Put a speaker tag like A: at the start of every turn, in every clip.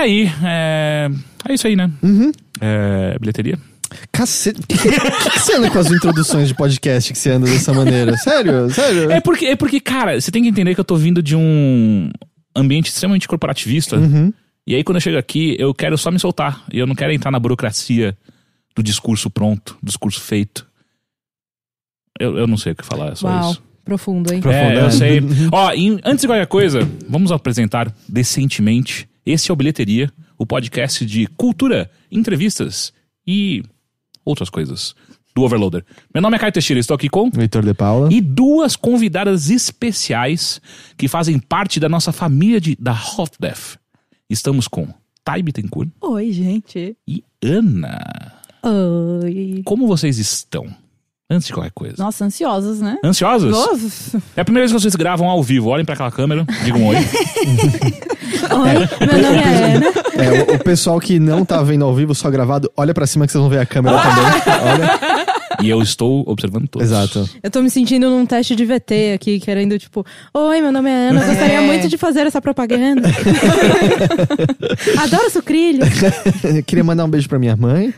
A: aí. É, é isso aí, né? É, bilheteria.
B: Cacete. Por que, por que você anda com as introduções de podcast que você anda dessa maneira? Sério? Sério?
A: É porque, é porque, cara, você tem que entender que eu tô vindo de um ambiente extremamente corporativista. E aí, quando eu chego aqui, eu quero só me soltar. E eu não quero entrar na burocracia do discurso pronto, do discurso feito. Eu, eu não sei o que falar, é só
C: Uau,
A: isso.
C: profundo, hein?
A: É,
B: né?
A: eu sei. Ó, em- antes de qualquer coisa, vamos apresentar decentemente. Esse é o Bilheteria, o podcast de cultura, entrevistas e outras coisas do Overloader. Meu nome é Caio Teixeira, estou aqui com
B: Heitor de Paula.
A: e duas convidadas especiais que fazem parte da nossa família de, da Hofdef. Estamos com Thay Bittencourt
C: Oi, gente.
A: e Ana.
C: Oi.
A: Como vocês estão? Antes de qualquer coisa.
C: Nossa, ansiosos, né?
A: Ansiosas?
C: Nossa.
A: É a primeira vez que vocês gravam ao vivo. Olhem pra aquela câmera, digam oi.
C: Oi, meu nome é Ana.
B: É, o, o pessoal que não tá vendo ao vivo, só gravado, olha pra cima que vocês vão ver a câmera também. Olha.
A: e eu estou observando todos.
B: Exato.
C: Eu tô me sentindo num teste de VT aqui, querendo, tipo, oi, meu nome é Ana, eu gostaria muito de fazer essa propaganda. Adoro sucrilho.
B: Queria mandar um beijo pra minha mãe.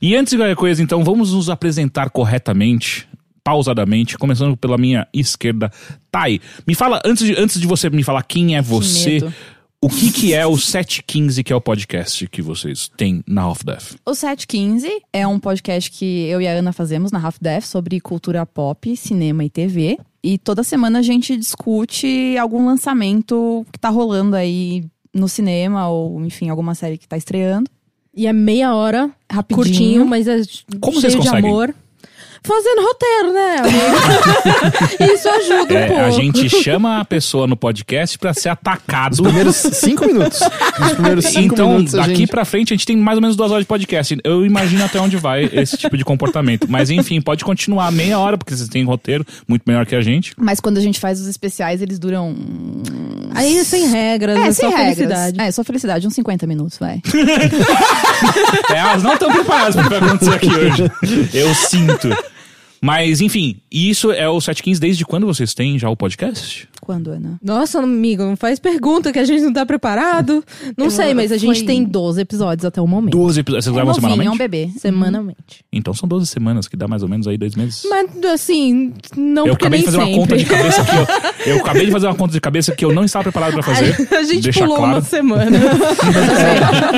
A: E antes de qualquer coisa, então, vamos nos apresentar corretamente, pausadamente, começando pela minha esquerda. Thay, me fala, antes de, antes de você me falar quem é você,
C: medo.
A: o que, que é o 715, que é o podcast que vocês têm na Half Death?
D: O 715 é um podcast que eu e a Ana fazemos na Half Def sobre cultura pop, cinema e TV. E toda semana a gente discute algum lançamento que tá rolando aí no cinema ou, enfim, alguma série que tá estreando.
C: E é meia hora,
D: Rapidinho.
C: curtinho, mas é
A: Como vocês
C: cheio de
A: conseguem?
C: amor. Fazendo roteiro, né, amigo? Isso ajuda um
A: É,
C: pouco.
A: a gente chama a pessoa no podcast pra ser atacado.
B: Primeiros cinco minutos. Os primeiros cinco
A: Então,
B: minutos. a
A: daqui
B: gente...
A: pra frente, a gente tem mais ou menos duas horas de podcast. Eu imagino até onde vai esse tipo de comportamento. Mas enfim, pode continuar meia hora, porque vocês têm roteiro muito melhor que a gente.
D: Mas quando a gente faz os especiais, eles duram.
C: Aí sem regras, é, só
D: regras.
C: felicidade.
D: É, só felicidade, uns 50 minutos, vai.
A: É, elas não estão preparadas para o que vai acontecer aqui hoje. Eu sinto. Mas, enfim, isso é o 715. Desde quando vocês têm já o podcast?
D: Quando, Ana?
C: Nossa, amigo, não faz pergunta que a gente não tá preparado. Não
D: Eu-
C: sei, mas a gente
D: foi-
C: tem 12 episódios até o momento.
A: 12 episódios. Vocês
D: é
A: gravam
D: novinho, é um
A: semanalmente?
D: bebê.
C: Semanalmente.
A: Então são 12 semanas, que dá mais ou menos aí dois meses.
C: Mas assim, não
A: eu
C: porque
A: acabei
C: nem
A: de fazer
C: sempre.
A: uma conta de cabeça que eu, eu acabei de fazer uma conta de cabeça que eu não estava preparado para fazer.
C: a gente
A: Deixa
C: pulou
A: claro.
C: uma semana.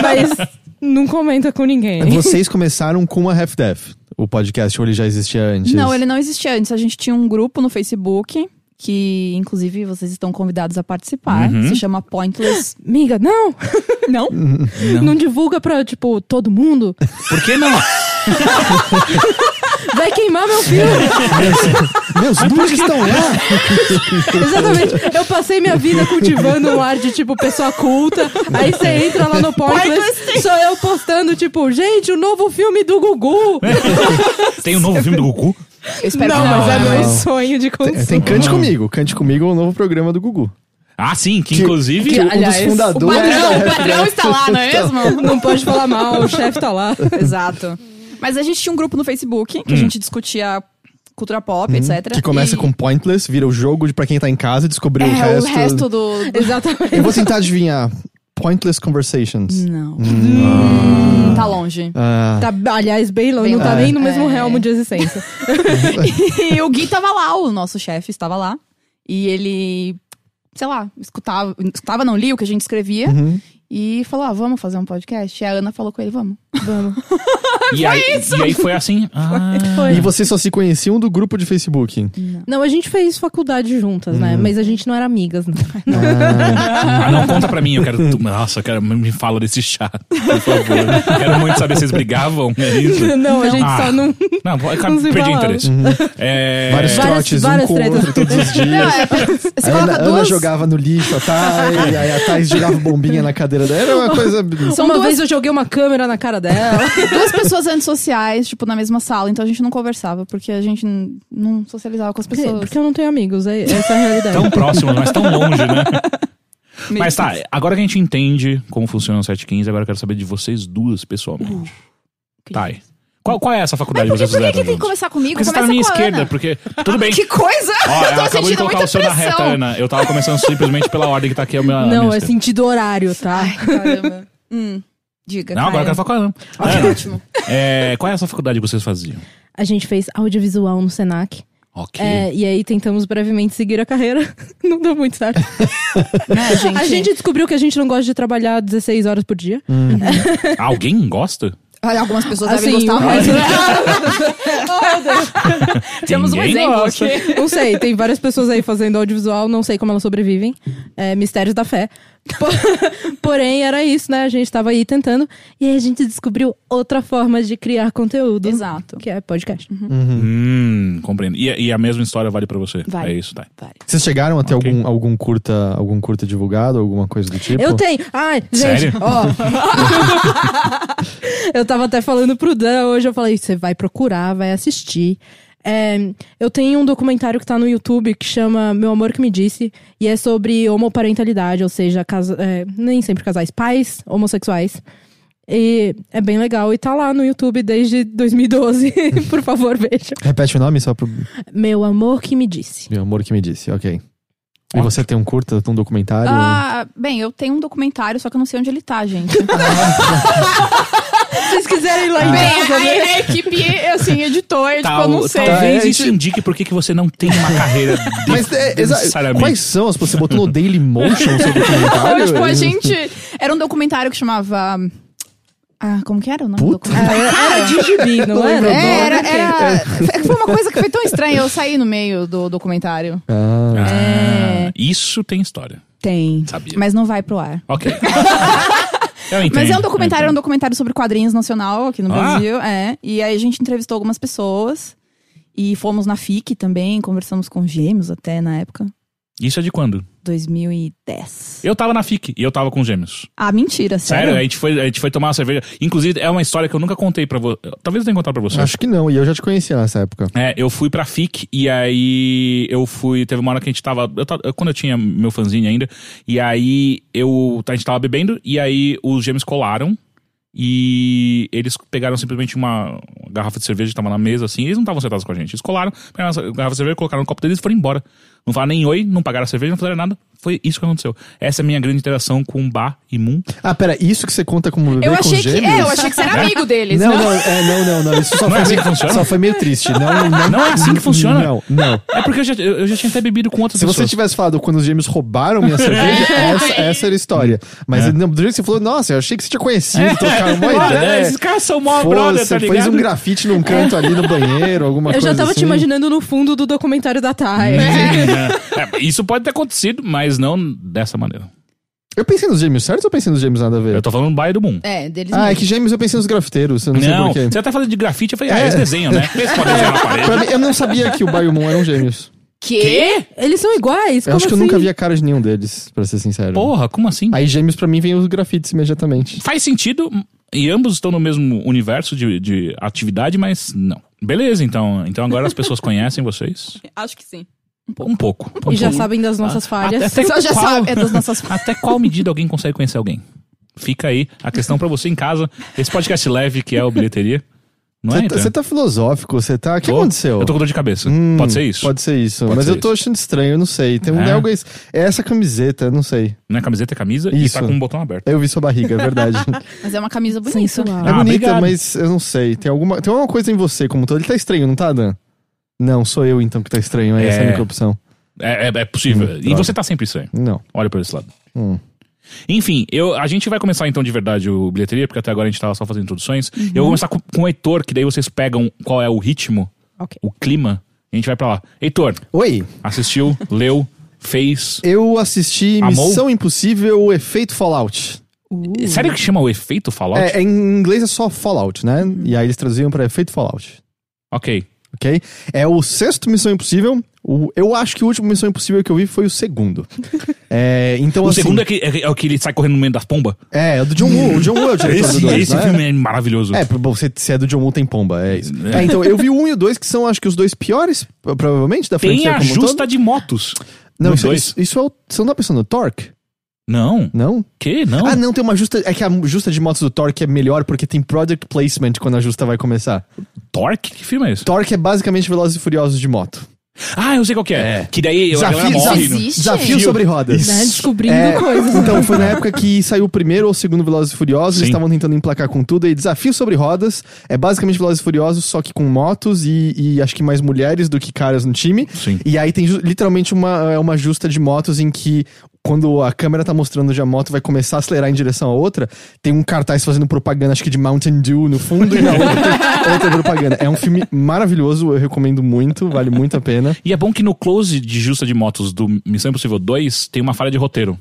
C: mas não comenta com ninguém.
B: Vocês começaram com a Half Death. O podcast, ou ele já existia antes?
D: Não, ele não existia antes. A gente tinha um grupo no Facebook que, inclusive, vocês estão convidados a participar. Se chama Pointless.
C: Amiga, não,
D: Não?
C: não. divulga pra, tipo, todo mundo.
A: Por que não?
C: Vai queimar meu filme.
B: Meus números estão lá.
C: Exatamente. Eu passei minha vida cultivando um ar de, tipo, pessoa culta. Aí você entra lá no Pointless, sou eu postando, tipo, gente, o novo filme do
A: É,
C: Gugu.
A: Tem um novo filme do Goku?
D: Eu espero
C: não,
D: que não.
C: mas é
B: não.
C: meu sonho de consumo.
B: É, Tem Cante Comigo. Cante Comigo é o novo programa do Gugu.
A: Ah, sim, que, inclusive.
B: que um dos fundadores da Então.
D: Padrão, o
B: Half
D: padrão está lá, não é mesmo?
C: Não pode falar mal, o chefe tá lá.
D: Exato. Mas a gente tinha um grupo no Facebook que a gente discutia cultura pop, etc.
B: Que começa
D: E
B: com Pointless, vira o jogo de pra quem tá em casa e descobrir o
D: É, o
B: resto.
D: resto do.
C: Exatamente.
B: Eu vou tentar adivinhar. Pointless Conversations.
D: Não. Tá longe.
B: Ah,
C: Tá, aliás, bem longe,
D: Bem
C: não tá
D: longe.
C: nem no mesmo
D: É.
C: realmo de existência.
D: E o Gui tava lá, o nosso chefe estava lá. E ele, sei lá, escutava, escutava, não lia o que a gente escrevia. E falou: ah, vamos fazer um podcast? E a Ana falou com ele: vamos.
C: Vamos.
A: e, aí, e aí foi assim. Ah,
D: Hum.
B: E vocês só se conheciam do grupo de Facebook.
C: Não, a gente fez faculdade juntas, né?
A: Uhum.
C: Mas a gente não era amigas, né? não.
A: Ah, não, conta pra mim, eu quero. Nossa, eu quero, me fala desse chá, por favor. Quero muito saber se vocês brigavam. É isso?
C: Não, a gente
A: Ah.
C: só não.
A: Não, vou- cara,
C: Não se
A: perdi o
C: fala.
A: interesse.
D: Uhum.
A: É,
B: Vários
C: Várias-
B: trotes, um
C: várias
B: com o
C: tretas.
B: outro, todos os dias.
D: Não, é, você
B: A Ana,
D: coloca
B: Ana
D: duas.
B: jogava no lixo, a Thay, aí a Thais jogava bombinha na cadeira dela. Era uma coisa.
D: São
C: uma
D: duas-
C: vez eu joguei uma câmera na cara dela.
D: duas pessoas antissociais, tipo, na mesma sala, então a gente não conversava, porque a gente n- não socializava com as
C: Porque,
D: pessoas.
C: porque eu não tenho amigos, é, essa é a realidade.
A: Tão próximos, mas tão longe, né?
D: Meio
A: Então, Mas tá,
D: que-
A: agora que a gente entende como funciona o 715, agora eu quero saber de vocês duas pessoalmente. Thay, Tá Qual, qual é essa
D: Uh, Mas
A: faculdade
D: por que,
A: vocês
D: por que,
A: fizeram?
D: que tem que
A: juntos?
D: começar comigo?
A: Porque você tá
D: Começa
A: na
D: com
A: minha
D: a
A: esquerda,
D: Ana.
A: porque. Tudo bem.
D: Que coisa!
A: Ó,
D: eu
A: ela
D: tô
A: acabou de
D: sentindo
A: colocar
D: muita
A: o seu na reta,
D: pressão.
A: Ana. Eu tava começando simplesmente pela ordem que tá aqui. A minha, a minha
E: Não, é
A: esquerda.
E: sentido horário, tá?
D: Ai, caramba. Hum, diga.
A: Não, agora eu
D: Caio.
A: quero falar com a Ana.
D: Ok,
A: Ana,
D: ótimo.
A: é, qual é essa faculdade que vocês faziam?
C: A gente fez audiovisual no Senac.
A: Ok.
C: É, e aí tentamos brevemente seguir a carreira. Não deu muito certo.
D: Né, gente?
C: A gente descobriu que a gente não gosta de trabalhar 16 horas por dia.
A: Hum. Alguém gosta?
D: Olha, algumas pessoas
C: Assim,
D: devem gostar
C: o-
D: mais. né? Temos um
A: Ninguém
D: exemplo
A: gosta.
D: aqui.
C: Não sei, tem várias pessoas aí fazendo audiovisual, não sei como elas sobrevivem. É, mistérios da fé. Po- Porém, era isso, né? A gente tava aí tentando. E aí a gente descobriu outra forma de criar conteúdo.
D: Exato.
C: Que é podcast.
A: Hum, compreendo. E, e a mesma história vale pra você?
D: Vale.
A: É isso, tá.
D: Vale.
B: Vocês chegaram a ter
A: Ok.
B: algum, algum, curta, algum curta divulgado, alguma coisa do tipo?
C: Eu tenho. Ai, gente,
A: Sério?
C: ó. eu tava até falando pro Dan hoje, eu falei, você vai procurar, vai assistir. É, eu tenho um documentário que tá no YouTube que chama Meu Amor Que Me Disse, e é sobre homoparentalidade, ou seja, casa, é, nem sempre casais, pais homossexuais. E é bem legal, e tá lá no YouTube desde 2012. Por favor, veja.
B: Repete o nome só pro
C: Meu Amor Que Me Disse.
B: meu amor que me disse, ok. E você tem um curta, um documentário?
D: Ah, bem, eu tenho um documentário, só que eu não sei onde ele tá, gente.
C: Se vocês quiserem ir lá em
D: Bem,
C: casa,
D: aí
C: né?
D: a equipe, assim, editor, tipo, eu não sei.
B: Ah. tá.
A: Talvez
B: É,
A: isso
B: a gente-
A: indique por que que você não tem uma carreira de,
B: Mas é, exa-
A: necessariamente.
B: quais são? as- Você botou no Daily Motion o seu
D: Então,
B: documentário?
D: tipo, a gente. Era um documentário que chamava. Ah, como que era o nome do
B: Puta.
D: documentário?
C: Era de gibi, não era?
D: É, era, era-
B: é.
D: Foi uma coisa que foi tão estranha, eu saí no meio do documentário.
B: Ah.
A: Ah,
D: É.
A: Isso tem história.
D: Tem.
A: Sabia.
D: Mas não vai pro ar.
A: Ok. Eu entendo.
D: Mas é um documentário,
A: eu
D: é um
A: entendo.
D: documentário sobre quadrinhos nacional aqui no
A: Ah.
D: Brasil. É. E aí a gente entrevistou algumas pessoas. E fomos na FIC também, conversamos com gêmeos até na época.
A: Isso é de quando?
D: 2010.
A: Eu tava na FIC e eu tava com gêmeos.
D: Ah, mentira, sério.
A: Sério? A, gente foi, a gente foi tomar uma cerveja. Inclusive, é uma história que eu nunca contei pra você. Talvez eu tenha contado pra você.
B: Acho que não, e eu já te conhecia nessa época.
A: É, eu fui pra FIC e aí eu fui. Teve uma hora que a gente tava. eu tava- eu- quando eu tinha meu fanzine ainda. E aí eu. A gente tava bebendo e aí os gêmeos colaram. E eles pegaram simplesmente uma garrafa de cerveja que tava na mesa, assim. Eles não estavam sentados com a gente. Eles colaram, pegaram a garrafa de cerveja, colocaram no copo deles e foram embora. Não falaram nem oi, não pagaram a cerveja, não fizeram nada. Foi isso que aconteceu. Essa é a minha grande interação com Bá e Moon.
B: Ah, pera, isso que você conta como bebê
D: Eu
B: com
D: achei que.
B: gêmeos?
D: É, eu achei que você era amigo deles.
B: Não, não, é, não, não, não, isso só,
A: Não é
B: foi,
A: assim
B: meio,
A: que funciona?
B: só foi meio triste. Não, não,
A: Não é assim que funciona?
B: Não, não.
A: É porque eu já, eu eu já tinha até bebido com outras
B: Se você
A: pessoas.
B: tivesse falado quando os gêmeos roubaram minha cerveja,
D: É.
B: essa, essa era a história. Mas não, do jeito que você falou, nossa, eu achei que você tinha conhecido, trocaram uma
A: É. Olha,
B: ideia.
A: Esses caras são mó
B: Pô,
A: brother, tá
B: você
A: ligado?
B: fez um grafite num canto ali no banheiro, alguma
C: Eu
B: coisa
C: já tava te
B: assim. Né?
C: imaginando no fundo do documentário da Thay.
A: É, isso pode ter acontecido, mas não dessa maneira.
B: Eu pensei nos gêmeos certos ou pensei nos gêmeos nada a ver?
A: Eu tô falando do Baia do Moon.
D: É, deles
B: Ah, é
D: mesmo.
B: que gêmeos eu pensei nos grafiteiros, eu não,
A: Não,
B: sei É. porquê.
A: você até falando de grafite, eu falei, ah, eles desenham, né? Eles podem desenhar na parede.
B: Pra mim, eu não sabia que o Bai e o Moon eram gêmeos.
D: Quê?
C: Eles são iguais?
B: Eu
C: Como
B: acho que eu
C: assim?
B: nunca vi a cara de nenhum deles, pra ser sincero.
A: Porra, como assim?
B: Aí gêmeos pra mim vem os grafites imediatamente.
A: Faz sentido, e ambos estão no mesmo universo de, de atividade, mas não. Beleza, então. Então agora as pessoas conhecem vocês?
D: Acho que sim.
A: Um pouco. Um pouco.
C: E já sabem das nossas falhas.
A: Até,
D: Só já
A: qual,
D: sabe, é das nossas
A: até qual medida alguém consegue conhecer alguém? Fica aí a questão pra você em casa. Esse podcast leve que é o Bilheteria. Não é,
B: Você tá,
A: então?
B: você tá filosófico, você tá. O que
A: Tô-
B: aconteceu?
A: Eu tô com dor de cabeça.
B: Hum,
A: pode ser isso?
B: Pode ser isso.
A: Pode
B: mas
A: ser
B: eu tô achando estranho, eu não sei. Tem um
A: É?
B: é. algo. es- É essa camiseta, eu não sei.
A: Não é camiseta, é camisa
B: Isso.
A: e tá com um botão aberto.
B: Eu vi sua barriga, é verdade.
D: Mas é uma camisa bonita.
C: Sensual.
B: é
A: Ah,
B: bonita,
A: obrigado.
B: mas eu não sei. Tem alguma, tem alguma coisa em você como um todo. Ele tá estranho, não tá, Dan? Não, sou eu então que tá estranho. É, essa
A: É.
B: a minha opção.
A: É, é- é possível.
B: Hum,
A: e
B: droga.
A: você tá sempre estranho.
B: Não.
A: Olha por esse lado.
B: Hum.
A: Enfim, eu, a gente vai começar então de verdade o bilheteria, porque até agora a gente tava só fazendo introduções. Eu vou começar com, com o Heitor, que daí vocês pegam qual é o ritmo,
C: Ok.
A: o clima. A gente vai pra lá. Heitor,
B: Oi.
A: assistiu, leu, fez.
B: Eu assisti
A: Amou?
B: Missão Impossível o Efeito Fallout.
A: Sério que chama o efeito Fallout?
B: É, em inglês é só Fallout, né?
A: Uhum.
B: E aí eles traduziam pra Efeito Fallout.
A: Ok.
B: ok? É o sexto Missão Impossível. O- eu acho que o último Missão Impossível que eu vi foi o segundo. É, então,
A: O
B: assim,
A: segundo é, que, é, é o que ele sai correndo no meio das pombas.
B: é... o do John Woo. O John Woo é o diretor
A: Esse,
B: do dois,
A: esse
B: né?
A: filme é maravilhoso.
B: É, bom, se, se é do John Woo tem pomba, é isso. É, então, eu vi o um e o dois que são, acho que, os dois piores, pro- provavelmente, da
A: Tem
B: franquia
A: a
B: como um todo.
A: justa de motos.
B: Não,
A: Nos
B: isso,
A: dois.
B: isso, isso é o... Você não tá pensando no Torque?
A: Não.
B: Não?
A: Que? Não.
B: Ah, não, tem uma justa. É que a justa de motos do Torque é melhor porque tem product placement quando a justa vai começar.
A: Torque? Que filme é esse?
B: Torque é basicamente Velozes e Furiosos de moto.
A: ah, eu sei qual que é. Que daí a galera morre.
D: desafio.
A: no-
D: Existe?
B: desafio sobre rodas.
C: né? Descobrindo
B: É,
C: coisas. né?
B: Então, foi na época que saiu o primeiro ou o segundo Velozes e Furiosos,
A: Sim.
B: eles estavam tentando emplacar com tudo, e Desafio sobre Rodas é basicamente Velozes e Furiosos, só que com motos e, e acho que mais mulheres do que caras no time.
A: Sim.
B: E aí tem ju- literalmente uma, é uma justa de motos em que quando a câmera tá mostrando onde a moto vai começar a acelerar em direção à outra, tem um cartaz fazendo propaganda, acho que de Mountain Dew no fundo e na outra tem outra propaganda. É um filme maravilhoso, eu recomendo muito, vale muito a pena.
A: E é bom que no close de Justa de Motos do Missão Impossível 2 tem uma falha de roteiro.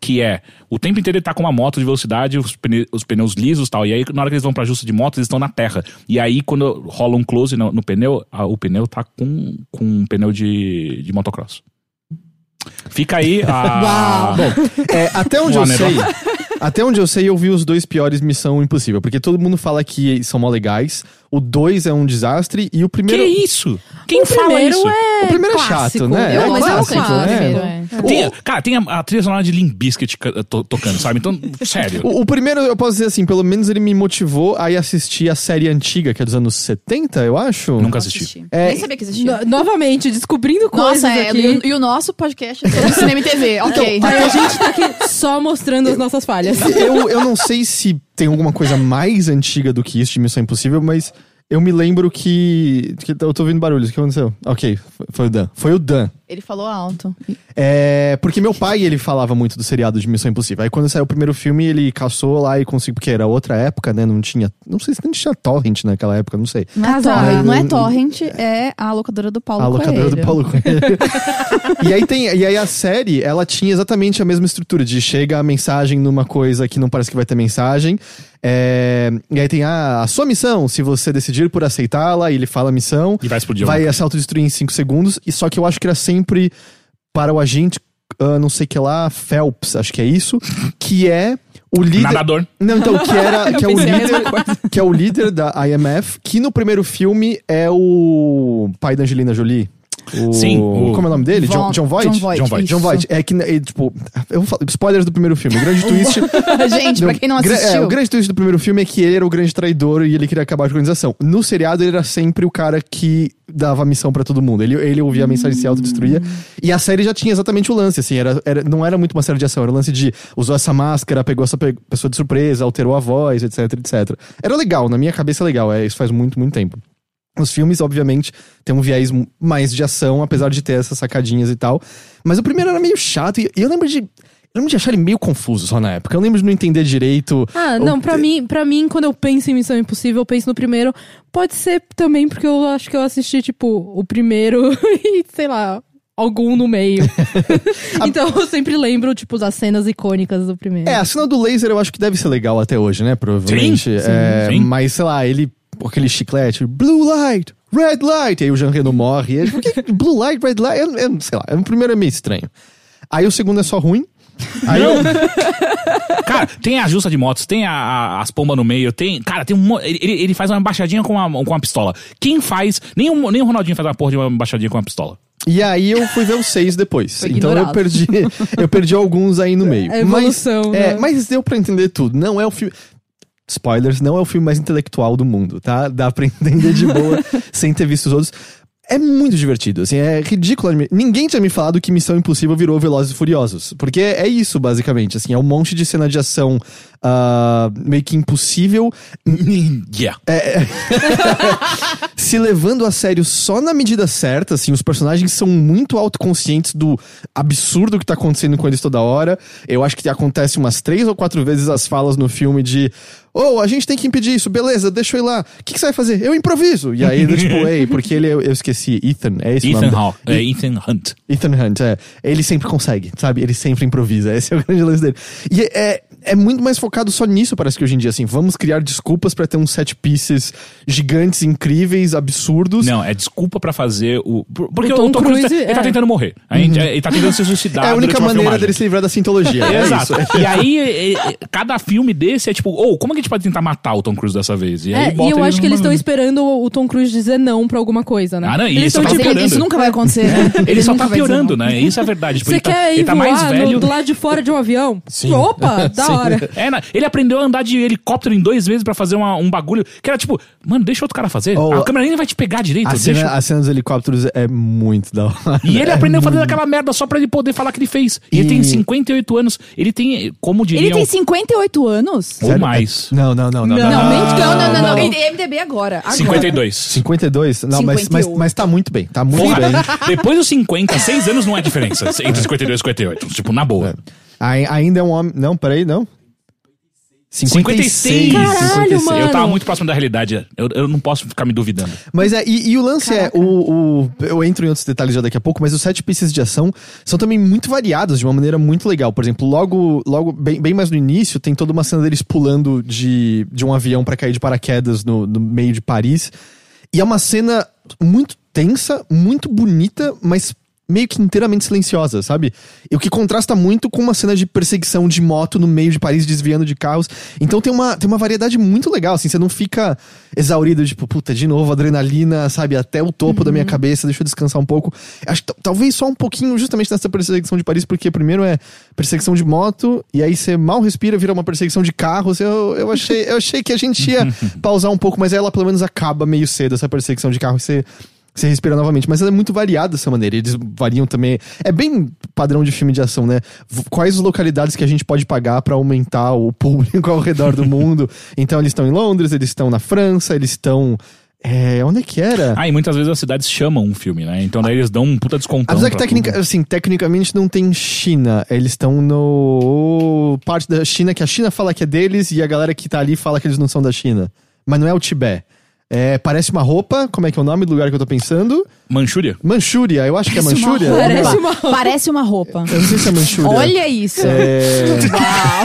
A: Que é, o tempo inteiro ele tá com uma moto de velocidade, os, pne- os pneus lisos e tal. E aí, na hora que eles vão pra justa de moto, eles estão na terra. E aí, quando rola um close no, no pneu, a- o pneu tá com, com um pneu de, de motocross. Fica aí a.
B: É, até onde
A: Boa,
B: eu
A: né,
B: sei.
A: Bob?
B: Até onde eu sei, eu vi os dois piores Missão Impossível. Porque todo mundo fala que são mó legais. O dois é um desastre. E o
A: que
B: primeiro.
A: isso? Quem fala
C: primeiro
A: isso?
B: o primeiro é chato, né?
D: Eu
B: é
D: gosto
B: clássico,
D: do
B: né?
D: primeiro, é.
A: Tem a- cara, tem a, a trilha sonora de Limp Bizkit ca- to- tocando, sabe? Então, sério.
B: O, o primeiro, eu posso dizer assim, pelo menos ele me motivou a ir assistir a série antiga, que é dos anos 70, eu acho.
A: Nunca assisti.
B: É,
D: Nem sabia que existia.
C: No- novamente, descobrindo coisas
D: Nossa, é,
C: aqui.
D: e, o- e o nosso podcast é sobre cinema e TV, ok.
C: Aí a gente tá aqui só mostrando as nossas falhas.
B: Eu, eu não sei se tem alguma coisa mais antiga do que isso de Missão Impossível, mas eu me lembro que. que eu tô ouvindo barulhos, o que aconteceu? Ok, foi- foi o Dan. Foi o Dan.
D: Ele falou alto.
B: É, porque meu pai, ele falava muito do seriado de Missão Impossível. Aí quando saiu o primeiro filme, ele caçou lá e conseguiu, porque era outra época, né? Não tinha, não sei se nem tinha torrent naquela época, não sei.
D: Não é,
C: Casar.
D: torrent, não é torrent, é a locadora do Paulo
B: a locadora
D: Coelho.
B: do Paulo Coelho. e aí tem, e aí a série, ela tinha exatamente a mesma estrutura de chega a mensagem numa coisa que não parece que vai ter mensagem. É, e aí tem a, a sua missão, se você decidir por aceitá-la, e ele fala a missão.
A: E vai explodir.
B: Vai se autodestruir em 5 segundos. E só que eu acho que era sempre para o agente, ah, não sei que lá, Phelps, acho que é isso. Que é o líder.
A: Nadador.
B: Não, então, que era. que, é o
C: pensei a
B: líder, que é o líder da IMF, que no primeiro filme é o pai da Angelina Jolie. O-
A: Sim, o-
B: Como é o nome dele? John, John Voight?
D: John Voight.
A: John Voight.
D: isso.
B: John Voight. É que, é, tipo, eu vou falar, spoilers do primeiro filme. O grande twist.
D: Gente, pra quem não
B: Gra-
D: assistiu.
B: é, o grande twist do primeiro filme é que ele era o grande traidor e ele queria acabar com a organização. No seriado, ele era sempre o cara que dava missão pra todo mundo. Ele, ele ouvia a mensagem e se autodestruía. E a série já tinha exatamente o lance, assim. Era, era- não era muito uma série de ação, era o lance de usou essa máscara, pegou essa pe- pessoa de surpresa, alterou a voz, etc, etc. Era legal, na minha cabeça é legal. É, isso faz muito, muito tempo. Os filmes, obviamente, tem um viés m- mais de ação, apesar de ter essas sacadinhas e tal. Mas o primeiro era meio chato e e eu lembro de. Eu lembro de achar ele meio confuso só na época. Eu lembro de não entender direito.
C: Ah,
B: O-
C: não, pra mim, pra mim, quando eu penso em Missão Impossível, eu penso no primeiro. Pode ser também porque eu acho que eu assisti, tipo, o primeiro e, sei lá, algum no meio. então eu sempre lembro, tipo, das cenas icônicas do primeiro.
B: É, a cena do laser eu acho que deve ser legal até hoje, né? Provavelmente.
A: Sim,
B: É,
A: sim.
B: Mas, sei lá, ele. com Aquele chiclete, blue light, red light. Aí o Jean Reno morre. E ele, por que que blue light, red light? Eu, eu- sei lá, o primeiro é meio estranho. Aí o segundo é só ruim. Aí eu-
A: Cara, tem a justa de motos, tem a- a- as pombas no meio, tem. Cara, tem um. mo- Ele, ele- ele faz uma embaixadinha com uma, com uma pistola. Quem faz. Nem o, nem o Ronaldinho faz uma porra de uma embaixadinha com uma pistola.
B: E aí eu fui ver os seis depois.
D: Foi
B: então eu
D: ignorado.
B: perdi, eu perdi alguns aí no meio.
C: É evolução,
B: mas,
C: né?
B: é, mas deu pra entender tudo. Não é o filme. Spoilers, não é o filme mais intelectual do mundo, tá? Dá pra entender de boa sem ter visto os outros. É muito divertido, assim, é ridículo. admi- Ninguém tinha me falado que Missão Impossível virou Velozes e Furiosos. Porque é isso, basicamente, assim, é um monte de cena de ação ah, meio que impossível.
A: Yeah.
B: É se levando a sério só na medida certa, assim, os personagens são muito autoconscientes do absurdo que tá acontecendo com eles toda hora. Eu acho que acontece umas três ou quatro vezes as falas no filme de oh, a gente tem que impedir isso, beleza, deixa eu ir lá. O que, que você vai fazer? Eu improviso. E aí, do tipo, ei, porque ele, eu, eu esqueci, Ethan, é esse o nome
A: Ethan
B: dele?
A: Hawke. É, Ethan Hunt.
B: Ethan Hunt, é. Ele sempre consegue, sabe? Ele sempre improvisa. Esse é o grande lance dele. E é, é muito mais focado só nisso, parece que hoje em dia, assim, vamos criar desculpas pra ter uns set pieces gigantes, incríveis, absurdos.
A: Não, é desculpa pra fazer o. por- Porque
C: O
A: o
C: Tom
A: Tom, Cruise,
C: Cruise,
A: ele tá
C: é.
A: tentando morrer. A gente- Ele tá tentando se suicidar.
B: Uhum. é a única
A: durante uma
B: maneira
A: filmagem.
B: dele se livrar da sintologia. é
A: Exato.
B: isso.
A: E aí, e- e- cada filme desse é tipo, ou como é que a gente pode tentar matar o Tom Cruise dessa vez? E, aí
C: É,
A: bota
C: e eu
A: ele
C: acho que eles
A: numa-
C: estão esperando o o Tom Cruise dizer não pra alguma coisa, né?
A: Ah, não, e
C: eles
A: isso
C: tão
A: tá
D: Mas
C: tipo,
D: ele-
A: piorando.
D: isso nunca vai acontecer. né?
A: Ele só
D: nunca
A: tá
D: vai dizer
A: piorando,
D: não.
A: né? Isso é verdade. Tipo,
C: Você
A: ele tá,
C: quer ir
A: ele tá
C: voar
A: mais
C: no-
A: velho.
C: do lado de fora de um avião? Opa, da hora.
A: É, na- ele aprendeu a andar de helicóptero em dois meses pra fazer uma- um bagulho que era tipo, mano, deixa outro cara fazer.
B: Oh,
A: a câmera nem vai te pegar direito.
B: A
A: deixa-
B: cena, é, a cena dos helicópteros é muito da hora.
A: E ele aprendeu
B: hum.
A: fazendo aquela merda só pra ele poder falar que ele fez. E ele tem 58 anos. Ele tem, como diriam,
D: Ele tem 58 anos?
A: ou
B: Sério? É,
A: mais.
B: Não, não, não, não.
C: Não,
D: Não,
C: Ah,
D: mente- não, não, não, é não.
C: não.
D: MDB agora. agora.
A: 52.
B: 52? Não, mas, mas,
C: um.
D: 58.
B: mas tá muito bem. Tá muito
A: Porra,
B: bem.
A: depois dos 50, 6 anos não há diferença entre 52 e 58. Tipo, na boa.
B: Ai- ainda é um homem. Não, peraí, não.
A: 56.
C: Caralho, mano.
A: Eu tava muito próximo da realidade. Eu, eu não posso ficar me duvidando.
B: Mas é, e, e o lance é, o, o- Eu entro em outros detalhes já daqui a pouco, mas os sete pieces de ação são também muito variados de uma maneira muito legal. Por exemplo, logo, logo bem, bem mais no início, tem toda uma cena deles pulando de, de um avião pra cair de paraquedas no, no meio de Paris. E é uma cena muito tensa, muito bonita, mas meio que inteiramente silenciosa, sabe? E o que contrasta muito com uma cena de perseguição de moto no meio de Paris, desviando de carros. Então tem uma, tem uma variedade muito legal, assim, você não fica exaurido, tipo, puta, de novo, adrenalina, sabe, até o topo da minha cabeça, deixa eu descansar um pouco. Acho que t- talvez só um pouquinho justamente nessa perseguição de Paris, porque primeiro é perseguição de moto, e aí você mal respira, vira uma perseguição de carros. Eu, eu, achei, eu achei que a gente ia pausar um pouco, mas ela pelo menos acaba meio cedo, essa perseguição de carro, e você você respira novamente, mas ela é muito variada dessa maneira. Eles variam também. É bem padrão de filme de ação, né? V- Quais as localidades que a gente pode pagar pra aumentar o público ao redor do mundo? Então eles estão em Londres, eles estão na França, eles estão. É, onde é que era?
A: Ah, e muitas vezes as cidades chamam um filme, né? Então daí eles dão um puta descontão.
B: Apesar que
A: pra
B: tecnica,
A: tudo.
B: assim, tecnicamente não tem China. Eles estão no. parte da China que a China fala que é deles e a galera que tá ali fala que eles não são da China. Mas não é o Tibete. É, parece uma roupa, como é que é o nome do lugar que eu tô pensando?
A: Manchúria?
B: Manchúria, eu acho que é Manchúria.
D: Parece uma
C: uma
D: roupa. Parece uma roupa.
B: Eu não sei se é Manchúria.
D: Olha isso.
B: É...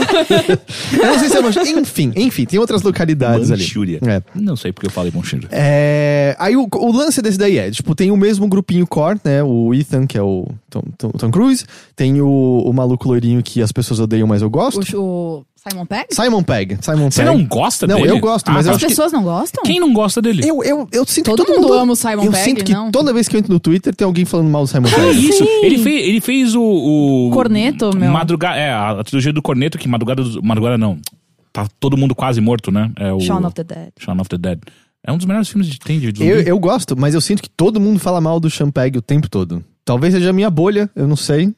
B: eu não sei se é Manchúria. Enfim, enfim, tem outras localidades
A: Manchúria.
B: ali. É.
A: Não sei porque eu falei Manchúria.
B: É, aí o, o lance desse daí é, tipo, tem o mesmo grupinho core, né? O Ethan, que é o Tom, Tom- Tom Cruise, tem o, o maluco loirinho que as pessoas odeiam, mas eu gosto.
D: O, o Simon Pegg?
B: Simon Pegg. Simon
A: Você
B: Pegg.
A: não gosta
B: Não,
A: dele?
B: eu gosto, mas eu
A: tá.
D: As
B: acho que-
D: pessoas não gostam?
A: Quem não gosta dele?
B: Eu, eu, eu sinto
D: Todo
B: que todo
D: mundo
B: mundo...
D: ama o Simon
B: eu
D: Pegg,
B: sinto que
D: não?
B: toda vez que eu entro no Twitter tem alguém falando mal do Simon
A: É
B: Pegg.
A: isso. Ele fez, ele fez o, o.
D: Corneto, meu.
A: Madruga... É, a trilogia do Corneto, que madrugada. dos- Madrugada não. Tá todo mundo quase morto, né? É o...
D: Shaun of the Dead.
A: Shaun of the Dead. É um dos melhores filmes de tem de zumbi.
B: Eu, eu gosto, mas eu sinto que todo mundo fala mal do Sean Pegg o tempo todo. Talvez seja a minha bolha, eu não sei.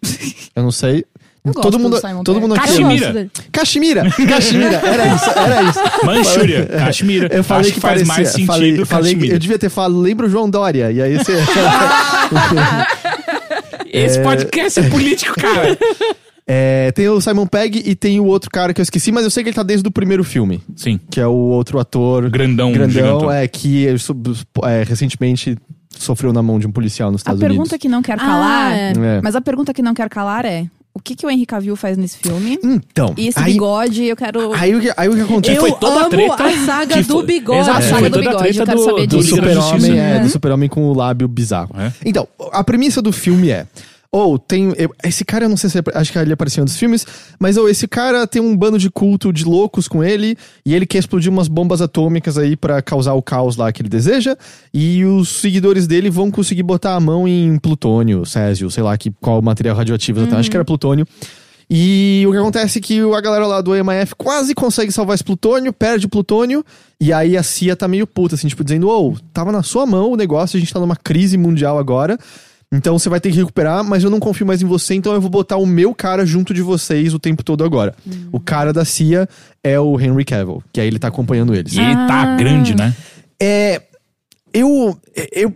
B: Eu não sei.
D: Eu gosto
B: todo
D: do
B: mundo,
D: Simon
B: todo
D: Pegg.
B: mundo aqui.
C: Eu gosto
A: Caxemira.
C: dele.
B: Caxemira! Caxemira! Era isso, era isso.
A: Manchúria. Caxemira.
B: Eu falei
A: Acho
B: que,
A: faz
B: parecia,
A: mais sentido
B: falei, falei,
A: Caxemira.
B: Eu devia ter falado, lembra o João Dória. E aí você.
A: Esse podcast é político, cara.
B: É, tem o Simon Pegg e tem o outro cara que eu esqueci, mas eu sei que ele tá desde o primeiro filme.
A: Sim.
B: Que é o outro ator.
A: Grandão,
B: Grandão,
A: gigantão.
B: é, que é, sub- é, recentemente sofreu na mão de um policial nos
D: A
B: Estados Unidos.
D: pergunta que não quero calar.
C: Ah, é.
B: É.
D: Mas a pergunta que não quero calar é: o que, que o Henry Cavill faz nesse filme?
B: Então.
D: E esse
B: aí,
D: bigode, eu quero.
B: aí, o que, aí o que acontece?
A: Que foi
C: Eu
A: toda a
C: amo
A: treta.
C: a saga
A: que
C: do
A: foi-
C: bigode.
A: Exato,
D: A saga
A: foi
D: do
A: toda a
D: bigode, eu
A: treta
D: quero
A: do,
D: saber
A: do
B: do
D: disso.
A: Liga da
B: É. super-homem,
A: Justiça.
B: é, do super-homem com o lábio bizarro.
A: É.
B: Então, a premissa do filme é. Ou tem. eu- esse cara, eu não sei se. ele- Acho que ele apareceu em um dos filmes. Mas ou esse cara tem um bando de culto de loucos com ele. E ele quer explodir umas bombas atômicas aí pra causar o caos lá que ele deseja. E os seguidores dele vão conseguir botar a mão em plutônio, césio, sei lá que, qual material radioativo. exatamente.
A: Uhum.
B: Acho que era plutônio. E o que acontece é que a galera lá do EMF quase consegue salvar esse plutônio, perde o plutônio, e aí a CIA tá meio puta, assim, tipo, dizendo: Ô, tava na sua mão o negócio, a gente tá numa crise mundial agora, então você vai ter que recuperar, mas eu não confio mais em você, então eu vou botar o meu cara junto de vocês o tempo todo agora. O cara da CIA é o Henry Cavill, que aí ele tá acompanhando eles.
A: E ele tá grande, né?
B: É. Eu. Eu.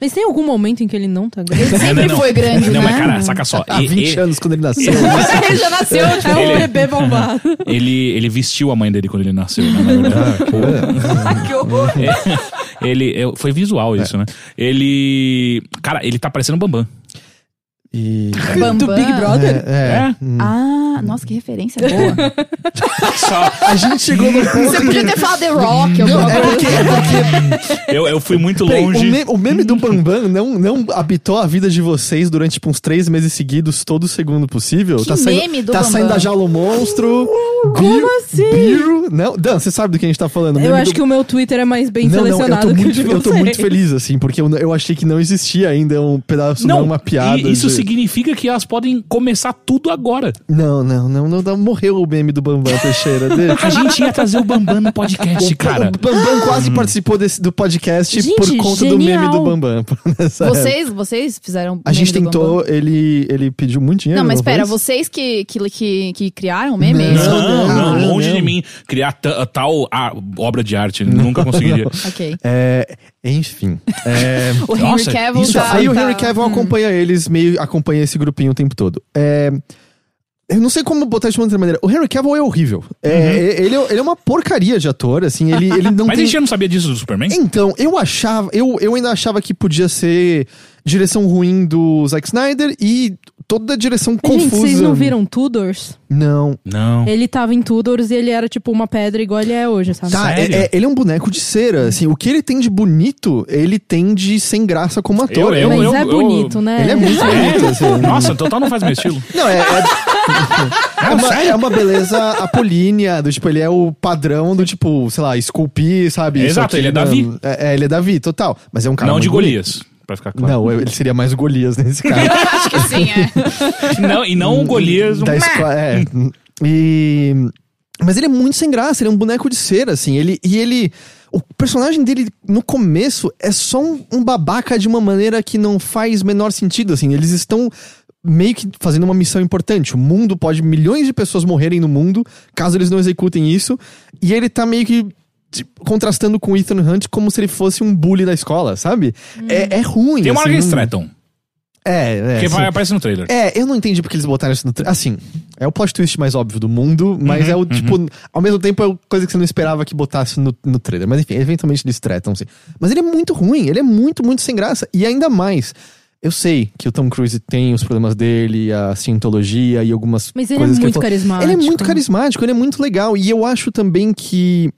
C: Mas tem algum momento em que ele não tá grande?
D: Sempre
A: Não, não, não.
D: foi grande,
A: Não,
D: né?
A: mas
B: é
A: cara, saca só.
B: Há
A: e-
B: 20
A: e-
B: anos quando ele nasceu.
C: ele já nasceu, tipo, é um
A: Ele-
C: bebê bombado.
A: Ele, ele vestiu a mãe dele quando ele nasceu, né? Na verdade. É, ele, é, foi visual isso, né? Ele. um Cara, ele tá parecendo o Bambam.
B: E.
D: Bambam.
C: Do Big Brother?
B: É.
A: É?
D: Ah, Ah, nossa, que referência boa.
A: Só,
B: A gente chegou no ponto.
D: Você podia ter falado The Rock,
B: Não,
D: alguma
B: é
D: coisa.
B: porque, é porque
A: eu, eu fui muito
B: peraí,
A: longe.
B: o, meme, o meme do Bambam não, não habitou a vida de vocês durante tipo, uns três meses seguidos, todo segundo possível?
D: Que
B: tá saindo,
D: meme do
B: Tá
D: Bambam?
B: saindo da Jalo Monstro. Como assim? Biro, não, Dan, você sabe do que a gente tá falando. o
C: Eu
B: meme
C: acho
B: do-
C: que o meu Twitter é mais bem
B: Não, não, eu
C: selecionado
B: tô, muito,
C: que o de
B: eu tô
C: vocês.
B: muito feliz, assim, porque eu, eu achei que não existia ainda um pedaço, não, uma piada.
A: e isso
B: de-
A: significa que elas podem começar tudo agora.
B: Não, não, não, não, não, morreu o meme do Bambam Teixeira. deixa.
A: A gente ia trazer o Bambam no podcast, cara. Hum.
B: O Bambam quase participou desse- do podcast
C: Gente,
B: por conta do
C: genial.
B: meme do Bambam. nessa época.
D: Vocês, vocês fizeram.
B: A gente
D: meme do Bambam?
B: tentou, ele, ele pediu muito dinheiro.
D: Não, mas espera,
B: foi?
D: vocês que, que, que, que criaram o meme?
B: Não,
A: Não, não,
B: não,
A: longe
B: não.
A: de mim criar ta- tal ah, obra de arte. Nunca conseguiria.
D: Ok.
B: É, enfim. É,
D: O Henry
A: Nossa,
D: Cavill
A: isso
D: tá.
B: aí o
D: tá-
B: Henry Cavill é acompanha eles, meio acompanha esse grupinho o tempo todo. É, eu não sei como botar isso de uma outra maneira. O Henry Cavill é horrível. É, ele, é- ele é uma porcaria de ator, assim, ele, ele não
A: Mas a
B: tem...
A: gente já não sabia disso do Superman?
B: Então, eu achava, eu, eu ainda achava que podia ser direção ruim do Zack Snyder e toda a direção
C: Gente,
B: confusa.
C: vocês não viram Tudors?
B: Não.
A: Não.
C: Ele tava em Tudors e ele era tipo uma pedra igual ele é hoje, sabe?
B: Tá,
A: Sério?
B: é- é- ele é um boneco de cera, assim, o que ele tem de bonito, ele tem de sem graça como ator.
A: Eu-
C: Mas
A: eu-
C: é
A: eu-
C: bonito, né?
B: Ele é muito bonito, assim.
A: Nossa, total não faz meu estilo.
B: Não, é,
A: Ah,
B: é- é uma, é uma beleza apolínea, do tipo, ele é o padrão do tipo, sei lá, esculpir, sabe?
A: Exato,
B: isso aqui,
A: ele é
B: não.
A: Davi.
B: É, é, ele é Davi, total. Mas é um cara.
A: não
B: muito
A: de
B: bonito.
A: Golias, pra ficar claro.
B: Não, eu- ele seria mais Golias nesse cara.
D: Acho que sim, é.
A: Não, e não o Golias. um-
B: da escola. É. E. Mas ele é muito sem graça, ele é um boneco de cera, assim. Ele, e ele. O personagem dele, no começo, é só um, um babaca de uma maneira que não faz menor sentido, assim. Eles estão meio que fazendo uma missão importante. O mundo pode. Milhões de pessoas morrerem no mundo caso eles não executem isso. E ele tá meio que. tipo, Contrastando com o Ethan Hunt como se ele fosse um bully da escola, sabe? É, é ruim.
A: Hum. Tem uma hora
B: assim,
A: que eles
B: não-
A: tretam.
B: É, é.
A: Que
B: assim.
A: vai- aparece no trailer.
B: É, eu não entendi porque eles botaram isso no trailer. Assim, é o plot twist mais óbvio do mundo, mas é o, tipo, ao mesmo tempo é uma coisa que você não esperava que botasse no, no trailer. Mas enfim, eventualmente eles tratam, sim. Mas ele é muito ruim, ele é muito, muito sem graça. E ainda mais, eu sei que o Tom Cruise tem os problemas dele, a cientologia e algumas
C: Mas ele é
B: coisas que ele
C: muito
B: falou.
C: carismático. né?
B: Ele é muito carismático, ele é muito legal. E eu acho também que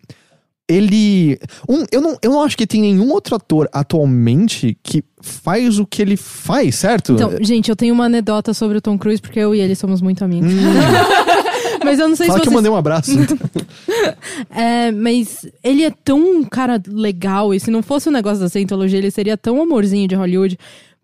B: ele. Um, eu, não, eu não acho que tem nenhum outro ator atualmente que faz o que ele faz, certo?
C: Então, gente, eu tenho uma anedota sobre o Tom Cruise, porque eu e ele somos muito amigos. mas eu não sei
B: Hum. Fala
C: se
B: que eu
C: vocês...
B: mandei um abraço.
C: É, mas ele é tão um cara legal, e se não fosse o negócio da Scientology, ele seria tão amorzinho de Hollywood,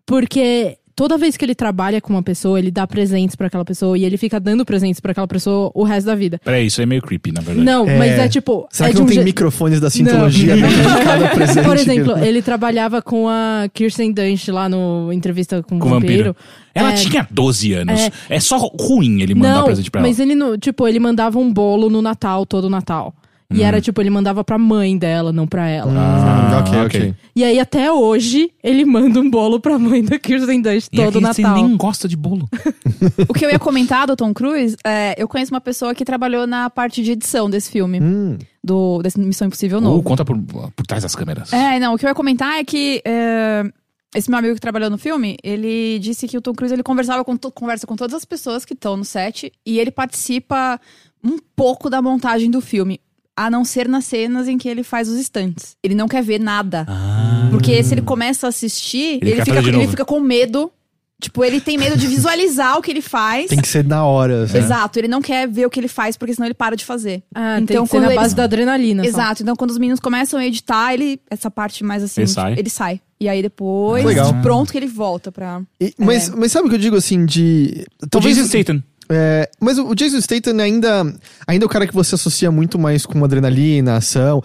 C: porque toda vez que ele trabalha com uma pessoa, ele dá presentes pra aquela pessoa, e ele fica dando presentes pra aquela pessoa o resto da vida.
A: Peraí, isso é meio creepy, na verdade.
C: Não,
B: É.
C: mas é tipo...
B: Será
C: é
B: que
C: de
B: não
C: um
B: tem
C: je-
B: microfones da sintologia
C: Não.
B: dentro de cada presente?
C: Por exemplo, ele trabalhava com a Kirsten Dunst lá no entrevista com o
A: Com o vampiro.
C: vampiro.
A: Ela
C: É.
A: tinha 12 anos.
C: É.
A: É, só ruim ele mandar
C: Não,
A: presente pra ela.
C: mas ele não, tipo, ele mandava um bolo no Natal, todo Natal. E era tipo, ele mandava pra mãe dela, não pra ela.
B: Ah, ok,
A: Ah,
B: ok.
A: ok.
C: E aí até hoje ele manda um bolo pra mãe da Kirsten Dunst
A: E
C: todo
A: aquele que
C: Natal.
A: Você nem gosta de bolo.
D: O que eu ia comentar do Tom Cruise, é, eu conheço uma pessoa que trabalhou na parte de edição desse filme,
B: Hum.
D: do, desse Missão Impossível
A: Ou
D: novo.
A: conta por, por trás das câmeras.
D: É, não, o que eu ia comentar é que é, esse meu amigo que trabalhou no filme, ele disse que o Tom Cruise ele conversava com to- conversa com todas as pessoas que estão no set e ele participa um pouco da montagem do filme, a não ser nas cenas em que ele faz os stunts. Ele não quer ver nada. Porque se ele começa a assistir,
A: Ah. Ele
D: ele,
A: quer
D: fica,
A: fazer de
D: ele
A: novo.
D: fica com medo. Tipo, ele tem medo de visualizar o que ele faz.
B: Tem que ser na hora. assim. sabe?
D: Exato, ele não quer ver o que ele faz, porque senão ele para de fazer.
C: Ah, então, tem
D: Então,
C: que ser na
D: quando
C: base
D: eles-
C: da adrenalina. só.
D: Exato, então quando os meninos começam a editar, ele. Essa parte mais assim.
A: Ele sai.
D: ele sai. E aí depois,
B: Legal.
D: pronto que ele volta pra.
B: E- mas,
C: É.
B: mas sabe o que eu digo assim de.
A: Talvez
B: Talvez.
A: o Então, Jason Statham.
B: é, mas o Jason Statham ainda, ainda é o cara que você associa muito mais com adrenalina, ação.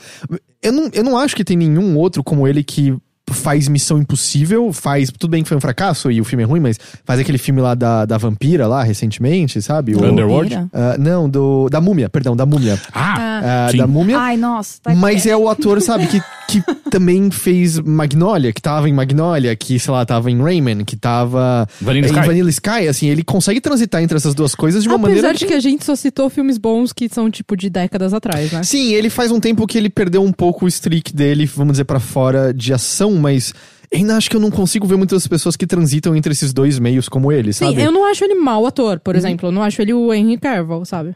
B: Eu não, eu não acho que tem nenhum outro como ele que faz Missão Impossível, faz. Tudo bem que foi um fracasso e o filme é ruim, mas faz aquele filme lá da, da vampira lá recentemente, sabe? O-
A: Underworld.
B: Ah, não, do, da múmia, perdão, da múmia.
A: Ah,
B: Ah,
A: Sim.
B: da múmia.
D: Ai, nossa, tá
B: Mas é o ator, sabe, que, que também fez Magnolia, que tava em Magnolia, que, sei lá, tava em Rayman, que tava
A: Vanilla
B: em
A: Sky.
B: Vanilla Sky, assim, ele consegue transitar entre essas duas coisas de uma
C: Apesar
B: maneira.
C: de que a gente só citou filmes bons que são tipo de décadas atrás, né?
B: Sim, ele faz um tempo que ele perdeu um pouco o streak dele, vamos dizer, pra fora de ação, mas Ainda acho que eu não consigo ver muitas pessoas que transitam entre esses dois meios como ele,
C: Sim, é,
B: sabe?
C: eu não acho ele mau ator, por exemplo. Eu não acho ele o Henry Cavill, sabe?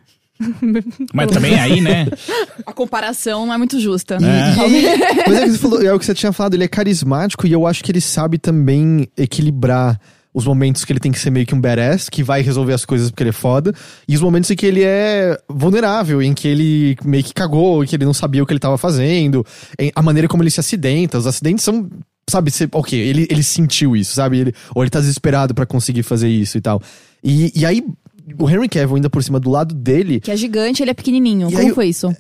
A: Mas também aí, né?
D: A comparação não é muito justa.
B: E- e- mas é, que você falou- é o que você tinha falado, ele é carismático e eu acho que ele sabe também equilibrar os momentos que ele tem que ser meio que um badass, que vai resolver as coisas porque ele é foda, e os momentos em que ele é vulnerável, em que ele meio que cagou, em que ele não sabia o que ele tava fazendo, em- a maneira como ele se acidenta, os acidentes são. Sabe, você, ok, ele, ele sentiu isso, sabe? Ele, ou ele tá desesperado pra conseguir fazer isso e tal. E, e aí, o Henry Cavill ainda por cima do lado dele,
D: Que é gigante, ele é pequenininho.
B: E
D: Como
B: aí-
D: foi isso?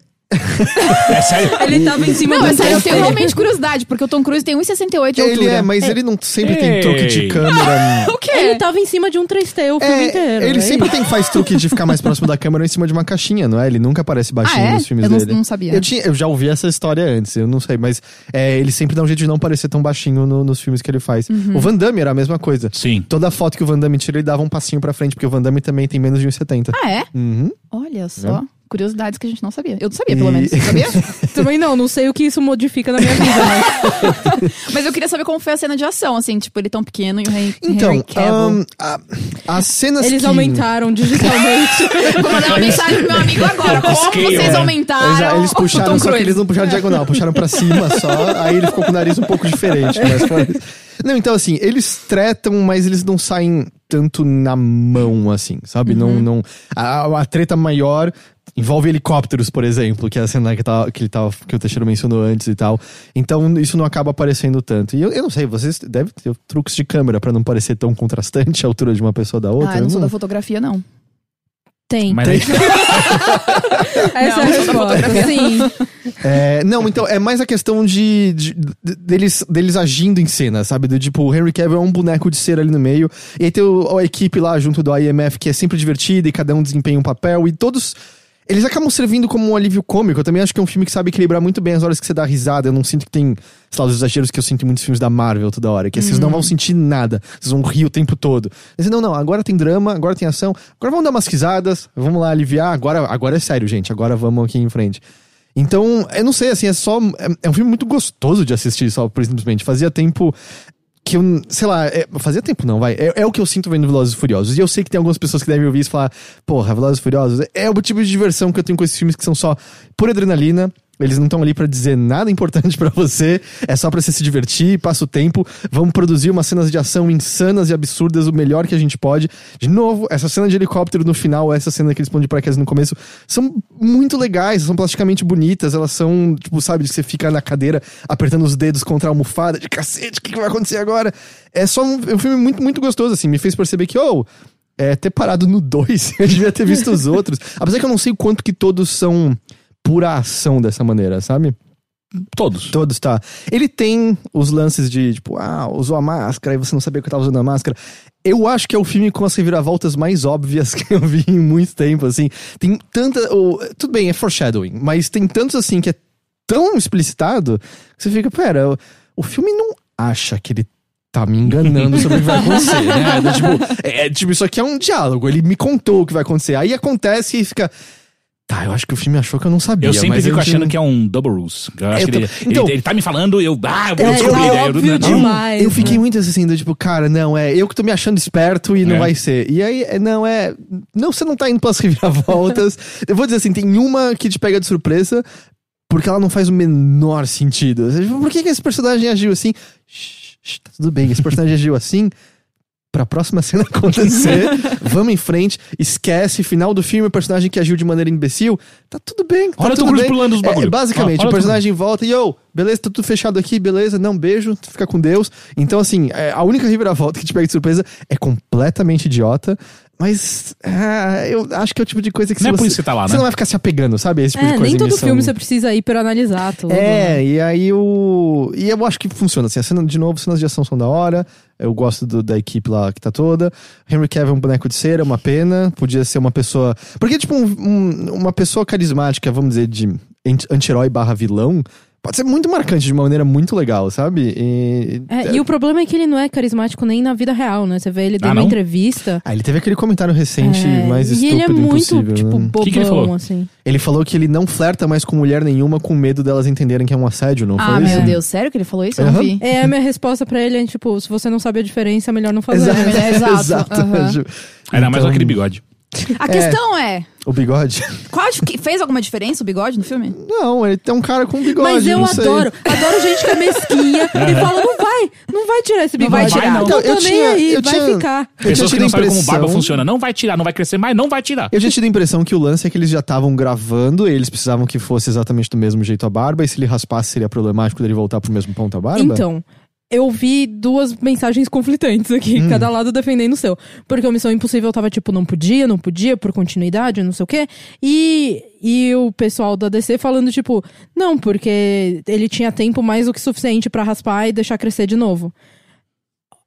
A: É sério.
E: Ele tava em cima
D: Não, é
E: do
D: sério, eu
E: poste.
D: tenho realmente curiosidade, porque o Tom Cruise tem 1,68 de
B: ele
D: altura.
B: é, mas ele não sempre tem
A: Ei.
B: truque de câmera.
D: O quê?
C: Ele tava em cima de um 3T o filme inteiro.
B: ele
C: é
B: sempre
C: isso.
B: tem faz truque de ficar mais próximo da câmera em cima de uma caixinha, não é? Ele nunca aparece
D: Ah,
B: baixinho
D: é?
B: nos filmes
D: Eu não,
B: dele.
D: não sabia.
B: Eu, tinha, eu já ouvi essa história antes, eu não sei, mas é, ele sempre dá um jeito de não parecer tão baixinho no- nos filmes que ele faz. O Van Damme era a mesma coisa.
A: Sim.
B: Toda foto que o Van Damme tira, ele dava um passinho pra frente, porque o Van Damme também tem menos de 1,70.
D: Ah, é?
B: Uhum.
D: Olha só. Curiosidades que a gente não sabia. Eu não sabia, pelo
B: E-
D: menos. Sabia?
C: Também não, não sei o que isso modifica na minha vida. mas-
D: Mas eu queria saber como foi a cena de ação, assim, tipo, ele tão pequeno e o Henry,
B: Então,
D: Henry Cavill.
B: ahn, a, as cenas
C: Eles
B: que...
C: aumentaram digitalmente.
D: Vou mandar uma mensagem pro meu amigo agora. Como
A: Scale,
D: vocês
A: né?
D: aumentaram
B: Eles, eles
D: o Tom
B: puxaram, só que
D: Cruise? É.
B: eles não puxaram diagonal, puxaram pra cima só. Aí ele ficou com o nariz um pouco diferente. mas foi isso. Não, então assim, eles tretam, mas eles não saem tanto na mão, assim, sabe? Não,
D: Uhum.
B: não. A, a treta maior envolve helicópteros, por exemplo, que é a cena que, tava, que, ele tava, que o Teixeira mencionou antes e tal. Então isso não acaba aparecendo tanto. E eu, eu não sei, vocês devem ter truques de câmera pra não parecer tão contrastante a altura de uma pessoa da outra.
D: Ah, eu não sou
B: não-
D: da fotografia, não.
C: Tem.
A: Mas aí-
C: Essa
D: Não,
C: é a
D: só da
C: resposta. Sim.
B: É, não, então, é mais a questão de, de- de- deles, deles agindo em cena, sabe? Do, tipo, o Henry Cavill é um boneco de cera ali no meio. E aí tem o- a equipe lá junto do IMF, que é sempre divertida e cada um desempenha um papel. E todos. Eles acabam servindo como um alívio cômico. Eu também acho que é um filme que sabe equilibrar muito bem as horas que você dá risada. Eu não sinto que tem, sei lá, os exageros que eu sinto em muitos filmes da Marvel toda hora. Que vocês não vão sentir nada. Vocês vão rir o tempo todo. Mas, não, não, agora tem drama, agora tem ação. Agora vamos dar umas risadas, vamos lá aliviar. Agora, agora é sério, gente. Agora vamos aqui em frente. Então, eu não sei, assim, é só. É, é um filme muito gostoso de assistir, só por simplesmente. Fazia tempo que eu. Sei lá, é- fazia tempo não, vai. É, é o que eu sinto vendo Velozes e Furiosos. E eu sei que tem algumas pessoas que devem ouvir isso e falar: Porra, Velozes e Furiosos é- é o tipo de diversão que eu tenho com esses filmes que são só por adrenalina. Eles não estão ali pra dizer nada importante pra você, é só pra você se divertir, passa o tempo, vamos produzir umas cenas de ação insanas e absurdas, o melhor que a gente pode. De novo, essa cena de helicóptero no final, essa cena que eles põem de paraquedas no começo, são muito legais, são plasticamente bonitas, elas são, tipo, sabe, que você fica na cadeira apertando os dedos contra a almofada, de cacete, o que, que vai acontecer agora? É só um, é um filme muito, muito gostoso, assim, me fez perceber que, oh, é, ter parado no 2, eu devia ter visto os outros. Apesar que eu não sei o quanto que todos são pura ação dessa maneira, sabe?
A: Todos.
B: Todos, tá. Ele tem os lances de, tipo, ah, usou a máscara e você não sabia que eu tava usando a máscara. Eu acho que é o filme com as reviravoltas mais óbvias que eu vi em muito tempo, assim. Tem tanta. o- tudo bem, é foreshadowing, mas tem tantos, assim, que é tão explicitado que você fica, pera, o, o filme não acha que ele tá me enganando sobre o que vai acontecer, né? Do Tipo, é, é, tipo, isso aqui é um diálogo, ele me contou o que vai acontecer. Aí acontece e fica. Tá, eu acho que o filme achou que eu não sabia.
A: Eu sempre
B: mas
A: fico
B: eu tinha-
A: achando que é um double rules. Eu acho
B: Eu
A: que ele,
B: tam- então-
A: ele, ele tá me falando e eu. Ah, eu vou
B: É,
A: descobrir.
C: é
A: né? Eu-
C: óbvio
A: não,
C: demais.
B: um, Eu fiquei muito assim, do tipo, cara, não, é eu que tô me achando esperto e não
A: É.
B: vai ser. E aí, é, não, é. Não, você não tá indo pras reviravoltas. eu vou dizer assim, tem uma que te pega de surpresa, porque ela não faz o menor sentido. Você, tipo, Por que, que esse personagem agiu assim? Shh, shh, tá tudo bem, esse personagem agiu assim. Pra próxima cena acontecer, vamos em frente, esquece, final do filme, o personagem que agiu de maneira imbecil, tá tudo bem. Tá
A: Olha o Tom
B: tudo
A: Cruise
B: bem.
A: pulando os
B: É,
A: bagulho.
B: basicamente,
A: Ah, olha
B: o
A: o Tom Cruise.
B: personagem personagem volta e, ô, beleza, tá tudo fechado aqui, beleza, não, beijo, fica com Deus. Então, assim, é, a única reviravolta que te pega de surpresa é completamente idiota, mas ah, eu acho que é o tipo de coisa que
A: Não
B: se
A: é por
B: você,
A: isso que tá lá,
B: você
A: né?
B: não vai ficar se apegando, sabe? Esse tipo de
C: É,
B: coisa.
C: nem
B: em
C: todo
B: missão.
C: filme você precisa hiperanalisar tudo. né?
B: É, e aí o. E eu acho que funciona assim. A cena, de novo, cenas de ação são da hora. Eu gosto do- da equipe lá que tá toda. Henry Cavill é um boneco de cera, uma pena. Podia ser uma pessoa. Porque, tipo, um- um- uma pessoa carismática, vamos dizer, de anti- anti-herói barra vilão. pode ser muito marcante de uma maneira muito legal, sabe? E,
C: É, E o problema é que ele não é carismático nem na vida real, né? Você vê ele deu uma
A: não?
C: entrevista.
B: Ah, ele teve aquele comentário recente
C: é,
B: mais
C: e
B: estúpido
C: ele é muito,
B: impossível,
C: tipo,
B: né?
C: bobão,
A: Que que ele falou?
C: assim.
B: Ele falou que ele não flerta mais com mulher nenhuma com medo delas entenderem que é um assédio, não
D: Ah,
B: foi
D: meu
B: isso?
D: Deus, sério que ele falou isso? Eu não
B: Aham.
D: vi.
C: É, a minha resposta pra ele é, tipo, se você não sabe a diferença, é melhor não fazer.
D: Exato. É, exato, aham.
B: Ju.
A: Ainda mais
B: Então,
A: aquele bigode.
D: A questão é,
B: O bigode?
D: qual, que fez alguma diferença o bigode no filme?
B: Não, ele tem um cara com bigode.
C: Mas eu
B: não sei.
C: adoro, adoro gente que é mesquinha e fala, não vai, não vai tirar esse
D: Não
C: bigode.
D: vai tirar.
C: Não,
B: Então, eu
C: tô nem
B: tinha-
C: aí,
B: eu
C: vai
B: tinha-
C: ficar.
B: Eu tinha
A: Pessoas que
B: tido a
A: não sabem como barba
B: impressão-
A: funciona. Não vai tirar, não vai crescer mais, não vai tirar.
B: Eu já tive a impressão que o lance é que eles já estavam gravando, eles precisavam que fosse exatamente do mesmo jeito a barba, e se ele raspasse seria problemático dele voltar pro mesmo ponto a barba?
C: Então, eu vi duas mensagens conflitantes aqui, cada lado defendendo o seu. Porque o Missão Impossível tava tipo, não podia, não podia, por continuidade, não sei o quê. E, e o pessoal da DC falando, tipo, não, porque ele tinha tempo mais do que suficiente pra raspar e deixar crescer de novo.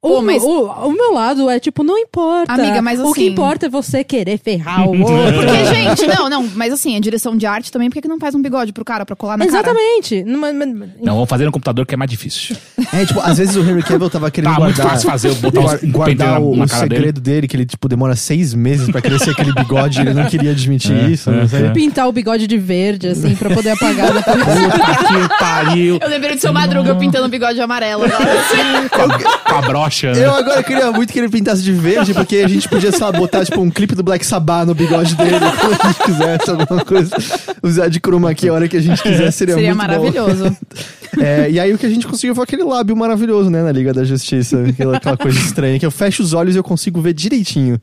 C: O,
D: Pô, mas-
C: o, o meu lado é tipo, não importa.
D: Amiga, mas
C: O que
D: assim-
C: importa é você querer ferrar o outro.
D: Porque, gente, não, não, mas assim, a direção de arte também, por que que não faz um bigode pro cara, pra colar na cara?
C: Exatamente. Numa- numa-
A: Não, vamos fazer no computador que é mais difícil.
B: É, tipo, às vezes o Henry Cavill tava querendo
A: Tá muito
B: guardar...
A: fácil fazer, eu botar
B: guar-
A: os- um
B: guardar
A: peitinho
B: o,
A: na- na
B: o
A: cara dele.
B: segredo dele. que ele, tipo, demora seis meses pra crescer aquele bigode, ele não queria admitir
A: É,
B: isso,
A: é,
B: não sei.
A: é.
C: Pintar o bigode de verde, assim, pra poder apagar depois.
B: Tá
A: Puta que pariu.
D: Eu lembrei do seu Madruga pintando o bigode amarelo.
A: Com a, com a brocha. né?
B: Eu agora queria muito que ele pintasse de verde, porque a gente podia, sei lá, botar, tipo, um clipe do Black Sabbath no bigode dele, quando a gente quisesse, alguma coisa. Usar de chroma key a hora que a gente quiser, seria,
D: Seria
B: muito bom.
D: maravilhoso.
B: É, e aí o que a gente conseguiu foi aquele lábio maravilhoso, né, na Liga da Justiça. Aquela, aquela coisa estranha, que eu fecho os olhos e eu consigo ver direitinho.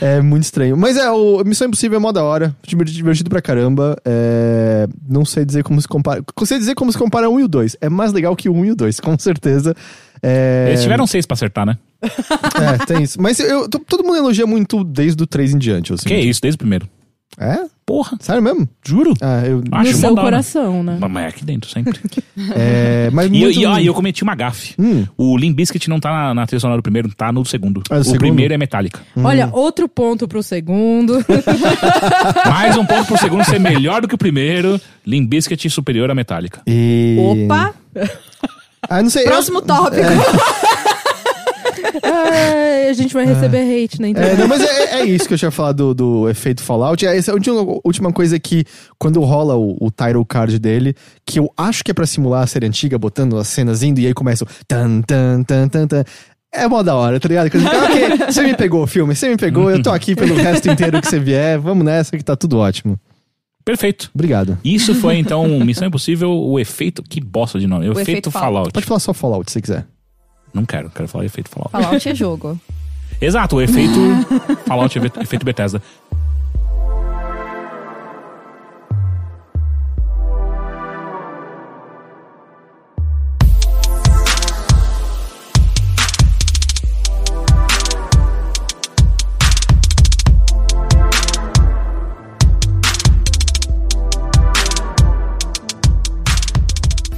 B: É, é muito estranho. Mas é, o Missão Impossível é mó da hora. Filme Divertido pra caramba. É, não sei dizer como se compara. Sei dizer como se compara 1 e o 2. É mais legal que o 1 e o 2, com certeza. É,
A: Eles tiveram seis pra acertar, né?
B: É, tem isso. Mas eu, to- todo mundo elogia muito desde o 3 em diante, assim.
A: Que isso, desde o primeiro.
B: É?
A: Porra,
B: Sério mesmo?
A: juro.
B: Ah, eu.
A: Acho
C: no
A: mó
C: seu
A: da hora.
C: coração, né?
A: Mas é aqui dentro, sempre.
B: É, mas
A: E, eu-
B: muito...
A: e, ó, e eu cometi uma gafe.
B: Hum.
A: O Limp Bizkit não tá na, na trilha sonora do primeiro, tá no segundo.
B: Ah, do
A: o
B: segundo?
A: primeiro é Metallica.
B: Hum.
C: Olha, outro ponto pro segundo.
A: Mais um ponto pro segundo ser melhor do que o primeiro. Limp Bizkit superior a Metallica.
B: E-
D: Opa!
B: Ah, não sei. eu-
D: Próximo tópico.
C: É, a gente vai receber hate na
B: É,
C: internet.
B: não, mas é, é isso que eu tinha falado do, do efeito Fallout. É, essa é a última, última coisa que, quando rola o, o title card dele, que eu acho que é pra simular a série antiga, botando as cenas indo e aí começa o tan, tan, tan, tan, tan. É mó da hora, tá ligado? Que eu digo, "Ah, ok, você me pegou o filme, você me pegou, eu tô aqui pelo resto inteiro que você vier, vamos nessa que tá tudo ótimo.
A: Perfeito.
B: Obrigado.
A: Isso foi então Missão Impossível, o efeito. Que bosta de nome. O, efeito,
D: efeito
A: Fallout.
B: Pode falar só Fallout se quiser.
A: Não quero, quero falar efeito Fallout.
D: Fallout é jogo.
A: Exato, o efeito Fallout, efe- efeito Bethesda.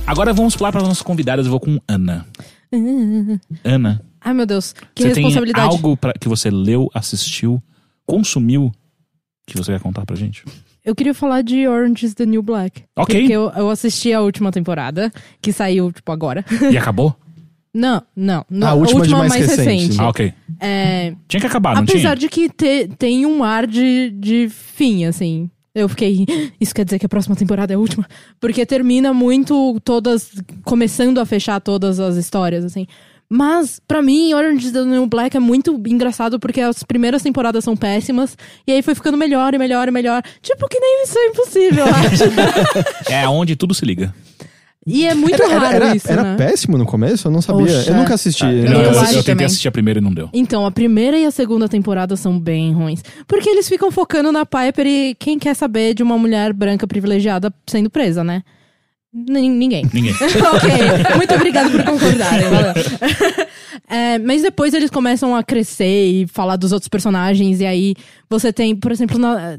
A: Agora vamos pular para as nossas convidadas. Eu vou com Ana. Ana,
C: Ai, meu Deus. Que
A: você tem
C: responsabilidade.
A: algo pra, que você leu, assistiu, consumiu, que você vai contar pra gente?
C: Eu queria falar de Orange is the New Black.
A: Ok.
C: Porque eu, eu assisti a última temporada, que saiu, tipo, agora.
A: E acabou?
C: Não, não. não
B: A última de mais recente.
A: ah, ok.
C: É,
A: Tinha que acabar,
B: Ah,
A: não tinha?
C: apesar de que te- tem um ar de, de fim, assim. Eu fiquei. Isso quer dizer que a próxima temporada é a última? Porque termina muito todas. começando a fechar todas as histórias, assim. Mas, pra mim, Orange is the New Black é muito engraçado porque as primeiras temporadas são péssimas e aí foi ficando melhor e melhor e melhor. Tipo, que nem isso é impossível, eu acho.
A: É onde tudo se liga.
C: E é muito
B: Era,
C: raro
B: era-
C: isso,
B: era
C: né? é.
B: péssimo no começo? Eu não sabia.
C: Poxa.
B: Eu nunca assisti.
A: Não,
D: eu
A: eu,
D: acho
A: assisti- eu tentei
D: também.
A: assistir a primeira e não deu.
C: Então, a primeira e a segunda temporada são bem ruins. Porque eles ficam focando na Piper e quem quer saber de uma mulher branca privilegiada sendo presa, né? Nin- Ninguém.
A: Ninguém.
C: ok, muito obrigada por concordarem. valeu. É, mas depois eles começam a crescer e falar dos outros personagens. E aí você tem, por exemplo, na,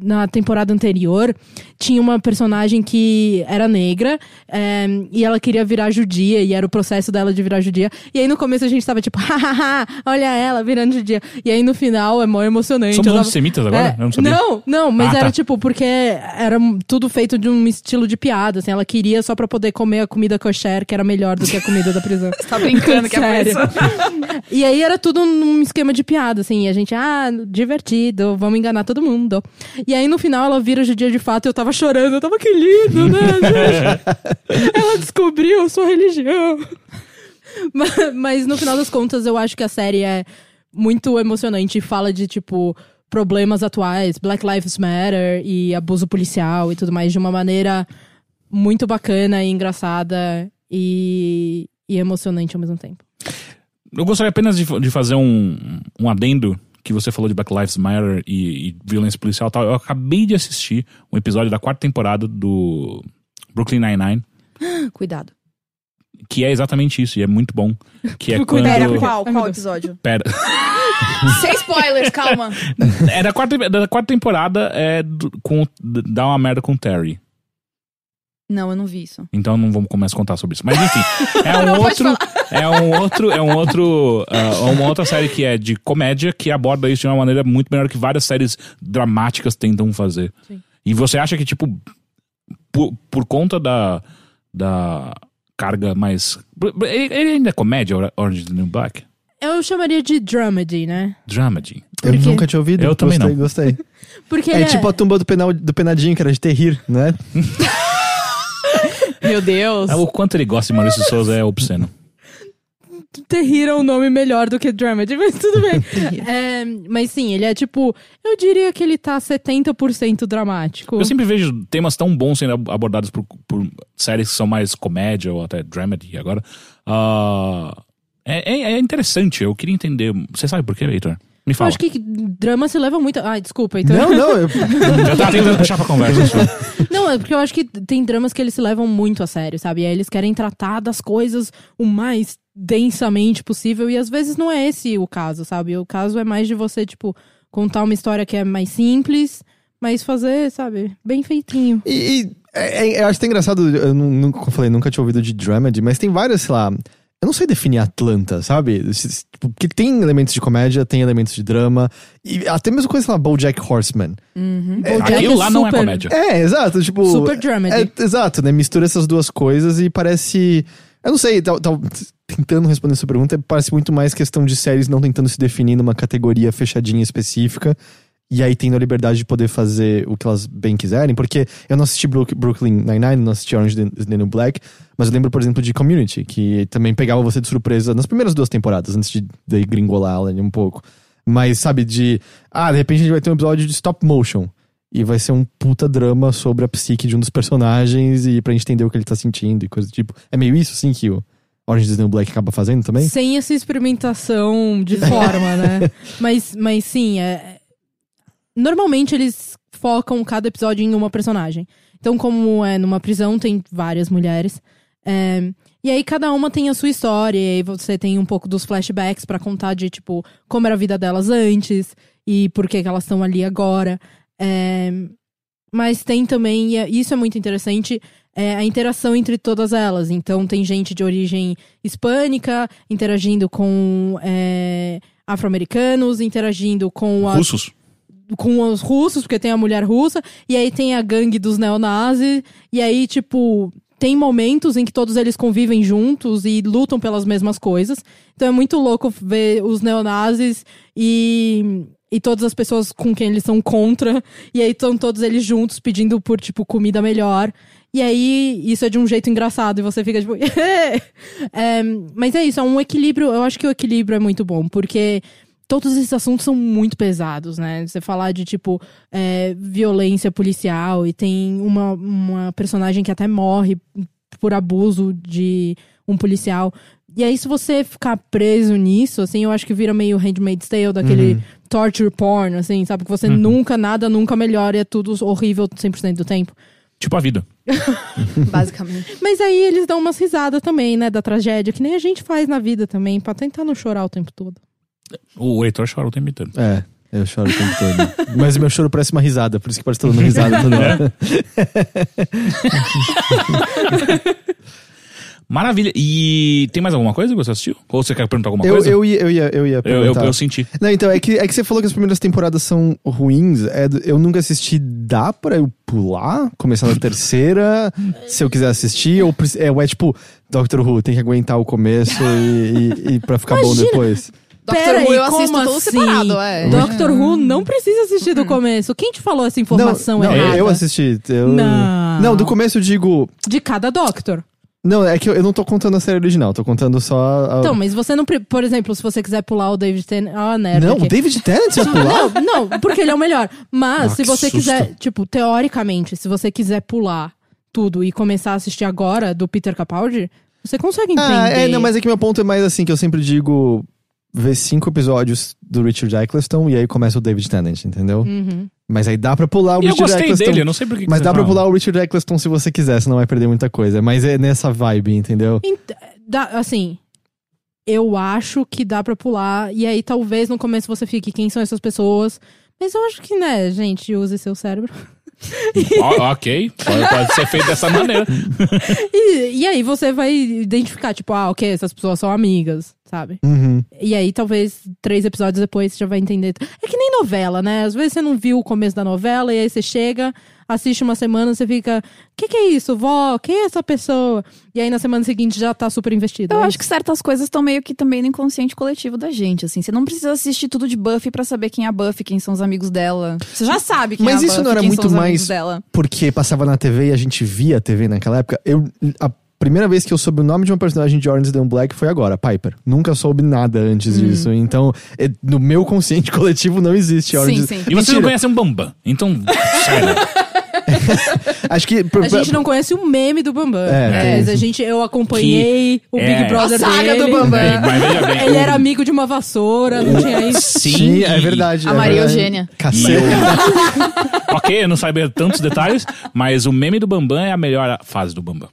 C: na temporada anterior, tinha uma personagem que era negra é, e ela queria virar judia. E era o processo dela de virar judia. E aí no começo a gente tava tipo, hahaha, olha ela virando judia. E aí no final é mó emocionante.
A: Somos
C: eu tava-
A: antissemitas agora?
C: é,
A: Eu não sabia.
C: não, não, mas
A: Ah,
C: era
A: tá.
C: tipo, porque era m- tudo feito de um estilo de piada, assim, ela queria só pra poder comer a comida kosher, que era melhor do que a comida da prisão.
D: Tá brincando que é
C: Sério.
D: pessoa.
C: E aí era tudo num esquema de piada, assim, e a gente, ah, divertido, vamos enganar todo mundo. E aí no final ela vira judia de fato e eu tava chorando, eu tava que lindo, né? gente?" ela descobriu sua religião. Ma- Mas, no final das contas eu acho que a série é muito emocionante e fala de tipo problemas atuais, Black Lives Matter e abuso policial e tudo mais de uma maneira muito bacana e engraçada e, e emocionante ao mesmo tempo.
A: Eu gostaria apenas de, fa- de fazer um, um adendo que você falou de Black Lives Matter e, e violência policial e tal. Eu acabei de assistir um episódio da quarta temporada do Brooklyn Nine-Nine,
D: Cuidado.
A: que é exatamente isso, e é muito bom. Que é quando...
D: Pera, qual?
C: Ai, meu
D: Qual
C: Deus.
D: episódio?
A: Pera.
D: Sem spoilers, calma.
A: É da quarta, da quarta temporada é do- com, dá uma merda com o Terry.
D: Não, eu não vi isso.
A: Então não vamos começar a contar sobre isso. Mas enfim, é um
D: pode
A: outro, é um outro, é um outro, ah, é uma outra série que é de comédia que aborda isso de uma maneira muito melhor que várias séries dramáticas tentam fazer. E você acha que tipo por, por conta da da carga mais ele, ele ainda é comédia Or- Orange is the New Black?
C: Eu chamaria de dramedy, né?
A: Dramedy.
B: Eu
C: Por quê?
B: nunca tinha ouvido.
A: Eu também
B: gostei,
A: não.
B: Gostei.
C: Porque
B: É
C: ele
B: tipo a tumba do, penal, do penadinho, que era de ter rir, né?
C: Meu Deus.
A: Ah, O quanto ele gosta de Maurício Souza é obsceno.
C: Terrir é um nome melhor do que Dramedy, mas tudo bem. É, mas sim, ele é tipo. Eu diria que ele tá 70% dramático.
A: Eu sempre vejo temas tão bons sendo ab- abordados por, por séries que são mais comédia ou até dramedy agora. Ah, é, é- é interessante, eu queria entender. Você sabe por quê, Heitor? Me
C: Eu
A: fala.
C: acho que drama se leva muito. Ai, desculpa, então.
B: Não, não. Eu,
A: Eu tava tentando puxar pra conversa. isso.
C: Não, é porque eu acho que tem dramas que eles se levam muito a sério, sabe? E aí eles querem tratar das coisas o mais densamente possível. E às vezes não é esse o caso, sabe? O caso é mais de você, tipo, contar uma história que é mais simples, mas fazer, sabe, bem feitinho.
B: E, e, é- é- eu acho que é engraçado, eu nu- nunca como eu falei, nunca tinha ouvido de dramedy, mas tem várias, sei lá. Eu não sei definir Atlanta, sabe? Se- se- tipo, Porque tem elementos de comédia, tem elementos de drama, e até mesmo coisa, sei lá, Bojack Horseman.
C: Bojack
A: Aquilo lá não é
C: super-
A: comédia.
B: É, exato, tipo.
C: Super dramedy.
B: é, exato, né? Mistura essas duas coisas e parece. Eu não sei, tal, tal- tentando responder sua pergunta, parece muito mais questão de séries não tentando se definir numa categoria fechadinha específica. E aí tendo a liberdade de poder fazer o que elas bem quiserem, porque eu não assisti Brook- Brooklyn Nine-Nine, não assisti Orange is the New Black, mas eu lembro, por exemplo, de Community, que também pegava você de surpresa nas primeiras duas temporadas, antes de, de gringolar ela um pouco. Mas, sabe, de. Ah, de repente a gente vai ter um episódio de stop motion. E vai ser um puta drama sobre a psique de um dos personagens e pra gente entender o que ele tá sentindo e coisa do tipo. É meio isso, sim, que o Orange is the New Black acaba fazendo
A: É.
B: também?
C: Sem essa experimentação de forma, né? Mas, mas sim, é... normalmente eles focam cada episódio em uma personagem. Então, como é numa prisão, tem várias mulheres. É, E aí cada uma tem a sua história, e aí você tem um pouco dos flashbacks pra contar de, tipo, como era a vida delas antes e por que, que elas estão ali agora. É, Mas tem também, e é- isso é muito interessante, é, a interação entre todas elas. Então tem gente de origem hispânica interagindo com é, afro-americanos, interagindo
B: um
C: com as
A: Russos.
C: com os russos, porque tem a mulher russa, e aí tem a gangue dos neonazis, e aí, tipo, tem momentos em que todos eles convivem juntos e lutam pelas mesmas coisas. Então é muito louco ver os neonazis e. E todas as pessoas com quem eles são contra. E aí estão todos eles juntos pedindo por, tipo, comida melhor. E aí, isso é de um jeito engraçado. E você fica, tipo... É, mas é isso, é um equilíbrio. Eu acho que o equilíbrio é muito bom. Porque todos esses assuntos são muito pesados, né? Você falar de, tipo, é, violência policial e tem uma, uma personagem que até morre por abuso de um policial. E aí, se você ficar preso nisso, assim, eu acho que vira meio Handmaid's Tale, daquele
B: Uhum.
C: torture porn, assim, sabe? Que você nunca, nada, nunca melhora e é tudo horrível 100% do tempo.
A: Tipo a vida.
D: basicamente.
C: Mas aí eles dão umas risadas também, né? Da tragédia, que nem a gente faz na vida também, pra tentar não chorar o tempo todo.
A: O Heitor chora o tempo inteiro.
B: É, eu choro o tempo todo. Mas o meu choro parece uma risada, por isso que parece que tô dando risada
A: É,
B: toda hora.
A: Maravilha. E tem mais alguma coisa que você assistiu? Ou você quer perguntar alguma
B: Eu,
A: coisa?
B: eu ia, eu ia, eu ia
A: eu, eu,
B: perguntar.
A: eu senti.
B: Não, então, é que, é que você falou que as primeiras temporadas são ruins. É, do- eu nunca assisti. Dá pra eu pular? Começar na terceira? se eu quiser assistir? Ou preci- é, ou é tipo, Doctor Who, tem que aguentar o começo e, e, e pra ficar bom depois?
E: Pera
D: Doctor Who
E: aí,
D: eu assisto
E: como
D: todo
E: assim?
D: separado, é. Uhum.
E: Doctor Who não precisa assistir do começo. Quem te falou essa informação
B: não,
E: errada?
B: eu assisti. Eu...
E: Não.
B: Não, do começo eu digo.
E: De cada Doctor.
B: Não, é que eu, eu não tô contando a série original, tô contando só a.
C: Então, mas você não. pre- Por exemplo, se você quiser pular o David Tennant. Ah, né?
B: não, o David Tennant ia pular?
C: Não, não, porque ele é o melhor. Mas
A: Ah,
C: se
A: que
C: você
A: susto.
C: quiser, tipo, teoricamente, se você quiser pular tudo e começar a assistir agora do Peter Capaldi, você consegue entender.
B: Ah, é, não, mas é que meu ponto é mais assim, que eu sempre digo ver cinco episódios do Richard Eccleston e aí começa o David Tennant, entendeu?
C: Uhum.
B: Mas aí dá pra pular o
A: E eu
B: Richard
A: gostei
B: Eccleston.
A: dele, eu não sei por que que
B: Mas
A: você
B: dá pra
A: fala.
B: pular o Richard Eccleston se você quiser, você não vai perder muita coisa. Mas é nessa vibe, entendeu?
C: Ent- dá- assim, eu acho que dá pra pular. E aí talvez no começo você fique, quem são essas pessoas? Mas eu acho que, né, gente, use seu cérebro.
A: Ó, ok, pode, pode ser feito dessa maneira.
C: E, e aí você vai identificar, tipo, ah, ok, essas pessoas são amigas, sabe?
B: Uhum.
C: E aí, talvez, três episódios depois, você já vai entender. É que nem novela, né? Às vezes você não viu o começo da novela, e aí você chega, assiste uma semana, você fica... O que, que é isso, vó? Quem é essa pessoa? E aí, na semana seguinte, já tá super investido.
D: Então, Eu
C: É
D: acho que certas coisas estão meio que também no inconsciente coletivo da gente, assim. Você não precisa assistir tudo de Buffy pra saber quem é a Buffy, quem são os amigos dela. Você já sabe quem
B: Mas
D: é a
B: isso não
D: Buffy,
B: era
D: quem
B: muito
D: são os
B: mais-
D: amigos dela.
B: Porque passava na TV e a gente via a TV naquela época. Eu, a primeira vez que eu soube o nome de uma personagem de Orange is the New Black foi agora, Piper. Nunca soube nada antes
C: Hum.
B: disso. Então, é- no meu consciente coletivo não existe Orange
D: Sim,
B: is-
D: sim.
A: E você não
B: Mentira.
A: conhece um Bamba. Então, sério.
B: Acho que...
C: A gente não conhece o meme do Bambam.
B: É,
C: né?
B: tem
C: Mas a gente, eu acompanhei o
A: é.
C: Big Brother
D: A saga
C: dele.
D: do Bambam.
A: Bem, mas veja bem,
C: Ele
A: o-
C: era amigo de uma vassoura, não tinha isso.
A: Sim,
B: Sim, é
A: e-
B: verdade.
D: A
B: é
D: Maria
B: verdade.
D: Eugênia.
A: E
B: Cacete.
A: eu... ok, eu não sabia tantos detalhes, mas o meme do Bambam é a melhor fase do Bambam.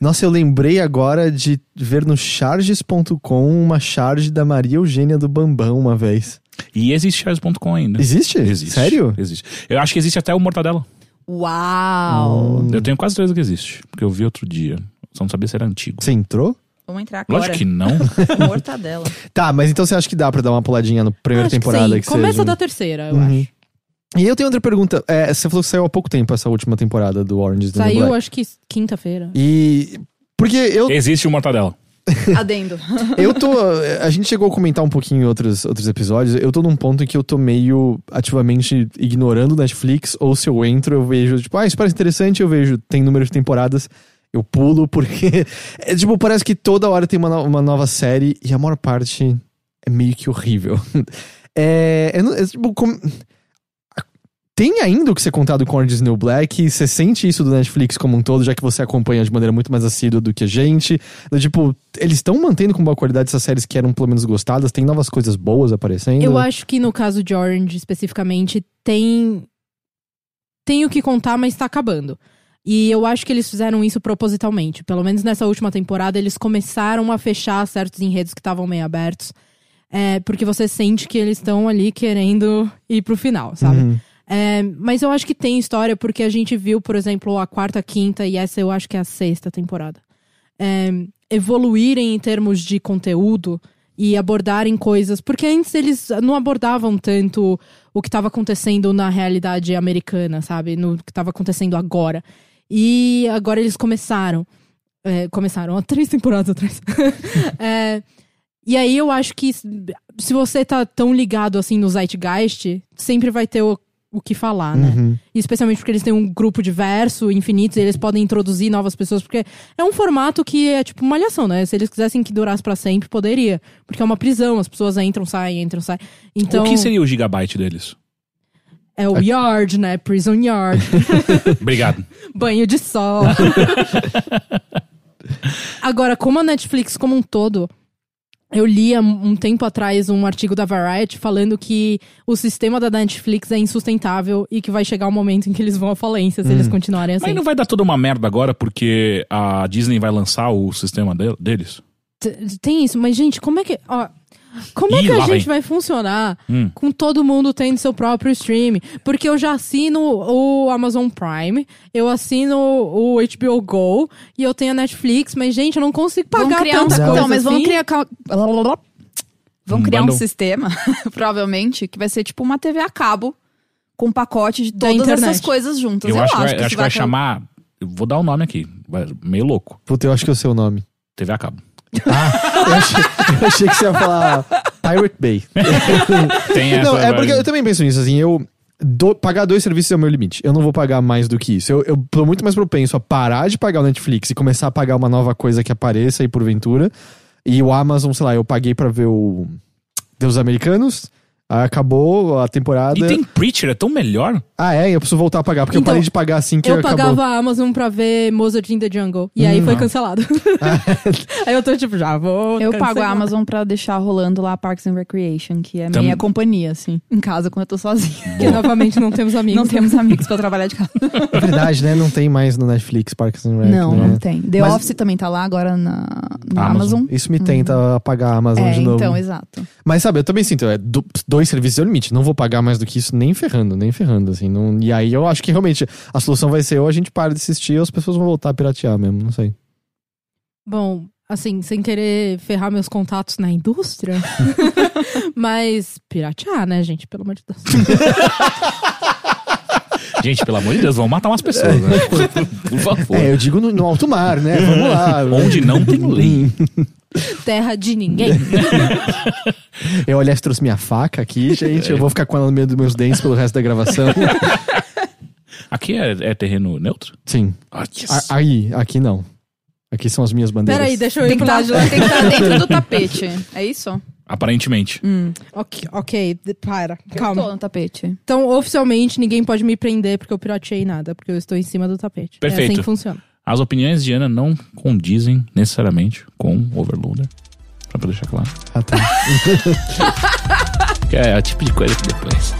B: Nossa, eu lembrei agora de ver no charges.com uma charge da Maria Eugênia do Bambam uma vez.
A: E existe Charles.com ainda.
B: Existe?
A: Existe.
B: Sério?
A: Existe. Eu acho que existe até o Mortadela.
D: Uau!
A: Eu tenho quase certeza que existe, porque eu vi outro dia. Só não sabia se era antigo.
B: Você entrou?
D: Vamos entrar agora.
A: Lógico que não.
D: Mortadela.
B: Tá, mas então você acha que dá pra dar uma puladinha na primeira
C: Acho que
B: temporada
C: sim.
B: que,
C: Começa
B: seja?
C: da terceira, eu
B: Uhum.
C: acho.
B: E eu tenho outra pergunta. É, você falou que saiu há pouco tempo essa última temporada do Orange is the New
C: Saiu,
B: Black.
C: acho que quinta-feira.
B: E... Porque eu,
A: Existe o Mortadela.
D: Adendo.
B: eu tô... A gente chegou a comentar um pouquinho em outros, outros episódios. Eu tô num ponto em que eu tô meio ativamente ignorando Netflix. Ou se eu entro, eu vejo, tipo, ah, isso parece interessante. Eu vejo, tem número de temporadas. Eu pulo, porque... É, tipo, parece que toda hora tem uma, no- uma nova série. E a maior parte é meio que horrível. É... eu não- é, tipo, como- Tem ainda o que ser contado com Orange is the New Black? Você sente isso do Netflix como um todo, já que você acompanha de maneira muito mais assídua do que a gente? Do tipo, eles estão mantendo com boa qualidade essas séries que eram pelo menos gostadas? Tem novas coisas boas aparecendo?
C: Eu acho que no caso de Orange especificamente tem tem o que contar, mas tá acabando. E eu acho que eles fizeram isso propositalmente. Pelo menos nessa última temporada, eles começaram a fechar certos enredos que estavam meio abertos. É, porque você sente que eles estão ali querendo ir pro final, sabe?
B: Uhum.
C: É, mas eu acho que tem história, porque a gente viu, por exemplo, a quarta, quinta e essa eu acho que é a sexta temporada. É, evoluírem em termos de conteúdo e abordarem coisas. Porque antes eles não abordavam tanto o que estava acontecendo na realidade americana, sabe? No que estava acontecendo agora. E agora eles começaram. É, começaram há três temporadas atrás. É, e aí eu acho que se você tá tão ligado assim no Zeitgeist, sempre vai ter o, o que falar, né?
B: Uhum.
C: E Especialmente porque eles têm um grupo diverso, infinitos, e eles podem introduzir novas pessoas, porque é um formato que é tipo uma malhação, né? Se eles quisessem que durasse pra sempre, poderia. Porque é uma prisão, as pessoas entram, saem, entram, saem. Então,
A: O que seria o gigabyte deles?
C: é o yard, né? Prison yard,
A: Obrigado.
C: banho de sol. Agora, como a Netflix como um todo, Eu li há um tempo atrás um artigo da Variety falando que o sistema da Netflix é insustentável e que vai chegar um momento em que eles vão à falência se eles continuarem assim.
A: Mas não vai dar toda uma merda agora porque a Disney vai lançar o sistema de- deles?
C: T- Tem isso, mas gente, como é que. ó, como é
A: Ih,
C: que a
A: lá
C: gente
A: vem.
C: vai funcionar
A: Hum.
C: com todo mundo tendo seu próprio stream? Porque eu já assino o Amazon Prime, eu assino o HBO Go e eu tenho a Netflix, mas gente, eu não consigo
D: Vão
C: pagar
D: criar um...
C: tanta coisa.
D: Então, mas vão
C: assim.
D: criar... cal- Vão
A: Um
D: criar um
A: bundle.
D: sistema, provavelmente, que vai ser tipo uma TV a cabo com um pacote de
C: Da
D: todas
C: internet.
D: essas coisas juntas.
A: Eu, acho, que vai-
D: isso
A: acho que vai
D: acontecer.
A: chamar. Eu vou dar o nome aqui. vai- meio louco.
B: Puta, eu acho que é o seu nome.
A: TV a cabo.
B: Eu achei, eu achei que você ia falar Pirate Bay.
A: Tem essa.
B: não, é
A: vai-
B: porque eu também penso nisso, assim, eu. do- pagar dois serviços é o meu limite. Eu não vou pagar mais do que isso. Eu, eu tô muito mais propenso a parar de pagar o Netflix e começar a pagar uma nova coisa que apareça aí porventura. E o Amazon, sei lá, eu paguei pra ver o Deus Americanos. Aí acabou a temporada.
A: E tem Preacher, é tão melhor.
B: Ah, é, eu preciso voltar a pagar, porque eu
C: Então,
B: parei de pagar assim que
C: Eu
B: acabou.
C: pagava a Amazon pra ver Mozart in the Jungle. E
A: Hum,
C: aí foi cancelado. aí eu tô tipo, já vou.
D: Eu pago a
C: cancelar.
D: Amazon pra deixar rolando lá Parks and Recreation, que é
A: Tam-
D: minha companhia, assim, em casa quando eu tô sozinha.
C: Porque novamente não temos amigos.
D: Não temos amigos pra trabalhar de casa.
B: É verdade, né? Não tem mais no Netflix Parks and Rec,
D: Não,
B: né?
D: não tem. The
B: Mas-
D: Office também tá lá agora na, na
A: Amazon.
D: Amazon.
B: Isso me tenta apagar a Amazon
D: É,
B: de novo.
D: então, exato.
B: Mas sabe, eu também sinto, é, do- dois serviços é o limite. Não vou pagar mais do que isso, nem ferrando, nem ferrando, assim. não- e aí eu acho que realmente a solução vai ser ou a gente para de assistir ou as pessoas vão voltar a piratear mesmo, não sei.
C: Bom, assim, sem querer ferrar meus contatos na indústria. Mas piratear, né, gente? Pelo amor de Deus.
A: Gente, pelo amor de Deus, vão matar umas pessoas, né? Por favor.
B: É, Hum. eu digo no, no alto mar, né? Vamos lá.
A: Onde não tem lei.
C: Terra de ninguém.
B: Eu, aliás, trouxe minha faca aqui, gente. Eu vou ficar com ela no meio dos meus dentes pelo resto da gravação.
A: Aqui é, é terreno neutro?
B: Sim.
A: Ah, yes.
B: A- aí, aqui não. Aqui são as minhas bandeiras.
C: Peraí, deixa eu ir
D: Tem que
C: pro lado de lá.
D: estar dentro do tapete. É isso?
A: Aparentemente.
C: Ok, ok, de- para.
D: Eu tô
C: Calma.
D: no tapete.
C: Então, oficialmente, ninguém pode me prender porque eu pirateei nada, porque eu estou em cima do tapete. É
A: Perfeito.
C: assim que funciona.
A: As opiniões de Ana não condizem necessariamente com o Overloader. Só pra deixar claro.
B: Ah, tá.
A: Que é o tipo de coisa que depois.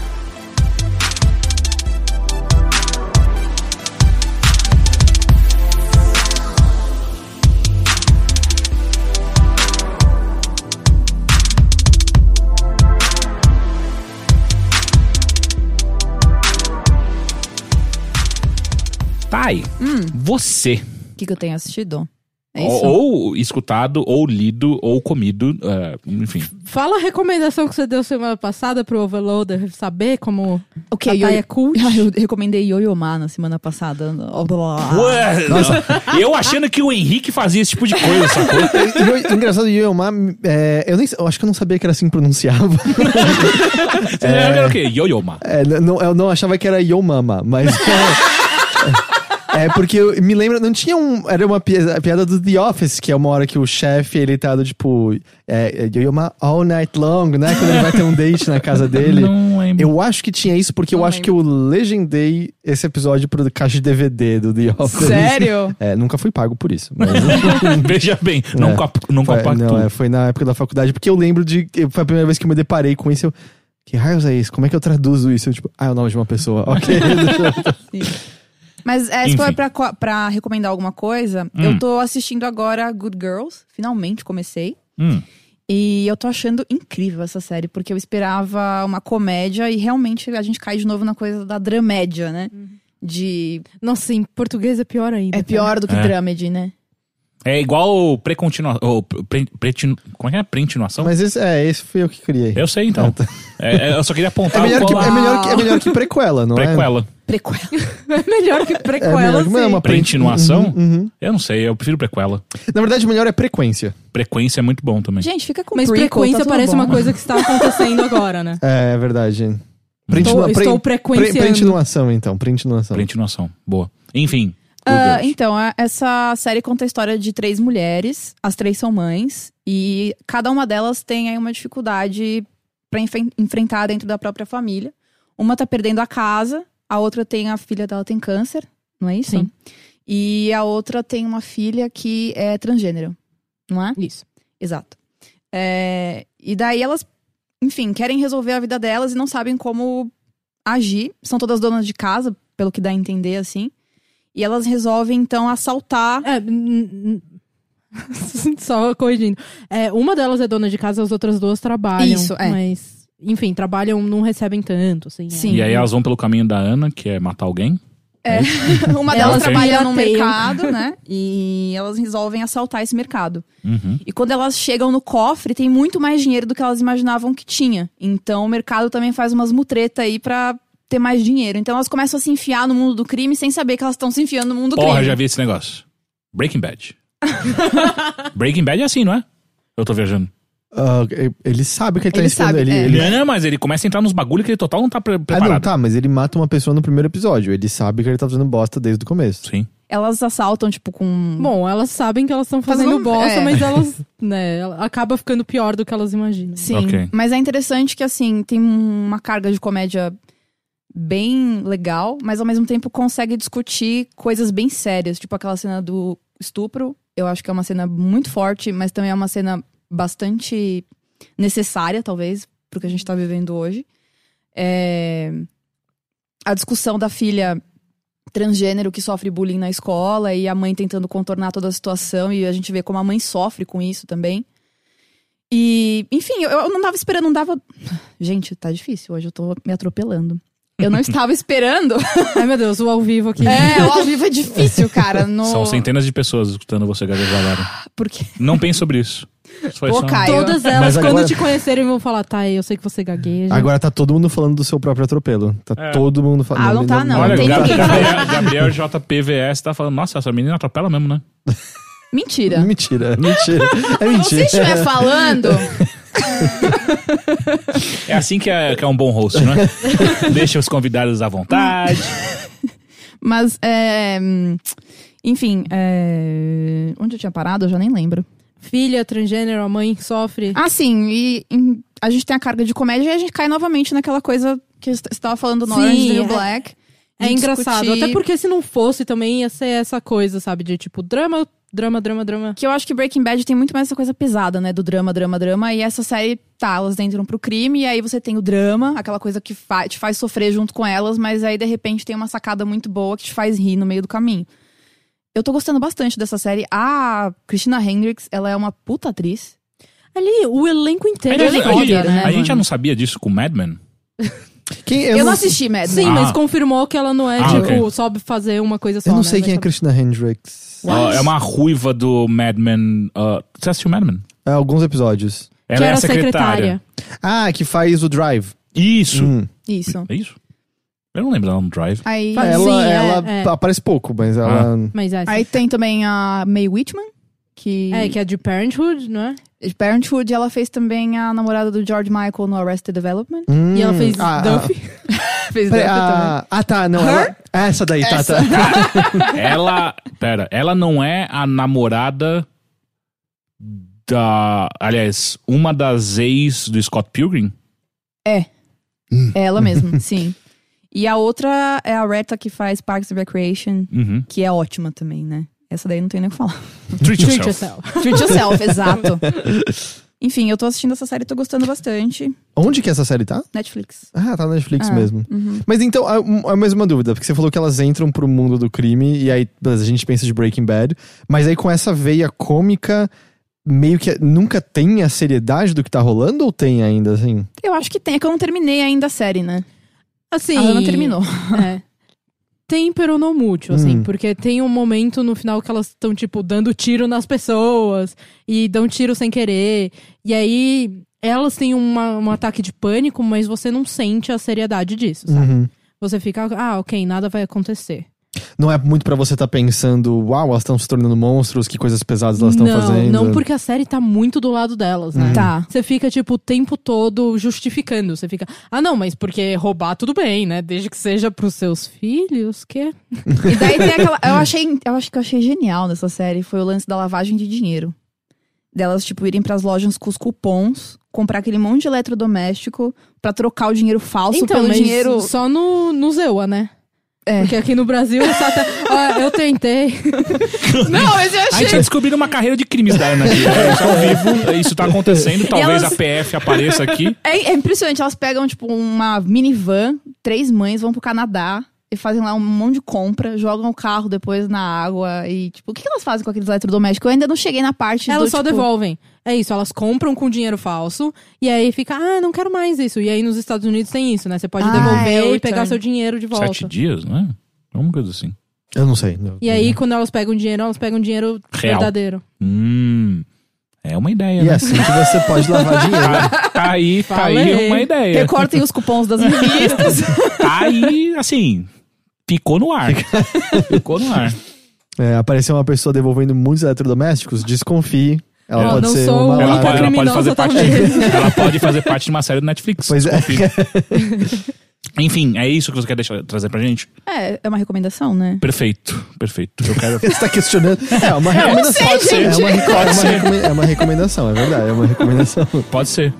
A: Thay, Tá você
D: O que, que eu tenho assistido? É isso?
A: ou, ou escutado, ou lido, ou comido, eh, enfim.
C: Fala a recomendação que você deu semana passada pro Overloader saber como
D: O que?
C: a
D: Yo-
C: Thay é cult.
D: Ah, eu recomendei Yoyoma na semana passada. Ó, blá, blá, blá.
A: Ué, eu achando que o Henrique fazia esse tipo de coisa, sacou?
B: E eu- engraçado, Yoyoma, é, eu, nem, eu acho que eu não sabia que era assim que pronunciava.
A: Você Era o quê? Yoyoma.
B: É, n- não, eu não achava que era Yomama, mas. É, é porque eu me lembra, não tinha um. Era uma piada, piada do The Office, que é uma hora que o chefe, ele tá do tipo. É, é, Yoma all night long, né? Quando ele vai ter um date na casa dele.
A: Não lembro.
B: Eu acho que tinha isso, porque eu
D: Não
B: acho que eu legendei esse episódio pro caixa de DVD do The Office.
D: Sério?
B: É, nunca fui pago por isso. Mas,
A: Veja bem, não,
B: É.
A: cap, não
B: foi,
A: compactua.
B: não, é, foi na época da faculdade, porque eu lembro de. eu- Foi a primeira vez que eu me deparei com isso. Eu, que raios é isso? Como é que eu traduzo isso? Eu, tipo, ah, é o nome de uma pessoa. Ok.
D: Mas é, se
A: Enfim.
D: for pra, co- pra recomendar alguma coisa,
A: Hum.
D: eu tô assistindo agora Good Girls. Finalmente comecei.
A: Hum.
D: E eu tô achando incrível essa série, porque eu esperava uma comédia e realmente a gente cai de novo na coisa da dramédia, né? De.
C: Nossa, em português Uhum. é pior ainda.
D: É pior do que
A: É.
D: dramedy, né?
A: É igual precontinua... ou pre, pretinu- como é que é? Preintinuação?
B: Mas esse, é, esse fui eu que criei.
A: Eu sei, então. É, é, eu só queria
B: É
A: apontar
B: melhor, que,
A: qual
B: é, melhor que, é melhor que prequela, não é?
A: prequela.
D: Prequela.
C: É melhor que assim.
B: É melhor
C: prequela,
B: que
C: sim.
B: não é uma
A: Preintinuação?
B: Uhum, uhum.
A: Eu não sei, eu prefiro prequela.
B: Na verdade, melhor é frequência.
A: Frequência é muito bom também.
D: Gente, fica com
C: Mas
D: prequel,
C: frequência
D: tá tudo
C: parece
D: bom.
C: uma coisa que está acontecendo agora, né?
B: É, é
A: Hum.
B: verdade.
C: Estou,
B: Preintinua-
C: estou
B: pre-
C: frequenciando.
B: pre- Preintinuação, então. Preintinuação.
A: Preintinuação. Boa. Enfim.
D: Ah,
A: Deus.
D: então, a- essa série conta a história de três mulheres, as três são mães, e cada uma delas tem aí uma dificuldade pra enfe- enfrentar dentro da própria família. Uma tá perdendo a casa, a outra tem a filha dela tem câncer, não é isso?
C: Sim.
D: E a outra tem uma filha que é transgênero, não é?
C: Isso.
D: Exato. É, e daí elas, enfim, querem resolver a vida delas e não sabem como agir. São todas donas de casa, pelo que dá a entender, assim. E elas resolvem, então, assaltar.
C: É, n- n- Só corrigindo. É, uma delas é dona de casa, as outras duas trabalham.
D: Isso, é.
C: Mas, enfim, trabalham, não recebem tanto, assim. é.
D: Sim.
A: E aí elas vão pelo caminho da Ana, que é matar alguém.
D: Uma
A: Elas
D: delas trabalha no
C: pirateiam.
D: mercado, né? E elas resolvem assaltar esse mercado.
A: Uhum.
D: E quando elas chegam no cofre, tem muito mais dinheiro do que elas imaginavam que tinha. Então o mercado também faz umas mutretas aí pra ter mais dinheiro. Então elas começam a se enfiar no mundo do crime sem saber que elas estão se enfiando no mundo do
A: Porra,
D: crime.
A: já vi esse negócio. Breaking Bad. Breaking Bad é assim, não é? Eu tô viajando.
B: Ah, ele sabe que ele tá
D: Ele
B: ensinando.
D: sabe,
B: ele,
D: é.
B: ele-
A: Não, não, mas ele começa a entrar nos bagulho que ele total não tá pre-
B: Ah, não,
A: preparado.
B: tá, mas ele mata uma pessoa no primeiro episódio. Ele sabe que ele tá fazendo bosta desde o começo.
A: Sim.
D: Elas assaltam, tipo, com.
C: Bom, elas sabem que elas estão fazendo
D: Fazendo-
C: bosta,
D: é.
C: mas elas, né, ela- acaba ficando pior do que elas imaginam.
D: Sim,
A: Ok.
D: mas é interessante que, assim, tem uma carga de comédia bem legal, mas ao mesmo tempo consegue discutir coisas bem sérias, tipo aquela cena do estupro. Eu acho que é uma cena muito forte, mas também é uma cena bastante necessária, talvez, pro que a gente tá vivendo hoje. É, A discussão da filha transgênero que sofre bullying na escola e a mãe tentando contornar toda a situação e a gente vê como a mãe sofre com isso também. E, enfim, eu, eu não tava esperando, não dava. Gente, tá difícil, hoje eu tô me atropelando. Eu não estava esperando.
C: Ai, meu Deus, o ao vivo aqui.
D: É, o ao vivo é difícil, cara. No...
A: São centenas de pessoas escutando você gaguejar.
D: Porque...
A: Não pense sobre isso. Isso foi
D: Pô,
A: só- um
D: Caio.
C: Todas elas,
B: Mas agora-
C: quando te conhecerem, vão falar, tá, eu sei que você gagueja.
B: Agora tá todo mundo falando do seu próprio atropelo. Tá
A: É.
B: todo mundo falando.
D: Ah, não tá, não.
A: Olha,
D: tem
A: Gab-
D: ninguém
A: Gabriel, Gabriel JPVS tá falando, nossa, essa menina atropela mesmo, né?
D: Mentira.
B: Mentira, mentira. É
D: Se
B: mentira.
D: estiver falando,
A: É assim que é, que é um bom host, né? Deixa os convidados à vontade.
D: mas é. hum, Enfim, é, onde eu tinha parado, eu já nem lembro.
C: Filha, transgênero, a mãe sofre.
D: Ah, sim, e em- a gente tem a carga de comédia e a gente cai novamente naquela coisa que você estava falando no
C: Sim,
D: Orange is the New
C: é-
D: Black.
C: É
D: de
C: engraçado,
D: discutir-
C: até porque se não fosse também ia ser essa coisa, sabe? De tipo, drama, drama, drama, drama.
D: Que eu acho que Breaking Bad tem muito mais essa coisa pesada, né? Do drama, drama, drama. E essa série, tá, elas entram pro crime, e aí você tem o drama, aquela coisa que fa- te faz sofrer junto com elas, mas aí de repente tem uma sacada muito boa que te faz rir no meio do caminho. Eu tô gostando bastante dessa série. A Christina Hendricks, ela é uma puta atriz.
C: Ali, o elenco inteiro
A: a,
C: é
A: gente, a
C: foda,
A: gente-
C: né?
A: a gente já não sabia disso com Mad Men.
B: Quem-
D: Eu, não assisti Mad Men.
C: Sim, mas
A: Ah.
C: confirmou que ela não é,
A: Ah,
C: tipo,
A: ok.
C: sobe fazer uma coisa só.
B: Eu não
C: né?
B: sei
C: Vai
B: quem é
C: saber.
B: Christina Hendricks.
A: Ó, É uma ruiva do Mad Men. ó, você assistiu Mad Men?
B: Há É, alguns episódios.
A: Ela
C: Que
A: é
C: era
A: a secretária.
C: secretária.
B: Ah, que faz o Drive.
A: Isso.
B: Hum.
D: Isso.
A: É isso? Eu não lembro dela no Drive.
D: Aí,
C: Ah,
B: Ela,
C: sim, é,
B: ela
C: é.
B: p- aparece pouco, mas ela.
C: Mas é,
D: aí tem também a Mae Whitman, que...
C: é, que é de Parenthood, não é?
D: de Parenthood. Ela fez também a namorada do George Michael no Arrested Development.
B: Hum.
C: E ela fez
B: Ah,
C: Duffy.
D: fez
B: ah, pera-
D: Duffy também.
B: ah, ah, tá, não. Ela, essa daí, tá, tá.
A: Ela. Pera, ela não é a namorada da. Aliás, uma das ex do Scott Pilgrim?
D: É ela mesma, sim. E a outra é a Reta que faz Parks and Recreation,
A: Uhum.
D: que é ótima também, né? Essa daí não tem nem o que falar.
A: Treat
C: Treat
A: yourself.
C: yourself.
D: Treat yourself, exato. Enfim, eu tô assistindo essa série, tô gostando bastante.
B: Onde que essa série tá?
D: Netflix.
B: Ah, tá na Netflix
D: Ah,
B: mesmo. Mas então, a- um- a mais uma dúvida, porque você falou que elas entram pro mundo do crime, e aí beleza, a gente pensa de Breaking Bad, mas aí com essa veia cômica, meio que nunca tem a seriedade do que tá rolando, ou tem ainda, assim?
D: Eu acho que tem, é que eu não terminei ainda a série, né?
C: Assim.
D: Ela não terminou.
C: É. Tempero no mútil, assim,
B: Hum.
C: porque tem um momento no final que elas estão, tipo, dando tiro nas pessoas e dão tiro sem querer. E aí elas têm uma- um ataque de pânico, mas você não sente a seriedade disso, sabe?
B: Uhum.
C: Você fica, ah, ok, nada vai acontecer.
B: Não é muito pra você tá pensando, uau, elas estão se tornando monstros, que coisas pesadas elas estão
C: não,
B: fazendo.
C: não porque a série tá muito do lado delas, né?
D: Tá.
C: Você fica, tipo, o tempo todo justificando. Você fica, ah, não, mas porque roubar tudo bem, né? Desde que seja pros seus filhos, que. é."
D: E daí tem aquela. Eu achei. Eu acho que eu achei genial nessa série. Foi o lance da lavagem de dinheiro. Delas, tipo, irem pras lojas com os cupons, comprar aquele monte de eletrodoméstico pra trocar o dinheiro falso pelo
C: Então, mas
D: dinheiro.
C: só no, no Zewa, né?
D: É.
C: Porque aqui no Brasil só tá. Ó, eu tentei.
F: Não, mas eu
A: A gente
F: achei.
A: tá descobrindo uma carreira de crimes da Ana aqui. É, isso ao vivo, isso tá acontecendo. Talvez
D: elas-
A: a PF apareça aqui.
D: É, é impressionante, elas pegam, tipo, uma minivan, três mães vão pro Canadá e fazem lá um monte de compra, jogam o carro depois na água e, tipo, o que que elas fazem com aqueles eletrodomésticos? Eu ainda não cheguei na parte do,
C: Elas só
D: tipo,
C: devolvem. É isso, elas compram com dinheiro falso e aí fica, ah, não quero mais isso. E aí nos Estados Unidos tem isso, né? Você pode
D: Ah,
C: devolver
D: é o
C: e pegar
D: return.
C: seu dinheiro de volta.
A: Sete dias, não é? Alguma coisa assim.
B: Eu não sei. não-
C: E aí, quando elas pegam dinheiro, elas pegam dinheiro
A: Real.
C: verdadeiro.
A: Hum. É uma ideia,
B: E assim, é
A: né?
B: assim que você pode lavar dinheiro.
A: Tá, tá aí, tá aí
C: Falei.
A: uma ideia.
D: Recortem os cupons das revistas.
A: Tá aí, assim, ficou no ar. Ficou no ar.
B: É, apareceu uma pessoa devolvendo muitos eletrodomésticos, desconfie. Ela
C: Não,
B: pode
C: não
B: ser
C: sou
B: uma
C: Ou
A: Ela
C: única
A: pode,
B: ladra.
A: ela pode fazer
C: criminosa,
A: parte.
C: talvez.
A: Ela pode fazer parte de uma série do Netflix.
B: Pois é.
A: confia. Enfim. é isso que você quer deixar, trazer pra gente?
D: é, é uma recomendação, né?
A: Perfeito, perfeito. Eu quero.
B: Você tá questionando? É uma recomendação.
D: sei,
B: É uma,
D: gente.
B: reco- é uma recome- é uma recomendação, é verdade. É uma recomendação.
A: Pode ser.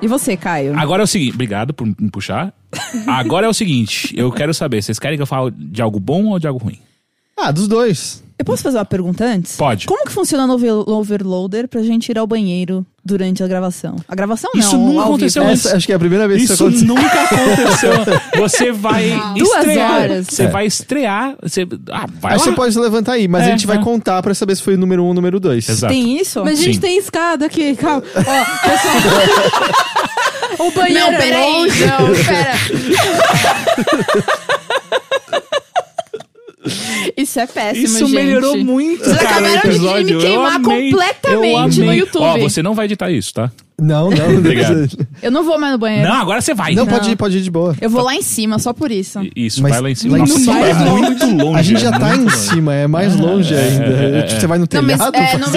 D: E você, Caio?
A: Agora é o seguinte. Obrigado por me puxar. Agora é o seguinte. Eu quero saber, vocês querem que eu fale de algo bom ou de algo ruim?
B: Ah, dos dois.
D: Eu posso fazer uma pergunta antes?
A: Pode.
D: Como que funciona o over- overloader pra gente ir ao banheiro durante a gravação? A gravação não.
A: Isso nunca
D: ao vivo.
A: aconteceu. Então,
B: Essa,
A: isso-
B: acho que é a primeira vez que isso
A: Isso
B: aconteceu.
A: nunca aconteceu. Você vai
D: Duas
A: estrear.
D: horas.
A: Você
B: É.
A: vai estrear. Você... Ah, vai
B: Aí
A: lá.
B: você pode se levantar aí, mas
A: É,
B: a gente vai
A: tá.
B: contar pra saber se foi o número um ou o número dois.
A: Exato.
D: Tem isso?
C: Mas, gente,
A: Sim.
C: tem escada aqui, calma. Ó, pessoal. o banheiro
F: Não,
C: é
F: peraí.
C: longe.
F: Não, pera.
D: Isso é péssimo,
A: Isso
D: gente.
A: melhorou muito,
F: Vocês
A: cara,
F: acabaram
A: o
F: de me
A: episódio.
F: queimar
A: eu amei,
F: completamente
A: eu amei.
F: no YouTube.
A: Ó, você não vai editar isso, tá?
B: Não, não.
A: Obrigado.
D: Eu não vou mais no banheiro.
A: Não, agora você vai.
B: Não, pode ir, pode ir de boa.
D: Eu vou lá em cima, só por isso.
A: I- Isso,
B: Mas
A: vai lá em cima.
B: lá em
A: Nossa,
B: cima
A: é
B: é
A: muito longe.
B: A gente já
A: é
B: tá
A: muito
B: em
A: longe.
B: cima, é mais longe ainda. Tipo, Você vai no
F: Não, mas,
B: telhado?
F: é, não,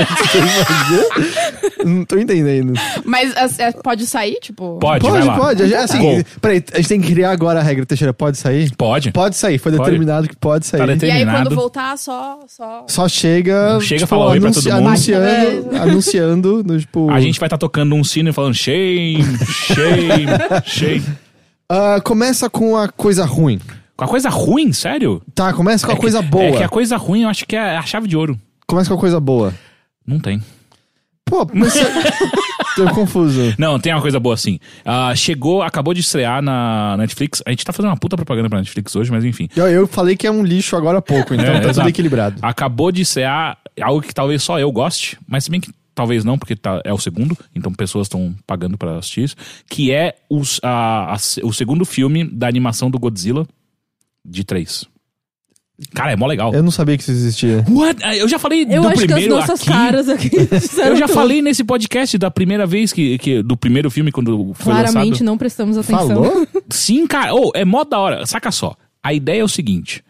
B: Não tô entendendo.
F: mas as- é, pode sair, tipo.
A: Pode, vai
B: Pode,
A: lá. Tá
B: pode. É Assim,
A: Gol.
B: peraí, a gente tem que criar agora a regra, Teixeira. Pode sair?
A: Pode.
B: Pode sair, foi
A: Pode.
B: determinado que pode
A: Tá
B: sair.
F: E aí,
A: determinado.
F: quando voltar, só. só...
B: Só chega. tipo,
A: Chega, fala oi pra todo mundo.
B: Anunciando, anunciando no, tipo.
A: A gente vai estar tocando um sino e falando shame, shame, shame.
B: Ah, começa com a coisa ruim.
A: Com a coisa ruim, sério?
B: Tá, começa com a
A: É que-
B: coisa boa.
A: É que a coisa ruim eu acho que é a chave de ouro.
B: Começa com a coisa boa.
A: Não tem.
B: Pô, mas você... Tô confuso.
A: Não, tem uma coisa boa assim. Ah, chegou, acabou de estrear na Netflix. A gente tá fazendo uma puta propaganda pra Netflix hoje, mas enfim.
B: Eu, eu falei que é um lixo agora há pouco, então
A: É,
B: tá
A: exato.
B: tudo equilibrado.
A: Acabou de estrear algo que talvez só eu goste, mas se bem que talvez não, porque tá- é o segundo, então pessoas estão pagando pra assistir isso, que é os- a- a se- o segundo filme da animação do Godzilla de 3. Cara, é mó legal.
B: Eu não sabia que isso existia.
A: What? Ah, Eu já falei
C: Eu
A: do
C: acho que as
A: primeiro
C: nossas
A: aqui.
C: caras aqui.
A: Eu
C: disseram
A: já
C: tudo.
A: falei nesse podcast da primeira vez que, que- do primeiro filme quando foi lançado.
C: Claramente não prestamos atenção.
B: Falou?
A: Sim, cara. Ô, é mó da hora. Saca só. A ideia é o seguinte.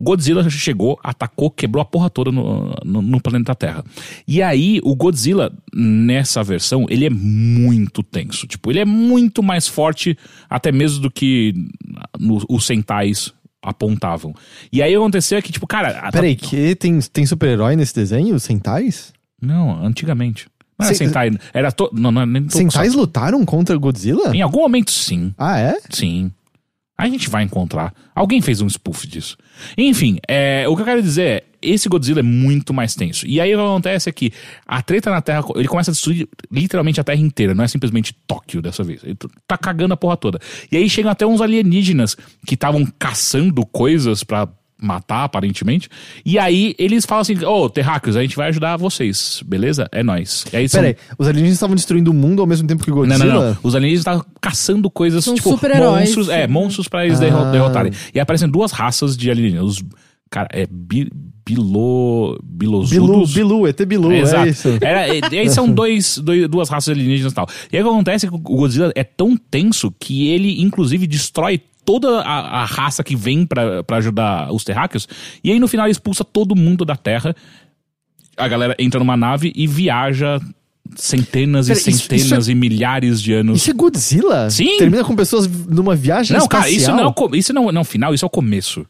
A: Godzilla chegou, atacou, quebrou a porra toda no, no, no planeta Terra. E aí, o Godzilla, nessa versão, ele é muito tenso. Tipo, ele é muito mais forte, até mesmo do que no- os Sentais apontavam. E aí aconteceu que, tipo, cara. a-
B: Peraí, que tem, tem super-herói nesse desenho? Sentais?
A: Não, antigamente. Não era
B: Se-
A: Sentai. Era. To, não, não, era nem Tokusatsu.
B: Sentais lutaram contra Godzilla?
A: Em algum momento, sim.
B: Ah, é?
A: Sim. A gente vai encontrar. Alguém fez um spoof disso. Enfim, é, o que eu quero dizer é: esse Godzilla é muito mais tenso. E aí o que acontece é que a treta na Terra, ele começa a destruir literalmente a Terra inteira, não é simplesmente Tóquio dessa vez. Ele tá cagando a porra toda. E aí chegam até uns alienígenas que estavam caçando coisas pra matar, aparentemente. E aí eles falam assim: Ô, terráqueos, a gente vai ajudar vocês, beleza? É nóis. E aí são-
B: Peraí, os alienígenas estavam destruindo o mundo ao mesmo tempo que
A: não,
B: Godzilla?
A: não, não. Os alienígenas estavam caçando coisas,
C: São
A: tipo,
C: super-heróis.
A: monstros. É, monstros pra eles
B: Ah.
A: derro- derrotarem. E aparecem duas raças de alienígenas. Os, cara, é bi, bilô,
B: Bilu,
A: bilozudos.
B: Bilu, ET Bilu, é,
A: Exato.
B: isso.
A: Era- e- e aí são dois, dois- duas raças alienígenas e tal. E aí o que acontece é que o Godzilla é tão tenso que ele, inclusive, destrói toda a, a raça que vem pra pra ajudar os terráqueos. E aí no final ele expulsa todo mundo da Terra. A galera entra numa nave e viaja centenas
B: Pera,
A: e
B: isso- é-
A: centenas
B: isso
A: e milhares de anos.
B: Isso é Godzilla?
A: Sim.
B: Termina com pessoas numa viagem
A: não,
B: espacial?
A: cara, isso não é o co- isso não, não final, isso é o começo.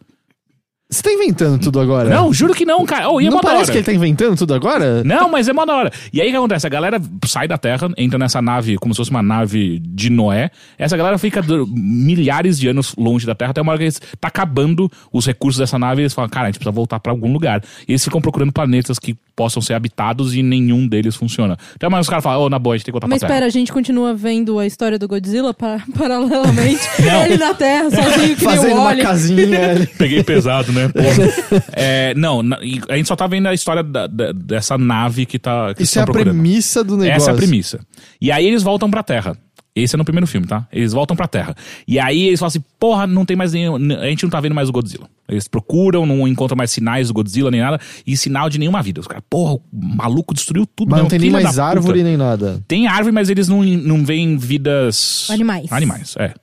B: Você tá inventando tudo agora?
A: Não, juro que não, cara. Oh, e é
B: Não
A: mó da
B: parece
A: hora.
B: que ele tá inventando tudo agora?
A: Não, mas é mó da hora. E aí o que acontece? A galera sai da Terra, entra nessa nave como se fosse uma nave de Noé. Essa galera fica dur- milhares de anos longe da Terra, até uma hora que eles tá acabando os recursos dessa nave e eles falam, cara, a gente precisa voltar pra algum lugar. E eles ficam procurando planetas que possam ser habitados e nenhum deles funciona. Até mais os caras falam, ô, na boa, a gente tem que voltar
C: Mas
A: pra Terra.
C: espera, a gente continua vendo a história do Godzilla pa- paralelamente.
A: Não.
C: Ele na Terra, sozinho, que nem
B: Fazendo
C: o
B: uma
C: Wally.
B: casinha. ali.
A: Peguei pesado, né? Porra. É, não, na- e a gente só tá vendo a história da- da- dessa nave que tá. Que
B: Isso
A: estão
B: é a
A: procurando.
B: premissa do negócio.
A: Essa é a premissa. E aí eles voltam pra Terra. Esse é no primeiro filme, tá? Eles voltam pra Terra. E aí eles falam assim: porra, não tem mais nenhum. A gente não tá vendo mais o Godzilla. Eles procuram, não encontram mais sinais do Godzilla nem nada. E sinal de nenhuma vida. Os caras, porra, o maluco destruiu tudo.
B: Mas não
A: mesmo,
B: tem nem
A: filho da
B: mais
A: puta.
B: árvore nem nada.
A: Tem árvore, mas eles não, não veem vidas.
C: Animais.
A: Animais, é.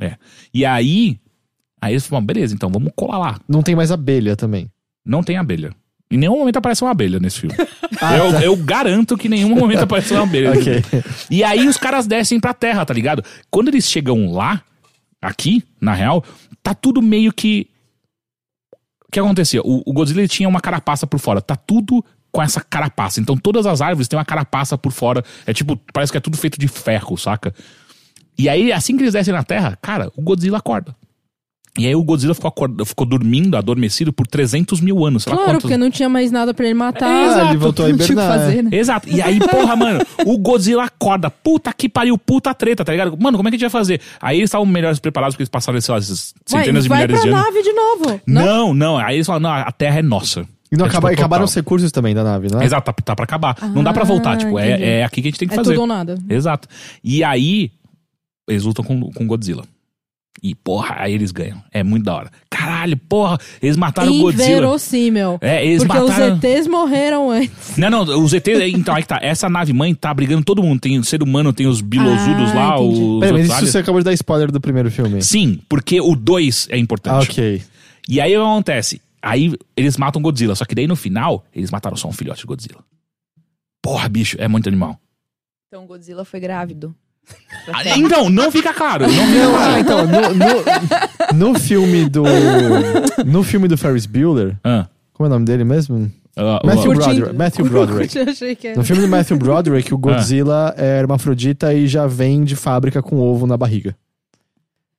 A: é. E aí. Aí eles falam: beleza, então vamos colar lá.
B: Não tem mais abelha também.
A: Não tem abelha. Em nenhum momento aparece uma abelha nesse filme. eu, eu garanto que em nenhum momento aparece uma abelha.
B: Ah, tá. Ok.
A: E aí os caras descem pra terra, tá ligado? Quando eles chegam lá, aqui, na real, tá tudo meio que. O que acontecia? O, o Godzilla ele tinha uma carapaça por fora. Tá tudo com essa carapaça. Então todas as árvores têm uma carapaça por fora. É tipo, parece que é tudo feito de ferro, saca? E aí, assim que eles descem na terra, cara, o Godzilla acorda. E aí o Godzilla ficou, acorda, ficou dormindo, adormecido, por 300 mil anos. Sei lá
C: Claro,
A: quantos...
C: porque não tinha mais nada pra ele matar.
B: Ah, ele voltou a
D: Não tinha o que
F: é.
B: hibernar.
D: fazer, né?
A: Exato. E aí, porra, mano, o Godzilla acorda. Puta que pariu, puta treta, tá ligado? Mano, como é que a gente vai fazer? Aí eles estavam melhores preparados porque eles passaram, sei lá, esses
C: Vai,
A: centenas de
C: vai
A: milhares
C: pra
A: de anos.
C: nave de novo.
A: Não, não. Aí eles falam, não, a Terra é nossa.
B: E não
A: É,
B: acaba-
A: tipo,
B: acabaram
A: total.
B: os recursos também da nave, né?
A: Exato, tá, tá pra acabar. não dá pra
C: Ah,
A: voltar, tipo,
C: entendi.
A: é, é aqui que a gente tem que
C: É
A: fazer.
C: tudo ou nada.
A: Exato. E aí, eles lutam com, com Godzilla. E, porra, aí eles ganham. É muito da hora. Caralho, porra, eles mataram o Godzilla.
C: Inverossímil.
A: É, eles
C: Porque
A: mataram.
C: os ETs morreram antes.
A: Não, não, os ETs, então aí que tá. Essa nave mãe tá brigando todo mundo. Tem o ser humano, tem os bilozudos
C: Ah,
A: lá,
C: entendi.
A: os
B: Peraí, mas isso
A: otários.
B: você acabou de dar spoiler do primeiro filme.
A: Sim, porque o 2 é
B: Ah,
A: importante.
B: ok.
A: E aí o que acontece? Aí eles matam Godzilla, só que daí no final, eles mataram só um filhote de Godzilla. Porra, bicho, é muito animal.
D: Então Godzilla foi grávido. É
A: Ah, Então, não fica claro. Não fica
B: Não,
A: claro.
B: ah, então, no, no- no filme do. No filme do Ferris Bueller.
A: Ah,
B: Como é o nome dele mesmo?
A: ah, ah,
B: Matthew
A: ah.
B: Broderick. Matthew Broderick.
C: Eu achei
E: é.
C: que era.
B: No filme do Matthew Broderick, o Godzilla é hermafrodita e já vem de fábrica com ovo na barriga.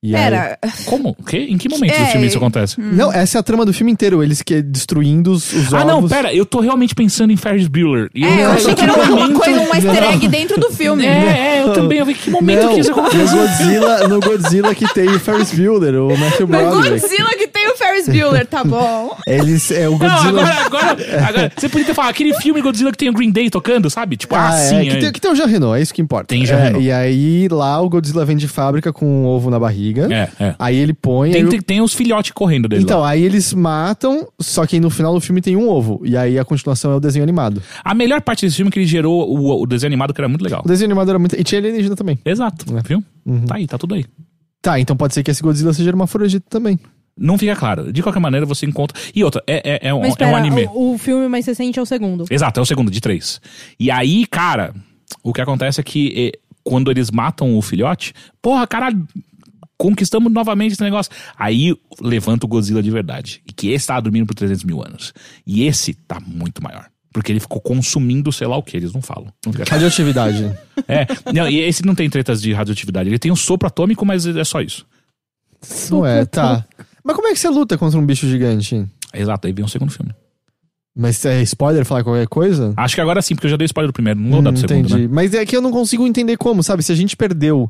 B: E aí-
D: Pera,
A: Como? O quê? Em que momento do
D: É,
A: filme isso acontece?
B: Não, essa é a trama do filme inteiro. Eles que destruindo os, os
A: Ah,
B: ovos.
A: não, pera, eu tô realmente pensando em Ferris Bueller. E
D: é, eu achei que era alguma
A: momento-
D: coisa, um easter egg dentro do filme.
A: É, é, eu também, eu vi que momento
B: Não,
A: que isso aconteceu.
B: no Godzilla, no Godzilla que tem o Ferris Bueller, o Matthew
C: É
B: Broderick.
F: Godzilla que tem o Ferris Bueller, tá bom.
B: Eles, é, o
A: Não,
B: Godzilla...
A: agora, agora, agora, você podia ter falado aquele filme Godzilla que tem o Green Day tocando, sabe? Tipo, ah,
B: Ah, é,
A: sim.
B: que,
A: é.
B: tem, que tem o Jean Reno, é isso que importa.
A: Tem Jean
B: É,
A: Reno.
B: E aí, lá o Godzilla vem de fábrica com um ovo na barriga.
A: É, é.
B: Aí ele põe... aí
A: Tem,
B: o-
A: tem, tem os filhotes correndo dele.
B: Então,
A: lá.
B: aí eles matam, só que aí no final do filme tem um ovo. E aí a continuação é o desenho animado.
A: A melhor parte desse filme é que ele gerou o, o desenho animado, que era muito legal.
B: O desenho animado era muito... E tinha alienígena também.
A: Exato,
B: É.
A: viu?
B: Uhum.
A: Tá aí, tá tudo aí.
B: Tá, então pode ser que esse Godzilla seja hermafrodita também.
A: Não fica claro. De qualquer maneira, você encontra. E outra, é, é, é um,
C: Mas
A: é
C: espera,
A: um anime.
C: o, o filme mais recente é o segundo.
A: Exato, é o segundo de três. E aí, cara, o que acontece é que eh, quando eles matam o filhote, porra, caralho, conquistamos novamente esse negócio. Aí levanta o Godzilla de verdade. E que esse tava dormindo por 300 mil anos. E esse tá muito maior. Porque ele ficou consumindo sei lá o que, eles não falam. Não fica claro.
B: Radioatividade.
A: é, não, e esse não tem tretas de radioatividade. Ele tem um sopro atômico, mas é só isso.
B: Não é, tá. Mas como é que você luta contra um bicho gigante?
A: Exato, aí vem um segundo filme.
B: Mas é spoiler falar qualquer coisa?
A: Acho que agora sim, porque eu já dei spoiler do primeiro, não vou dar do Ah, segundo,
B: Hum, entendi.
A: né?
B: Mas é que eu não consigo entender como, sabe? Se a gente perdeu.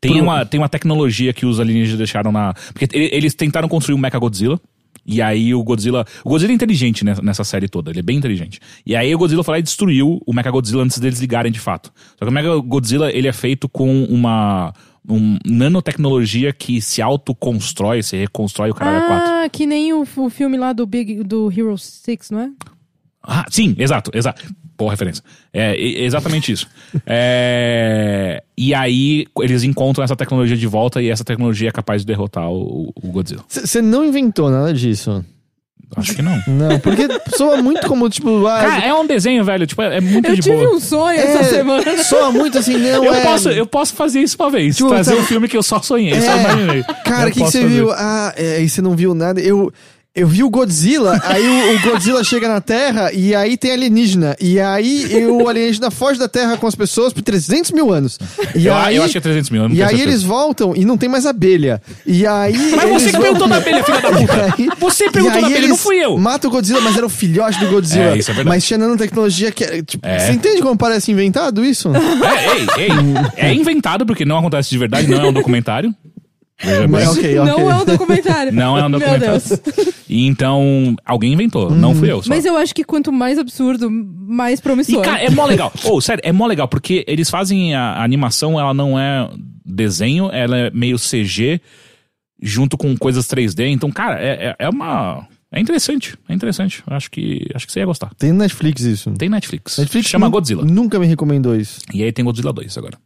A: Tem
B: Pro-
A: uma, tem uma tecnologia que os alienígenas deixaram na. Porque ele- eles tentaram construir um Mecha Godzilla. E aí o Godzilla. O Godzilla é inteligente nessa, nessa série toda, ele é bem inteligente. E aí o Godzilla foi lá e destruiu o Mecha Godzilla antes deles ligarem de fato. Só que o Mecha Godzilla ele é feito com uma. Um nanotecnologia que se autoconstrói, se reconstrói o caralho a quatro.
C: Ah, que nem o, o filme lá do Big do Hero 6, não é?
A: Ah, sim, exato, exato. Boa referência. É, e- exatamente isso. É, e aí eles encontram essa tecnologia de volta e essa tecnologia é capaz de derrotar o, o Godzilla.
B: C- Você não inventou nada disso.
A: Acho que não.
B: Não, porque soa muito como, tipo, ah,
A: Cara, é um desenho, velho. Tipo, é é muito
E: Eu
A: de
E: tive
A: boa.
E: um sonho
B: é,
E: essa semana.
B: soa muito assim, não
A: Eu,
B: é...
A: posso, eu posso fazer isso uma vez.
B: Tipo,
A: trazer
B: sabe-
A: um filme que eu só sonhei, só
B: É.
A: imaginei.
B: Cara,
A: Eu
B: o que, que
A: posso
B: você
A: fazer.
B: viu? Ah, é, e você não viu nada. Eu, eu vi o Godzilla, aí o, o Godzilla chega na Terra e aí tem alienígena. E aí e o alienígena foge da Terra com as pessoas por 300 mil anos. E
A: Eu,
B: aí,
A: eu acho que é 300 mil, eu não
B: e
A: tenho
B: aí
A: certeza.
B: eles voltam e não tem mais abelha. E aí.
A: Mas você
B: eles
A: que perguntou
B: voltam-
A: na abelha, filha da puta.
B: E aí-
A: Você
B: e
A: perguntou
B: aí
A: na abelha,
B: eles
A: não fui eu.
B: Mata o Godzilla, mas era o filhote do Godzilla.
A: É, isso é verdade.
B: mas tinha nanotecnologia que era. Tipo,
A: É.
B: Você entende como parece inventado isso?
A: É, ei, ei. É inventado porque não acontece de verdade, não é um documentário. Veja bem.
B: Mas, ok, ok.
E: Não é um documentário.
A: Não é um
E: Meu
A: documentário.
E: Deus.
A: E então, alguém inventou, não fui eu. Só.
E: Mas eu acho que quanto mais absurdo, mais
A: E,
E: promissor.
A: cara, é mó legal. Ô, sério, é mó legal, porque eles fazem a, a animação, ela não é desenho, ela é meio CG, junto com coisas 3D. Então, cara, é, é, é uma. É interessante, é interessante. Acho que, acho que você ia gostar.
B: Tem no Netflix isso.
A: Tem Netflix.
B: Netflix
A: Chama
B: nu-
A: Godzilla.
B: Nunca me recomendou isso.
A: E aí tem Godzilla 2 agora.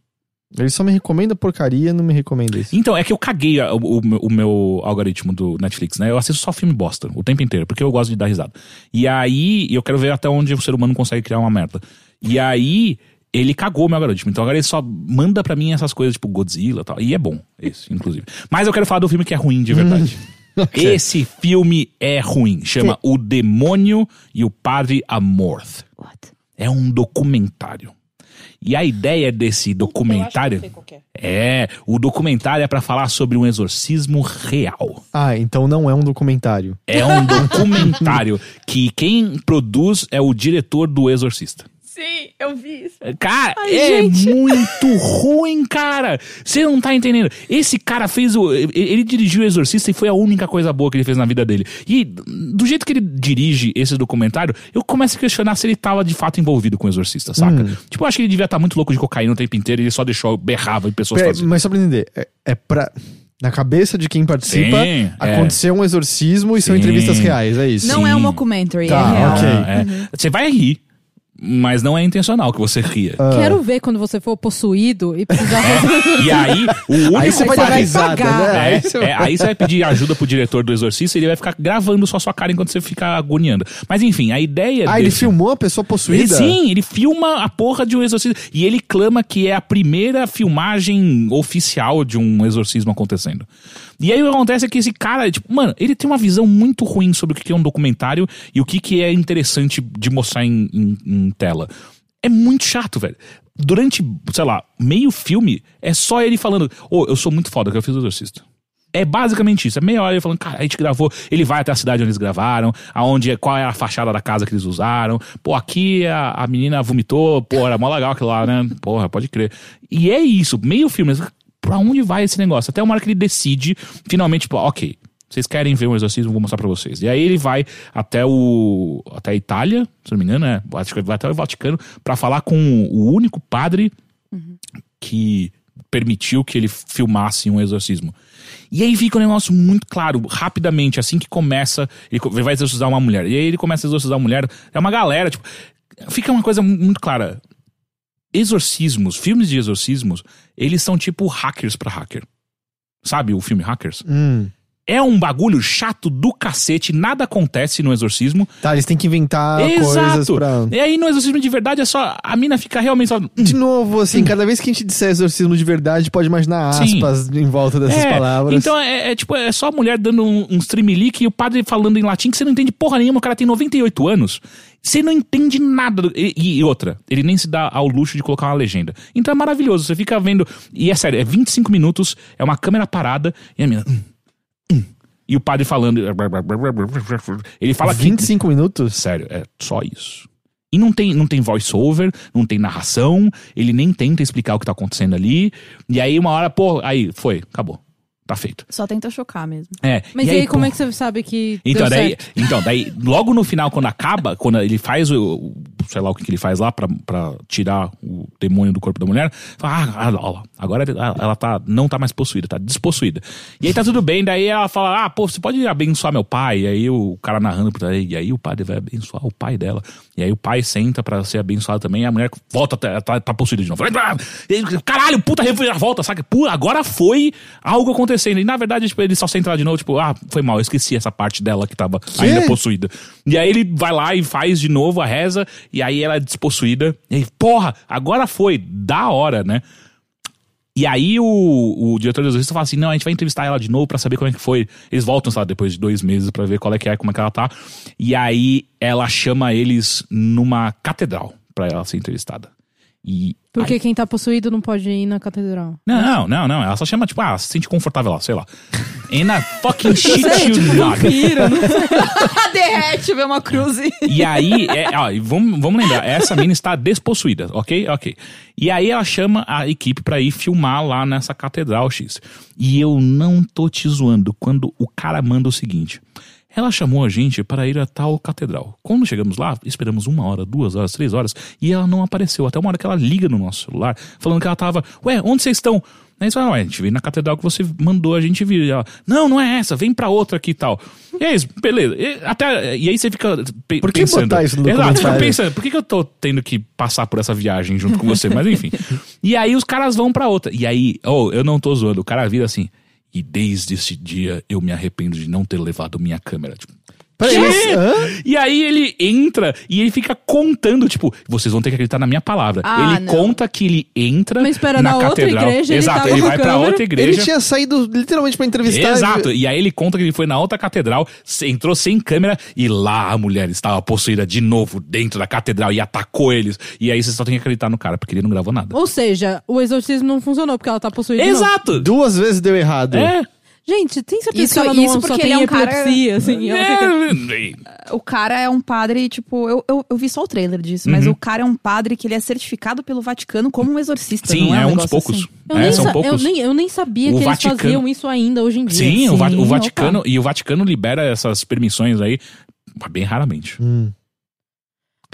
B: Ele só me recomenda porcaria, não me recomenda isso.
A: Então, é que eu caguei a- o, o meu- o meu algoritmo do Netflix, né? Eu assisto só filme bosta o tempo inteiro, porque eu gosto de dar risada. E aí, eu quero ver até onde o ser humano consegue criar uma merda. E aí, ele cagou o meu algoritmo. Então agora ele só manda pra mim essas coisas, tipo Godzilla e tal. E é bom, esse, inclusive. Mas eu quero falar do filme que é ruim de verdade. Esse filme é ruim. Chama O Demônio e o Padre Amorth. É um documentário. E a ideia desse documentário. É, o documentário é pra falar sobre um exorcismo real.
B: Ah, então não é um documentário.
A: É um documentário que quem produz é o diretor do Exorcista.
F: Sim, eu vi isso.
A: Cara,
F: Ai,
A: é
F: gente.
A: muito ruim, cara. Você não tá entendendo. Esse cara fez o. e- Ele dirigiu o Exorcista e foi a única coisa boa que ele fez na vida dele. E do jeito que ele dirige esse documentário, eu começo a questionar se ele tava de fato envolvido com o Exorcista, saca?
B: Hum.
A: Tipo, eu acho que ele devia estar muito louco de cocaína o tempo inteiro e ele só deixou, berrava e pessoas
B: Pera-
A: faziam.
B: mas só pra entender, é, é pra. Na cabeça de quem participa,
A: Sim, é.
B: aconteceu um exorcismo e são
A: Sim.
B: entrevistas reais, é isso.
D: Não é
A: Sim.
D: um documentary,
B: Tá,
D: é real.
B: ok.
A: Ah, é.
F: Uhum.
A: Você vai rir, mas não é intencional que você ria.
B: Ah.
E: Quero ver quando você for possuído e precisar
A: É. E aí, o único
B: Aí você vai dar
A: padre-
B: risada,
E: pagar.
B: né?
A: É,
B: Aí você-
A: é, aí você vai pedir ajuda pro diretor do Exorcista e ele vai ficar gravando só sua cara enquanto você fica agoniando. Mas enfim, a ideia
B: Ah, ele
A: desse-
B: filmou a pessoa
A: Ele,
B: possuída?
A: sim, ele filma a porra de um exorcismo. E ele clama que é a primeira filmagem oficial de um exorcismo acontecendo. E aí o que acontece é que esse cara, tipo, mano, ele tem uma visão muito ruim sobre o que é um documentário e o que, que é interessante de mostrar em, em- em tela. É muito chato, velho. Durante, sei lá, meio filme, é só ele falando: Ô, eu sou muito foda que eu fiz o exorcista. É basicamente isso. É meia hora ele falando, cara, a gente gravou. Ele vai até a cidade onde eles gravaram, aonde, qual é a fachada da casa que eles usaram. Pô, aqui a, a menina vomitou, pô, era mó legal aquilo lá, né? Porra, pode crer. E é isso, meio filme. mas Pra onde vai esse negócio? Até uma hora que ele decide, finalmente, tipo, ok, vocês querem ver um exorcismo, vou mostrar pra vocês. E aí ele vai até o. até a Itália, se não me engano, né? Acho que ele vai até o Vaticano pra falar com o único padre que permitiu que ele filmasse um exorcismo. E aí fica um negócio muito claro, rapidamente, assim que começa, ele co- ele vai exorcizar uma mulher. E aí ele começa a exorcizar uma mulher, é uma galera, tipo, fica uma coisa mu- muito clara. Exorcismos, filmes de exorcismos, eles são tipo hackers pra hacker. Sabe o filme Hackers?
B: Hum.
A: É um bagulho chato do cacete, nada acontece no exorcismo,
B: Tá, eles têm que inventar coisas
A: Exato.
B: pra.
A: E aí no exorcismo de verdade é só. A mina fica realmente só. hum,
B: De novo, assim, cada vez que a gente disser exorcismo de verdade, pode imaginar
A: Sim.
B: aspas em volta dessas
A: É,
B: palavras.
A: Então é, é tipo, é só a mulher dando um, um streamlick e o padre falando em latim que você não entende porra nenhuma, o cara tem 98 anos. Você não entende nada. do- e, e outra, ele nem se dá ao luxo de colocar uma legenda. Então é maravilhoso, você fica vendo. E é sério, é 25 minutos, é uma câmera parada e a mina. "Hum, hum", e o padre falando. Ele fala que.
B: 25 minutos?
A: Sério, é só isso. E não tem, não tem voice-over, não tem narração, ele nem tenta explicar o que tá acontecendo ali. E aí uma hora, pô, aí foi, acabou. Tá feito.
D: Só tenta chocar mesmo.
A: É.
E: Mas e aí, como
A: pô,
E: é que você sabe que.
A: então
E: deu
A: daí,
E: certo?
A: então, daí, logo no final, quando acaba, quando ele faz o, o- sei lá o que, que ele faz lá pra, pra tirar o demônio do corpo da mulher. Fala, ah, ah, ó, agora ela ela tá, não tá mais possuída, tá despossuída. E aí tá tudo bem, daí ela fala, ah, pô, você pode abençoar meu pai? E aí o cara narrando por aí, e aí o padre vai abençoar o pai dela. E aí o pai senta pra ser abençoado também, e a mulher volta, tá, tá, tá possuída de novo. Ah, e aí, Caralho, puta reviravolta, saca? Pô, agora foi algo acontecendo. E na verdade, tipo, ele só senta lá de novo, tipo, ah, foi mal, eu esqueci essa parte dela que tava ainda possuída. E aí ele vai lá e faz de novo a reza, e aí ela é despossuída. E aí, porra, agora foi, da hora, né? E aí o, o diretor do exorcista fala assim: não, a gente vai entrevistar ela de novo pra saber como é que foi. Eles voltam, sei lá, depois de dois meses pra ver qual é que é, como é que ela tá. E aí ela chama eles numa catedral pra ela ser entrevistada. E.
C: Porque quem tá possuído não pode ir na catedral.
A: Não, não, não, não. Ela só chama, tipo, ah, se sente confortável lá, sei lá. And a fucking shit
E: Sei,
A: you
E: tipo,
A: not.
E: vampiro, não sei.
F: Derrete, vê uma cruz e...
A: E aí, é, ó, e vamos, vamos lembrar, essa mina está despossuída, ok? Ok. E aí ela chama a equipe pra ir filmar lá nessa Catedral X. E eu não tô te zoando quando o cara manda o seguinte. Ela chamou a gente para ir a tal catedral. Quando chegamos lá, esperamos uma hora, duas horas, três horas, e ela não apareceu. Até uma hora que ela liga no nosso celular, falando que ela tava, ué, onde vocês estão? Aí eles falaram, ué, a gente veio na catedral que você mandou a gente vir. E ela, não, não é essa, vem pra outra aqui e tal. E é isso, beleza. E, até, e aí você fica pe
B: Por que
A: pensando.
B: botar isso no
A: Exato, você fica
B: documentário?
A: pensando, por que, que eu tô tendo que passar por essa viagem junto com você? Mas enfim. E aí os caras vão pra outra. E aí, oh, eu não tô zoando, o cara vira assim. E desde esse dia eu me arrependo de não ter levado minha câmera. Tipo,
B: Peraí, mas-
A: Quê?
B: hã?
A: E aí ele entra e ele fica contando, tipo, vocês vão ter que acreditar na minha palavra.
D: Ah,
A: ele
D: não.
A: conta que ele entra
C: Mas espera,
A: na,
C: na outra
A: catedral.
C: igreja ele
A: Exato,
C: tava
A: ele,
C: com
A: vai pra
C: câmera.
A: outra
B: Ele
A: igreja.
B: tinha saído literalmente pra entrevistar.
A: Exato, e aí ele conta que ele foi na outra catedral, se- entrou sem câmera e lá a mulher estava possuída de novo dentro da catedral e atacou eles. E aí você só tem que acreditar no cara, porque ele não gravou nada.
C: Ou seja, o exorcismo não funcionou porque ela tá possuída. de novo.
A: Exato!
B: Duas vezes deu errado.
A: É,
C: Gente, tem certeza
D: Isso-
C: que ela não
D: isso
C: só
D: porque
C: tem
D: ele é um cara-
C: epilepsia, assim. ela fica-
A: é,
D: O cara é um padre, tipo, eu, eu, eu vi só o trailer disso,
A: Uhum.
D: mas o cara é um padre que ele é certificado pelo Vaticano como um exorcista.
A: Sim,
D: não
A: é
D: é,
A: um dos
D: negócio
A: poucos.
D: assim.
C: Eu,
A: É,
C: nem
A: são
C: sa- eu,
A: poucos.
C: nem, assim, eu nem sabia
A: O
C: que
A: Vaticano-
C: eles faziam isso ainda hoje em dia.
A: Sim, o, Va- o
D: Sim,
A: Vaticano e o Vaticano libera essas permissões aí mas bem raramente.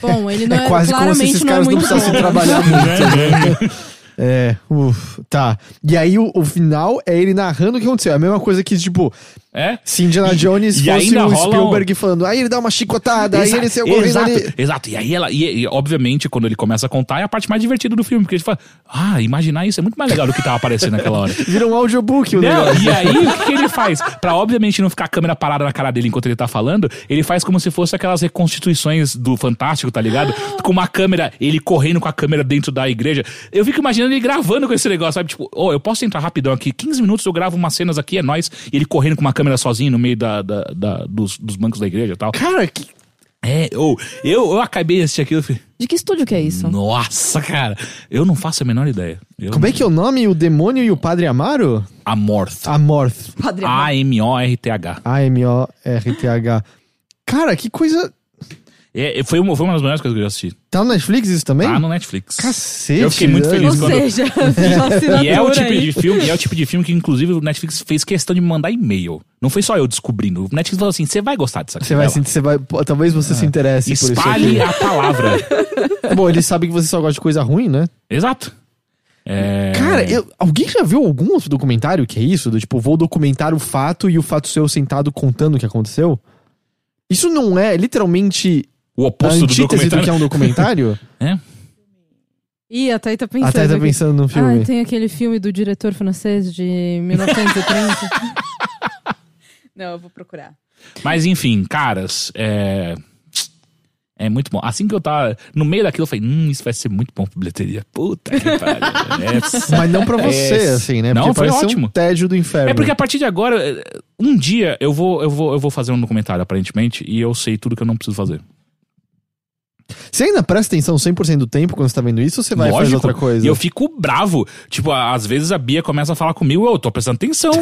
C: Bom, ele não é,
B: É quase como
C: claramente
B: se esses
C: não é
B: caras não
C: muito
B: precisassem
C: bom.
B: trabalhar muito. É, uf, tá. E aí o, o final é ele narrando o que aconteceu. É a mesma coisa que, tipo,
A: É?
B: se Indiana
A: E-
B: Jones
A: e
B: fosse
A: ainda
B: um
A: rola um-
B: Spielberg falando, aí ele dá uma chicotada, aí
A: Exa-
B: ele saiu correndo
A: exato,
B: ali.
A: Exato. E aí ela, e, e, obviamente, quando ele começa a contar, é a parte mais divertida do filme, porque ele fala, ah, imaginar isso é muito mais legal do que tava aparecendo naquela hora.
B: Vira um audiobook o
A: Não,
B: negócio.
A: e aí o que, que ele faz? Pra obviamente não ficar a câmera parada na cara dele enquanto ele tá falando, ele faz como se fosse aquelas reconstituições do Fantástico, tá ligado? Com uma câmera, ele correndo com a câmera dentro da igreja. Eu fico imaginando ele gravando com esse negócio, sabe? Tipo, ô, eu posso entrar rapidão aqui, 15 minutos eu gravo umas cenas aqui, é nóis. E ele correndo com uma câmera sozinho no meio da, da- da- dos, dos bancos da igreja e tal.
B: Cara, que...
A: É, ou eu, eu acabei de assistir aquilo e falei,
D: De que estúdio que é isso?
A: nossa, cara, eu não faço a menor ideia. Eu-
B: como é que é o nome? O Demônio e o Padre Amaro?
A: Amorth.
B: Amorth.
F: Padre, é
A: Ah. A-M-O-R-T-H.
B: A-M-O-R-T-H. Cara, que coisa...
A: É, foi, uma, foi uma das melhores coisas que eu já assisti.
B: Tá no Netflix isso também?
A: Tá no Netflix.
B: Cacete.
A: Eu fiquei muito
B: né?
A: feliz.
C: Ou
A: Isso, quando-
C: seja, sua assinatura
A: E é o tipo
C: aí.
A: de filme, e é o tipo de filme que, inclusive, o Netflix fez questão de me mandar e-mail. Não foi só eu descobrindo. O Netflix falou assim: você vai gostar disso aqui.
B: Você vai
A: Ela,
B: sentir, você vai, pô, talvez você se interesse
A: Espalhe
B: por isso
A: a palavra.
B: aqui. Bom, eles sabem que você só gosta de coisa ruim, né?
A: Exato. É...
B: Cara, eu- alguém já viu algum outro documentário que é isso? Do tipo, vou documentar o fato e o fato seu sentado contando o que aconteceu? Isso não é literalmente
A: o
B: a
A: oposto do
B: antítese do,
A: documentário.
B: que é um documentário?
C: Ih, a Thay tá pensando.
B: a Thay tá
C: aqui.
B: pensando num filme.
C: Ah, tem aquele filme do diretor francês de 1930.
F: Não, eu vou procurar.
A: Mas enfim, caras, é. É muito bom. Assim que eu tava no meio daquilo, eu falei, hum, isso vai ser muito bom pra bilheteria. Puta que pariu. É Essa-
B: Mas não pra você,
A: Esse.
B: assim, né?
A: Não,
B: Porque
A: foi
B: parece ser um
A: ótimo.
B: tédio do inferno.
A: É porque a partir de agora, é, um dia eu vou, eu vou, eu vou fazer um documentário, aparentemente, e eu sei tudo que eu não preciso fazer.
B: Você ainda presta atenção 100% do tempo quando você tá vendo isso ou você vai fazer outra coisa?
A: E eu fico bravo. Tipo, a- às vezes a Bia começa a falar comigo, eu tô prestando atenção.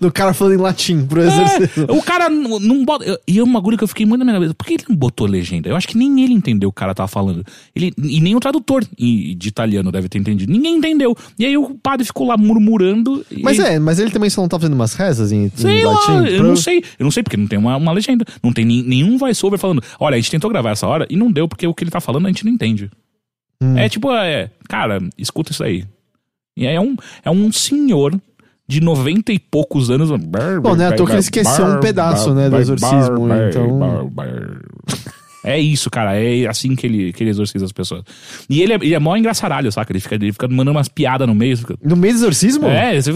B: Do cara falando em latim pro exercício.
A: o cara n- não bota. eu- E é um bagulho que eu fiquei muito na minha cabeça. Por que ele não botou legenda? Eu acho que nem ele entendeu o cara tava falando. Ele, e nem o tradutor e- de italiano deve ter entendido. Ninguém entendeu. E aí o padre ficou lá murmurando. e-
B: Mas é, mas ele também só não tá fazendo umas rezas em, em
A: Sei lá,
B: latim?
A: eu
B: Pro-
A: não sei. Eu não sei porque não tem uma, uma legenda. Não tem ni- nenhum voice-over falando. Olha, a gente tentou gravar gravar essa hora e não deu, porque o que ele tá falando a gente não entende.
B: Hum.
A: É tipo, é, cara, escuta isso aí. E aí é um, é um senhor de noventa e poucos anos. um
B: Bom, né, à toa que ele esqueceu um pedaço, né, do exorcismo, então-
A: É isso, cara. É assim que ele, que ele exorciza as pessoas. E ele é, ele é mó engraçaralho, saca? Ele fica, ele fica mandando umas piadas no meio. fica-
B: No meio do exorcismo?
A: É, você-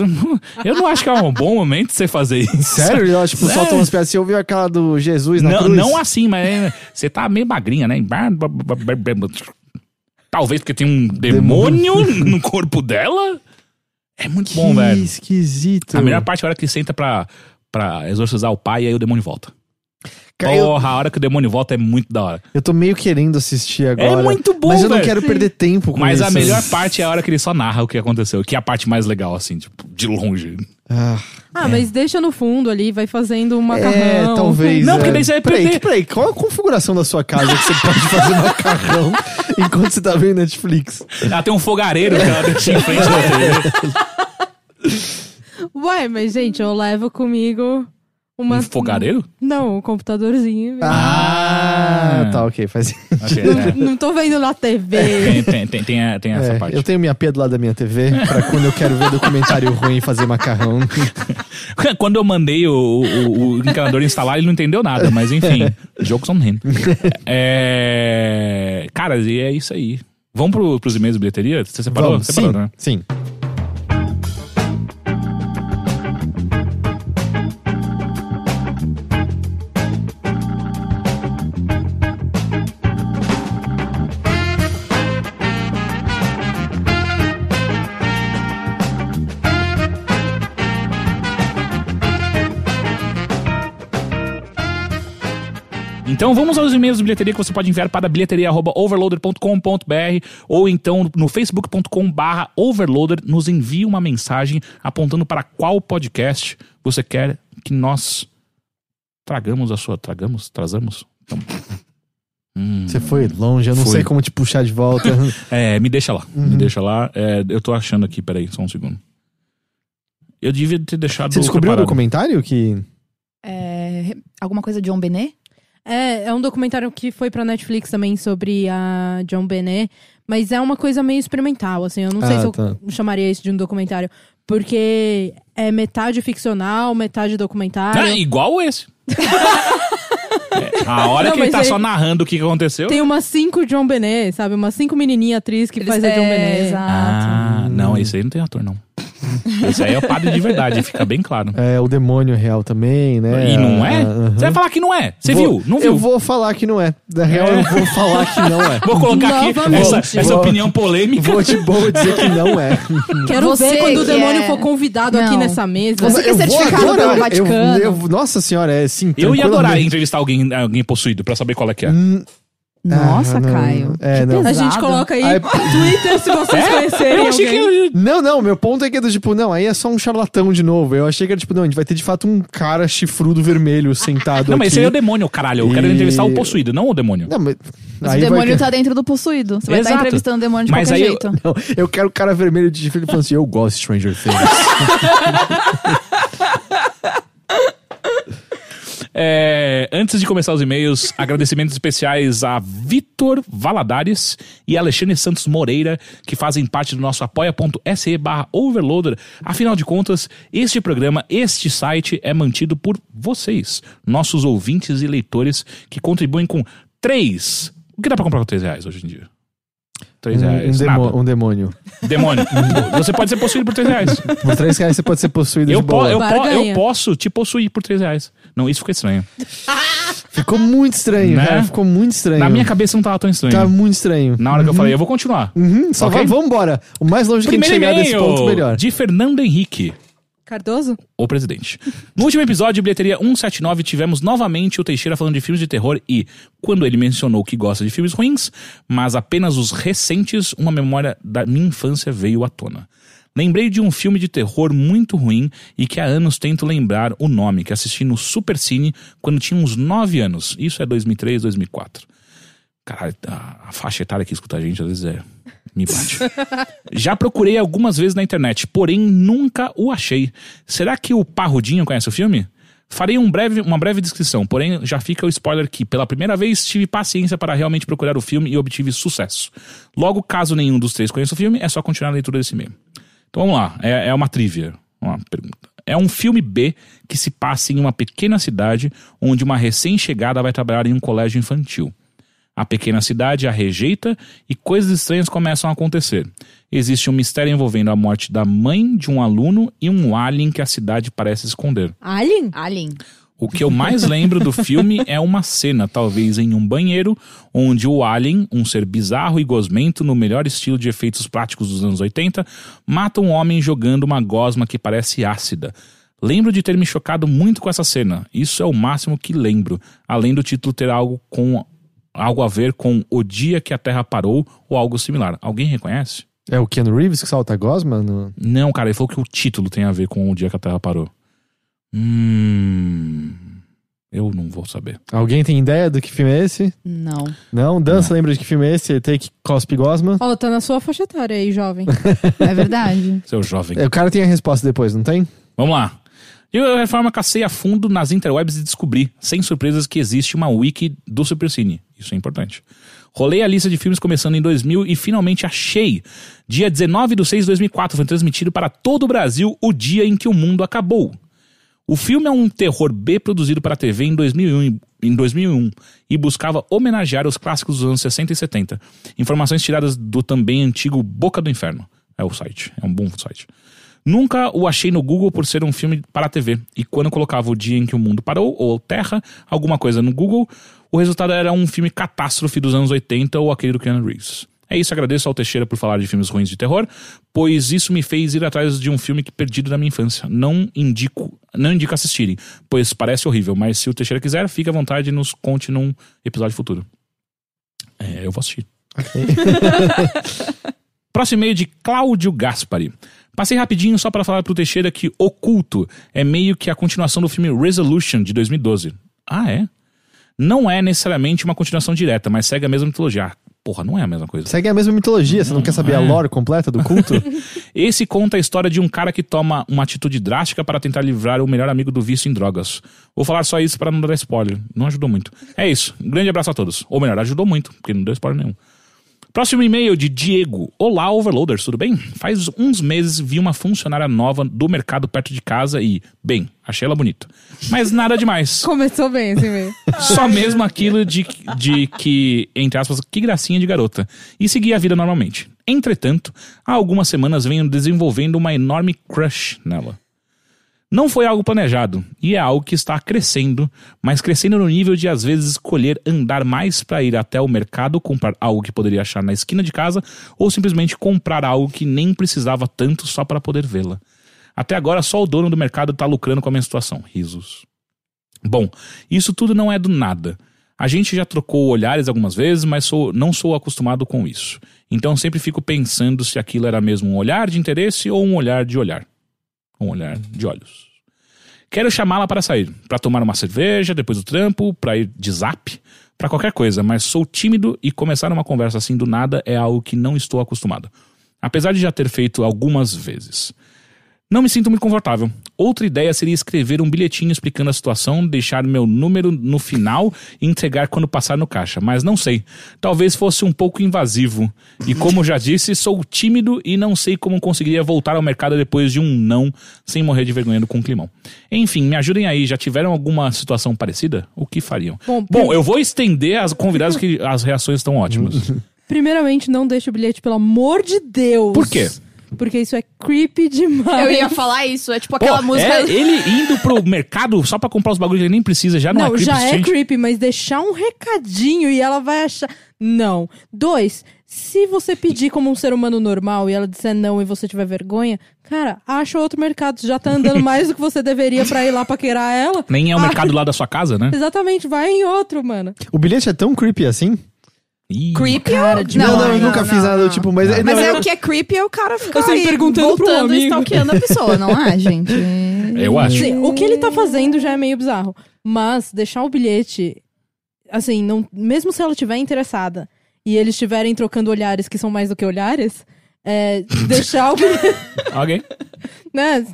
A: eu não acho que é um bom momento você fazer isso.
B: Sério? Eu, tipo,
A: É.
B: soltam umas piadas. Você ouviu aquela do Jesus na
A: Não,
B: cruz?
A: não assim, mas é- você tá meio magrinha, né? Bar- bar- bar- bar- bar- bar- Talvez porque tem um demônio no corpo dela. É muito
B: Que
A: bom, velho.
B: esquisito.
A: A melhor parte é a hora que ele senta pra, pra exorcizar o pai e aí o demônio volta.
B: Cara, eu-
A: Porra, a hora que o demônio volta é muito da hora.
B: Eu tô meio querendo assistir agora.
A: É muito bom,
B: Mas eu não
A: velho.
B: quero perder tempo com
A: Mas
B: isso.
A: a melhor parte é a hora que ele só narra o que aconteceu, que é a parte mais legal, assim, tipo, de longe.
B: Ah,
C: Ah, mas deixa no fundo ali, vai fazendo um macarrão.
B: é, talvez.
A: Não,
B: é.
A: porque daí você vai
B: Peraí,
A: perder.
B: peraí, qual a configuração da sua casa que você pode fazer macarrão enquanto você tá vendo Netflix?
A: Ela tem um fogareiro que ela deixa em frente da TV.
C: Ué, mas gente, eu levo comigo uma...
A: Um fogareiro?
C: Não, um computadorzinho.
B: Ah,
A: Ah.
B: tá, ok, faz
A: Ok,
C: Não,
A: é.
C: não tô vendo na TV.
A: Tem, tem, tem, tem, a- tem essa
B: É,
A: parte.
B: eu tenho minha pia do lado da minha TV pra quando eu quero ver documentário ruim e fazer macarrão.
A: Quando eu mandei o, o, o encanador instalar, ele não entendeu nada, mas enfim. jokes on him. É, cara, e é isso aí. Vamos pro, pros e-mails de bilheteria? Você separou?
B: Vamos,
A: separou,
B: sim,
A: né?
B: sim.
A: Então vamos aos e-mails de bilheteria que você pode enviar para bilheteria.overloader.com.br ou então no facebook.com barra overloader nos envie uma mensagem apontando para qual podcast você quer que nós tragamos a sua... Tragamos? Trazamos? Então, hum.
B: Você foi longe, eu não
A: Fui.
B: sei como te puxar de volta.
A: É, me deixa lá.
B: Uhum.
A: Me deixa lá. É, eu tô achando aqui, peraí, só um segundo. Eu devia ter deixado.
B: Você descobriu o
A: preparado.
B: documentário que.
D: É, alguma coisa de John Benet?
C: É, é um documentário que foi pra Netflix também sobre a John Benet, mas é uma coisa meio experimental, assim, eu não sei
B: Ah,
C: se eu
B: tá.
C: chamaria isso de um documentário, porque é metade ficcional, metade documentário.
A: Ah, igual esse. É, a hora
C: Não,
A: que ele
C: mas
A: tá
C: aí-
A: só narrando o que que aconteceu.
C: Tem umas cinco John Benet, sabe? Umas cinco menininha atriz que
D: Eles-
C: faz a John
D: é,
C: Benet.
D: Exato.
A: Ah, não, esse aí não tem ator, não. Esse aí é o padre de verdade, fica bem claro.
B: É, o demônio real também, né?
A: E não é?
B: Aham.
A: Você vai falar que não é. Você
B: Vou-
A: viu? Não viu?
B: Eu vou falar que não é. Na real,
A: É.
B: eu vou falar que não é.
A: Vou colocar aqui
C: Novamente.
A: essa, essa
B: Vou-
A: opinião polêmica.
B: Vou de boa dizer que não é.
C: Quero
D: Você
C: ver quando o
D: que
C: demônio
D: é-
C: for convidado aqui
D: Não.
C: nessa mesa.
D: Você- que é
B: Eu vou
D: certificado
B: adorar.
D: pelo Vaticano.
B: Eu- eu- nossa senhora, é sim.
A: Eu ia adorar
B: tranquilamente.
A: entrevistar alguém, alguém possuído pra saber qual é que é.
B: Hum,
D: Nossa,
B: Ah, não.
D: Caio.
B: É,
D: que
B: não.
C: A
D: pesado.
C: gente coloca aí
B: Ai,
C: Twitter se vocês conhecerem
A: É? Eu achei que
C: alguém.
A: eu-
B: Não, não, meu ponto é que é do tipo, não, aí é só um charlatão de novo. Eu achei que era tipo, não, a gente vai ter de fato um cara chifrudo vermelho sentado
A: Não,
B: aqui.
A: mas esse aí é o demônio, caralho. Eu quero
B: E-
A: entrevistar o possuído, não o demônio.
B: Não, mas...
D: Mas
B: aí
D: o demônio
B: vai...
D: tá dentro do possuído. Você vai estar
A: Exato.
D: entrevistando o demônio de
A: Mas aí
D: qualquer
A: eu-
D: jeito.
B: Não, eu quero o cara vermelho de chifre falando assim, eu gosto de Stranger Things.
A: É, antes de começar os e-mails, agradecimentos especiais a Vitor Valadares e Alexandre Santos Moreira, que fazem parte do nosso apoia.se barra overloader. Afinal de contas, este programa, este site é mantido por vocês, nossos ouvintes e leitores, que contribuem com 3. O que dá pra comprar com 3 reais hoje em dia? 3
B: um, um
A: reais.
B: demo-
A: nada.
B: um demônio.
A: Demônio. Você pode ser possuído por 3 reais.
B: Por três reais você pode ser possuído
A: Eu,
B: de
A: po-
B: boa.
A: eu, po-
C: Barganha.
A: eu posso te possuir por 3 reais. Não, isso fica estranho.
B: Ficou muito estranho,
A: Né?
B: cara. Ficou muito estranho.
A: Na minha cabeça não tava tão estranho.
B: Tá muito estranho.
A: Na hora que eu falei, eu vou continuar.
B: Uhum, só
A: Ok?
B: vai, vambora. O mais longe que a gente
A: Primeiro
B: chegar desse ponto,
A: e-mail
B: melhor.
A: de Fernando Henrique.
C: Cardoso?
A: O presidente. No último episódio de Bilheteria 179, tivemos novamente o Teixeira falando de filmes de terror e, quando ele mencionou que gosta de filmes ruins, mas apenas os recentes, uma memória da minha infância veio à tona. Lembrei de um filme de terror muito ruim e que há anos tento lembrar o nome, que assisti no Supercine quando tinha uns 9 anos. Isso é 2003, 2004. Caralho, a a faixa etária que escuta a gente às vezes é. Me bate. Já procurei algumas vezes na internet, porém nunca o achei. Será que o Parrudinho conhece o filme? Farei um breve, uma breve descrição, porém já fica o spoiler que, pela primeira vez, tive paciência para realmente procurar o filme e obtive sucesso. Logo, caso nenhum dos três conheça o filme, é só continuar a leitura desse meio. Então vamos lá, é, é uma trivia. Uma pergunta. É um filme B que se passa em uma pequena cidade onde uma recém-chegada vai trabalhar em um colégio infantil. A pequena cidade a rejeita e coisas estranhas começam a acontecer. Existe um mistério envolvendo a morte da mãe de um aluno e um alien que a cidade parece esconder.
C: Alien?
F: Alien.
A: O que eu mais lembro do filme é uma cena, talvez em um banheiro, onde o Alien, um ser bizarro e gosmento no melhor estilo de efeitos práticos dos anos 80, mata um homem jogando uma gosma que parece ácida. Lembro de ter me chocado muito com essa cena. Isso é o máximo que lembro, além do título ter algo com algo a ver com o dia que a Terra parou ou algo similar. Alguém reconhece?
B: É o Ken Reeves que salta a gosma? No...
A: Não, cara, ele falou que o título tem a ver com o dia que a Terra parou. Hum. Eu não vou saber.
B: Alguém tem ideia do que filme é esse?
D: Não.
B: Não? Dança, lembra de que filme é esse? Take Cospe Gosma?
C: Ó, tá na sua faixa etária aí, jovem.
D: É verdade.
A: Seu jovem.
B: É, O cara tem a resposta depois, não tem?
A: Vamos lá. Eu, de qualquer forma, cacei a fundo nas interwebs e descobri, sem surpresas, que existe uma wiki do Supercine. Isso é importante. Rolei a lista de filmes começando em 2000 e finalmente achei. Dia 19 de 6 de 2004 foi transmitido para todo o Brasil o dia em que o mundo acabou. O filme é um terror B produzido para a TV em 2001, e- um, em 2001 e buscava homenagear os clássicos dos anos 60 e 70. Informações tiradas do também antigo Boca do Inferno. É o site, é um bom site. Nunca o achei no Google por ser um filme para a TV. E quando eu colocava o dia em que o mundo parou, ou Terra, alguma coisa no Google, o resultado era um filme catástrofe dos anos 80 ou aquele do Keanu Reeves. É isso, agradeço ao Teixeira por falar de filmes ruins de terror, pois isso me fez ir atrás de um filme que perdido da minha infância. Não indico, não indico assistirem, pois parece horrível, mas se o Teixeira quiser, fique à vontade e nos conte num episódio futuro. É, eu vou assistir. Próximo e-mail de Cláudio Gaspari. Passei rapidinho só para falar pro Teixeira que Oculto é meio que a continuação do filme Resolution de 2012. Ah, é? Não é necessariamente uma continuação direta, mas segue a mesma mitologia. Ah, Porra, não é a mesma coisa.
B: Segue a mesma mitologia, você não quer saber a
A: É.
B: lore completa do culto?
A: Esse conta a história de um cara que toma uma atitude drástica para tentar livrar o melhor amigo do vício em drogas. Vou falar só isso para não dar spoiler. Não ajudou muito. É isso. Um grande abraço a todos. Ou melhor, ajudou muito, porque não deu spoiler nenhum. Próximo e-mail de Diego. Olá, Overloaders, tudo bem? Faz uns meses vi uma funcionária nova do mercado perto de casa e, bem, achei ela bonita. Mas nada demais.
C: Começou bem esse meio.
A: Só mesmo aquilo de, de que, entre aspas, que gracinha de garota. E seguir a vida normalmente. Entretanto, há algumas semanas venho desenvolvendo uma enorme crush nela. Não foi algo planejado, e é algo que está crescendo, mas crescendo no nível de às vezes escolher andar mais para ir até o mercado comprar algo que poderia achar na esquina de casa ou simplesmente comprar algo que nem precisava tanto só para poder vê-la. Até agora só o dono do mercado tá lucrando com a minha situação. Risos. Bom, isso tudo não é do nada. A gente já trocou olhares algumas vezes, mas sou- não sou acostumado com isso. Então sempre fico pensando se aquilo era mesmo um olhar de interesse ou um olhar de olhar. Um olhar de olhos. Quero chamá-la para sair, para tomar uma cerveja, depois do trampo, para ir de zap, para qualquer coisa, mas sou tímido e começar uma conversa assim do nada é algo que não estou acostumado. Apesar de já ter feito algumas vezes. Não me sinto muito confortável. Outra ideia seria escrever um bilhetinho explicando a situação, deixar meu número no final e entregar quando passar no caixa. Mas não sei. Talvez fosse um pouco invasivo. E como já disse, sou tímido e não sei como conseguiria voltar ao mercado depois de um não, sem morrer de vergonha do climão. Enfim, me ajudem aí. Já tiveram alguma situação parecida? O que fariam?
C: Bom,
A: Bom, eu vou estender as convidadas que as reações estão ótimas.
C: Primeiramente, não deixa o bilhete, pelo amor de Deus.
A: Por quê?
C: Porque isso é creepy demais.
F: Eu ia falar isso. É tipo
A: Pô,
F: aquela música.
A: é ele indo pro mercado só pra comprar os bagulhos que ele nem precisa, já não,
C: Não,
A: é creepy
C: já é
A: suficiente?
C: creepy, mas deixar um recadinho e ela vai achar. Não. Dois, se você pedir como um ser humano normal e ela disser não e você tiver vergonha, cara, acha outro mercado. Já tá andando mais do que você deveria pra ir lá paquerar ela.
A: Nem é o
C: Ah.
A: mercado lá da sua casa, né?
C: Exatamente, vai em outro, mano.
B: o bilhete é tão creepy assim?
A: Ih,
F: Creepy é o-
B: não, eu
A: né?
B: nunca fiz nada do
F: não.
B: tipo, mas.
F: Mas
B: não,
F: é
B: eu-
F: o que é creepy é o cara ficar
C: sempre
F: aí
C: perguntando pro
F: voltando e
C: amigo.
F: stalkeando a pessoa.
D: Pô, não é, gente?
A: Eu acho.
C: Sim, o que ele tá fazendo já é meio bizarro. Mas deixar o bilhete, assim, não, mesmo se ela estiver interessada e eles estiverem trocando olhares que são mais do que olhares, é, deixar o bilhete.
A: Alguém?
C: né?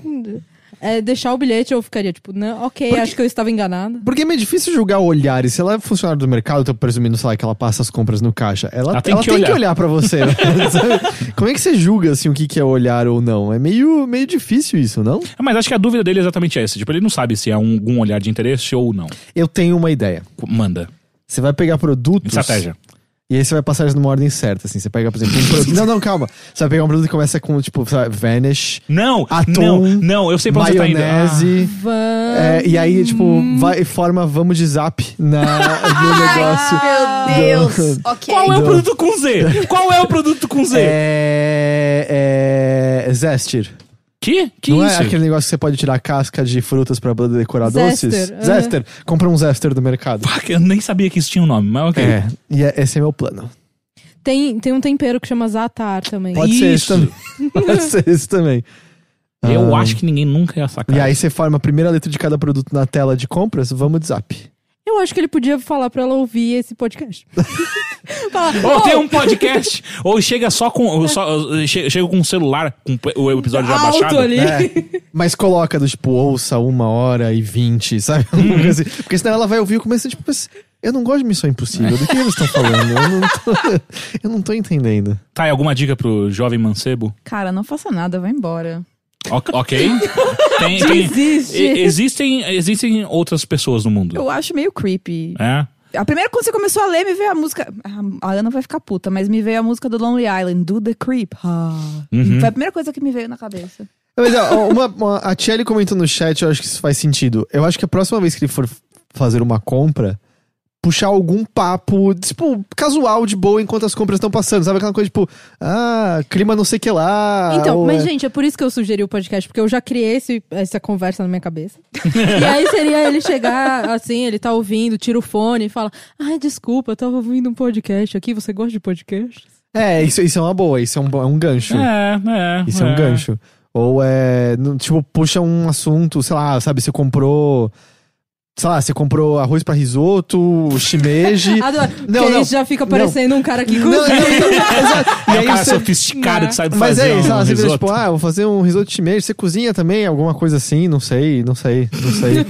C: é, deixar o bilhete, eu ficaria tipo, não, ok,
B: Porque-
C: acho que eu estava enganada.
B: Porque é meio difícil julgar olhares. Se ela é funcionária do mercado, eu tô presumindo, sei lá, que ela passa as compras no caixa. Ela, ela tem, que, olhar. pra você. né? Sabe? Como é que você julga, assim, o que que é olhar ou não? É meio, meio difícil isso, não?
A: É, Mas acho que a dúvida dele é exatamente essa. Tipo, ele não sabe se é um- algum olhar de interesse ou não.
B: Eu tenho uma ideia.
A: Qu- Manda.
B: Você vai pegar produtos...
A: Estratégia.
B: E aí você vai passar eles numa ordem certa, assim. Você pega, por exemplo, um produto... não, não, calma. Você vai pegar um produto que começa com, tipo, sei lá, Vanish,
A: Não,
B: Atum,
A: não, não, eu sei pra onde você tá indo. Ah.
B: maionese...
C: Van...
B: É, e aí, tipo, vai, forma vamos de zap na, no negócio.
F: Meu Deus. Ok.
A: Qual é o
B: Do-
A: produto com Z? Qual é o produto com Z?
B: É, é, Zestir.
A: Que? Que
B: não
A: isso?
B: é aquele negócio que você pode tirar casca de frutas pra poder decorar
C: Zester,
B: doces?
C: aham.
B: Zester. Compra um zester do mercado.
A: Pá, que Eu nem sabia que isso tinha um nome, mas ok.
B: É, e é- esse é meu plano.
C: Tem, tem um tempero que chama Zatar também.
B: Pode ser esse
A: Isso.
B: também. Pode ser esse também.
A: Eu
B: Ah,
A: acho que ninguém nunca ia sacar.
B: E aí você forma a primeira letra de cada produto na tela de compras, vamos de zap.
C: Eu acho que ele podia falar pra ela ouvir esse podcast. Falar,
A: Ou
C: "Ô,
A: tem um podcast, ou chega só com. Só, che- chega com um celular, com o episódio já
C: alto
A: baixado. né?
C: ali.
B: É, mas coloca do tipo, ouça uma hora e vinte, sabe? Alguma coisa assim. Porque senão ela vai ouvir e começa tipo, mas eu não gosto de Missão Impossível, do que eles estão falando? Eu não tô, eu não tô entendendo.
A: Tá, e alguma dica pro jovem mancebo?
D: Cara, não faça nada, vai embora.
A: O- ok. Tem- tem- e- existem, existem outras pessoas no mundo.
D: Eu acho meio creepy.
A: É?
D: A primeira quando você começou a ler, me veio a música. A Ana vai ficar puta, mas me veio a música do Lonely Island, Do The Creep. Ah.
A: Uhum.
D: Foi a primeira coisa que me veio na cabeça.
B: Mas, ó, uma- uma- a Tchelle comentou no chat, eu acho que isso faz sentido. Eu acho que a próxima vez que ele for fazer uma compra, puxar algum papo, tipo, casual, de boa, enquanto as compras estão passando. Sabe aquela coisa, tipo, ah, clima não sei o que lá.
C: Então,
B: ou
C: mas
B: é-
C: gente, é por isso que eu sugeri o podcast, porque eu já criei esse- essa conversa na minha cabeça. e aí seria ele chegar assim, ele tá ouvindo, tira o fone e fala: Ai, desculpa, eu tava ouvindo um podcast aqui, você gosta de podcast?
B: É, isso, isso é uma boa, isso é um, bo- é um gancho.
A: É, é.
B: Isso é. um gancho. Ou é. no- Tipo, puxa um assunto, sei lá, sabe, você comprou. Sei lá, você comprou arroz pra risoto, shimeji.
C: Adoro. Porque
B: Não, não.
C: aí já fica parecendo um cara que
B: Não, não,
C: cozinha.
B: não, exato.
A: É
B: E
A: um
B: aí
A: cara
B: você-
A: sofisticado que sabe
B: Mas
A: fazer
B: é isso,
A: um
B: ela sempre
A: risoto.
B: tipo, ah, vou fazer um risoto de shimeji, você cozinha também, alguma coisa assim, não sei, não sei, não sei.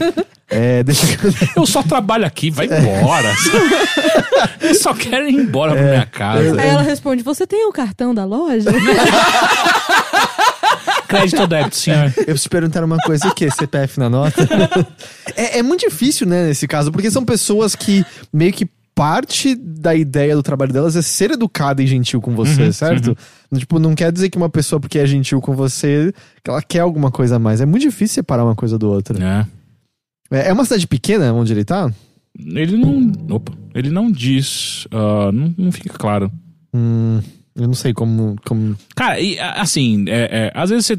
B: é, deixa
A: Eu só trabalho aqui, vai
B: É.
A: embora. Eu só quero ir embora
B: É.
A: pra minha casa.
C: Aí ela responde: Você tem o cartão da loja?
A: Crédito ou débito, senhor?
B: Eu preciso perguntar uma coisa, o que? CPF na nota? é, é muito difícil, né, nesse caso, porque são pessoas que meio que parte da ideia do trabalho delas é ser educada e gentil com você,
A: Uhum,
B: certo? Tipo, não quer dizer que uma pessoa porque é gentil com você, que ela quer alguma coisa a mais. É muito difícil separar uma coisa do outra.
A: É.
B: É, é uma cidade pequena onde ele tá?
A: Ele não. Opa. Ele não diz. ah, não, não fica claro.
B: Hum, eu não sei como... como...
A: Cara, e a- assim, é, é, às vezes você.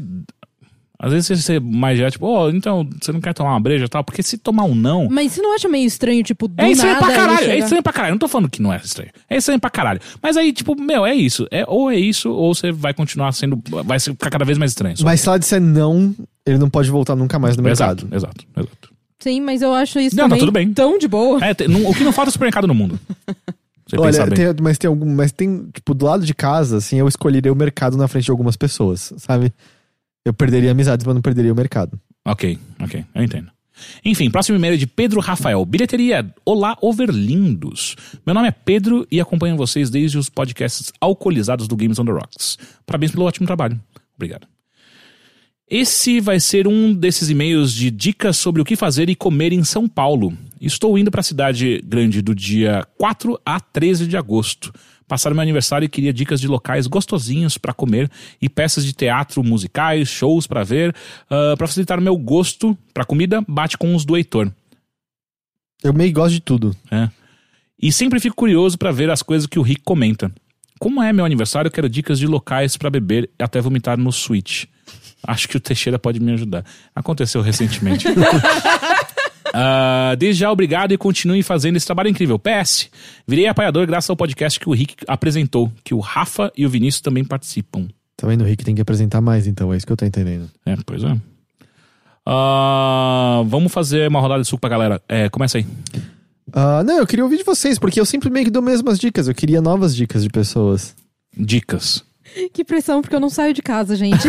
A: Às vezes você- você mais já, tipo, ó, então você não quer tomar uma breja e tal, porque se tomar um não.
C: Mas você não acha meio estranho, tipo, do
A: é estranho
C: nada
A: pra
C: ele
A: caralho, é
C: chegar?
A: estranho pra caralho. Não tô falando que não é estranho. É estranho pra caralho. Mas aí, tipo, meu, é isso. É, ou é isso, ou você vai continuar sendo. Vai ficar cada vez mais estranho. só.
B: Mas se ela disser não, ele não pode voltar nunca mais no mercado.
A: exato, exato, exato.
C: Sim, mas eu acho isso
A: Não, tá
C: também
A: tudo bem.
C: tão de boa.
A: É, tem- não- o que não falta é supermercado no mundo. Você pensa
B: Olha,
A: bem.
B: tem- mas tem algum, mas tem, tipo, do lado de casa, assim, eu escolheria o mercado na frente de algumas pessoas, sabe? Eu perderia amizades, mas não perderia o mercado.
A: Ok, ok, eu entendo. Enfim, próximo e-mail é de Pedro Rafael. Bilheteria, olá, overlindos. Meu nome é Pedro e acompanho vocês desde os podcasts alcoolizados do Games on the Rocks. Parabéns pelo ótimo trabalho. Obrigado. Esse vai ser um desses e-mails de dicas sobre o que fazer e comer em São Paulo. Estou indo para a cidade grande do dia 4 a 13 de agosto. Passar meu aniversário e queria dicas de locais gostosinhos para comer e peças de teatro, musicais, shows para ver, para facilitar meu gosto para comida, bate com os do Heitor.
B: Eu meio que gosto de tudo.
A: E sempre fico curioso para ver as coisas que o Rick comenta. Como é meu aniversário, eu quero dicas de locais para beber e até vomitar no Switch. Acho que o Teixeira pode me ajudar. Aconteceu recentemente. Ah, desde já, obrigado e continue fazendo esse trabalho incrível. PS, virei apoiador graças ao podcast que o Rick apresentou, que o Rafa e o Vinícius também participam.
B: Tá vendo? O Rick tem que apresentar mais, então, é isso que eu tô entendendo.
A: É, pois é. Ah, vamos fazer uma rodada de suco pra galera. É, começa aí.
B: Ah, não, eu queria ouvir de vocês, porque eu sempre meio que dou mesmas dicas. Eu queria novas dicas de pessoas.
A: Dicas.
C: Que pressão, porque eu não saio de casa, gente.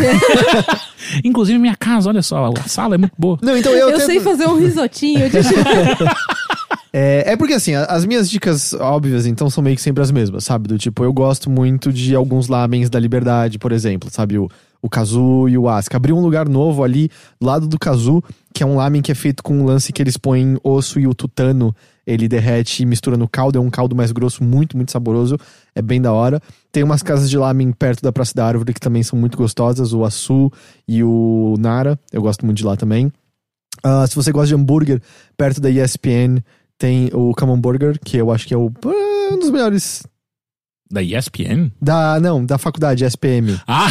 A: Inclusive, minha casa, olha só, a sala é muito boa.
B: Não, então
C: Eu,
B: eu, tento-
C: sei fazer um risotinho de
B: É, é porque assim, a- as minhas dicas óbvias, então, são meio que sempre as mesmas, sabe? Do tipo, eu gosto muito de alguns lamens da liberdade, por exemplo, sabe? O, o Kazu e o Asuka. Abriu um lugar novo ali, do lado do Kazu, que é um lamen que é feito com um lance que eles põem osso e o tutano. Ele derrete e mistura no caldo, é um caldo mais grosso, muito, muito saboroso. É bem da hora. Tem umas casas de lamen perto da Praça da Árvore que também são muito gostosas, o Asu e o Nara. Eu gosto muito de lá também. Ah, se você gosta de hambúrguer, perto da ESPN tem o Common Burger, que eu acho que é o, é um dos melhores.
A: Da ESPN?
B: Da, não, da faculdade, SPM.
A: Ah!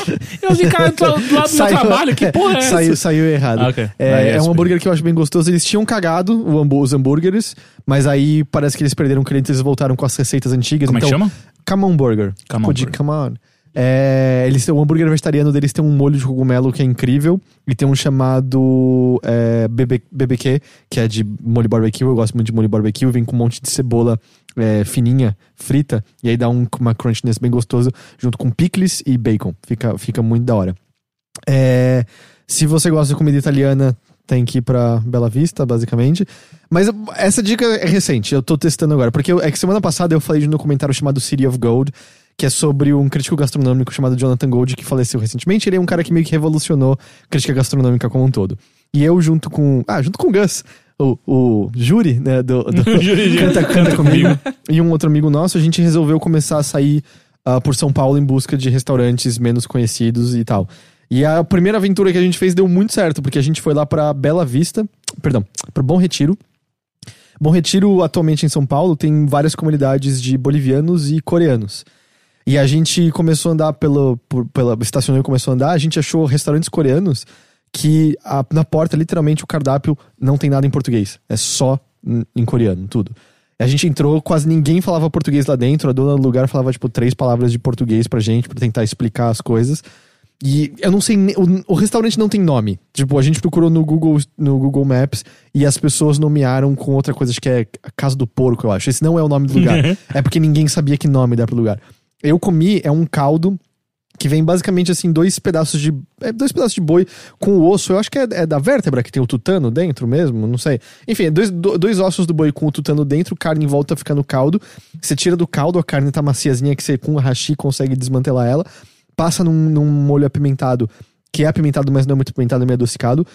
A: eu vi cara do lado Ah, do meu
B: Saiu-
A: trabalho, que porra é essa?
B: saiu, saiu errado.
A: Ah, ok. Da
B: É, é um
A: ESPN.
B: hambúrguer que eu acho bem gostoso. Eles tinham cagado o hambú- os hambúrgueres, mas aí parece que eles perderam clientes e voltaram com as receitas antigas.
A: Como é que
B: então,
A: chama?
B: Camon Burger.
A: Come on,
B: Pô, de
A: Burger.
B: come on. É, eles têm, o hambúrguer vegetariano deles tem um molho de cogumelo que é incrível. E tem um chamado é, BB, BBQ, que é de molho barbecue. Eu gosto muito de molho barbecue. Vem com um monte de cebola é, fininha, frita. E aí dá um, uma crunchiness bem gostosa, junto com picles e bacon. Fica, fica muito da hora. É, se você gosta de comida italiana, tem que ir pra Bela Vista, basicamente. Mas eu- essa dica é recente, eu tô testando agora. Porque eu- é que semana passada eu falei de um documentário chamado City of Gold, que é sobre um crítico gastronômico chamado Jonathan Gold, que faleceu recentemente. Ele é um cara que meio que revolucionou a crítica gastronômica como um todo. E eu, junto com. Ah, junto com o Gus, o, o júri, né? Do, do canta, canta comigo. E um outro amigo nosso, a gente resolveu começar a sair ah, por São Paulo em busca de restaurantes menos conhecidos e tal. E a primeira aventura que a gente fez deu muito certo, porque a gente foi lá pra Bela Vista, perdão, pro Bom Retiro. Bom Retiro, atualmente em São Paulo, tem várias comunidades de bolivianos e coreanos. E a gente começou a andar pelo, por- pela estacionou e começou a andar, a gente achou restaurantes coreanos que a- na porta, literalmente, o cardápio não tem nada em português. É só em- em coreano, tudo. A gente entrou, quase ninguém falava português lá dentro, a dona do lugar falava, tipo, três palavras de português pra gente, pra tentar explicar as coisas. E eu não sei, ne- o, o restaurante não tem nome. Tipo, a gente procurou no Google, no Google Maps e as pessoas nomearam com outra coisa, acho que é a Casa do Porco, eu acho. Esse não é o nome do lugar. é porque ninguém sabia que nome dá pro lugar. Eu comi, é um caldo que vem basicamente assim, dois pedaços de. é, dois pedaços de boi com o osso. Eu acho que é, é da vértebra que tem o tutano dentro mesmo, não sei. Enfim, é dois, do- dois ossos do boi com o tutano dentro, carne em volta fica no caldo. Você tira do caldo, a carne tá maciazinha que você com o hashi consegue desmantelar ela. Passa num, num molho apimentado, que é apimentado, mas não é muito apimentado, é meio adocicado.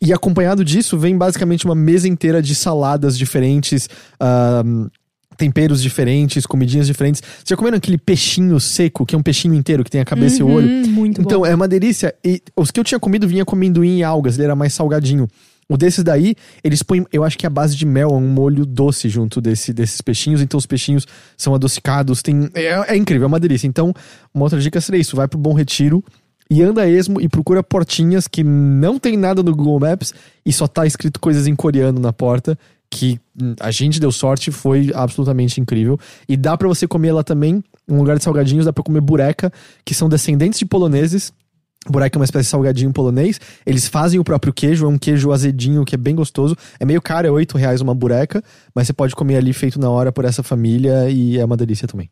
B: E acompanhado disso vem basicamente uma mesa inteira de saladas diferentes, ahn, temperos diferentes, comidinhas diferentes. Vocês já comeram aquele peixinho seco, que é um peixinho inteiro, que tem a cabeça e o olho?
C: Hum, muito
B: então, é uma delícia. E os que eu tinha comido vinha com amendoim e algas, ele era mais salgadinho. O desses daí, eles põem, eu acho que é a base de mel, é um molho doce junto desse, desses peixinhos. Então, os peixinhos são adocicados, tem. É, é incrível, é uma delícia. Então, uma outra dica seria isso: vai pro Bom Retiro e anda a esmo e procura portinhas que não tem nada no Google Maps e só tá escrito coisas em coreano na porta. Que hum, a gente deu sorte, foi absolutamente incrível. E dá pra você comer lá também, um lugar de salgadinhos, dá pra comer bureca, que são descendentes de poloneses. Buraco é uma espécie de salgadinho polonês. Eles fazem o próprio queijo, é um queijo azedinho que é bem gostoso. É meio caro, é 8 reais uma bureca, mas você pode comer ali feito na hora por essa família e é uma delícia também.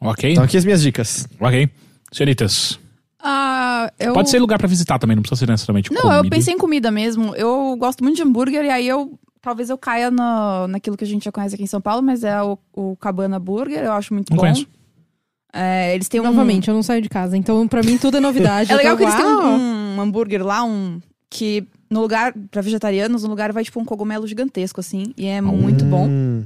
A: Ok,
B: Então aqui as minhas dicas.
A: ok. Senhoritas,
D: Ah, eu...
A: pode ser lugar pra visitar também, não precisa ser necessariamente
D: Não,
A: comida.
D: eu pensei em comida mesmo. Eu gosto muito de hambúrguer e aí eu. Talvez eu caia na naquilo que a gente já conhece aqui em São Paulo, mas é o, o Cabana Burger, eu acho muito
A: Não
D: bom.
A: conheço.
D: É, eles têm um-
C: Novamente, eu não saio de casa, então pra mim tudo é novidade.
D: É legal
C: eu "Ah,
D: que
C: tô,
D: eles têm
C: "Uau".
D: um, um hambúrguer lá, um. Que no lugar, pra vegetarianos, no lugar vai tipo um cogumelo gigantesco, assim. E é muito bom.
B: Hum,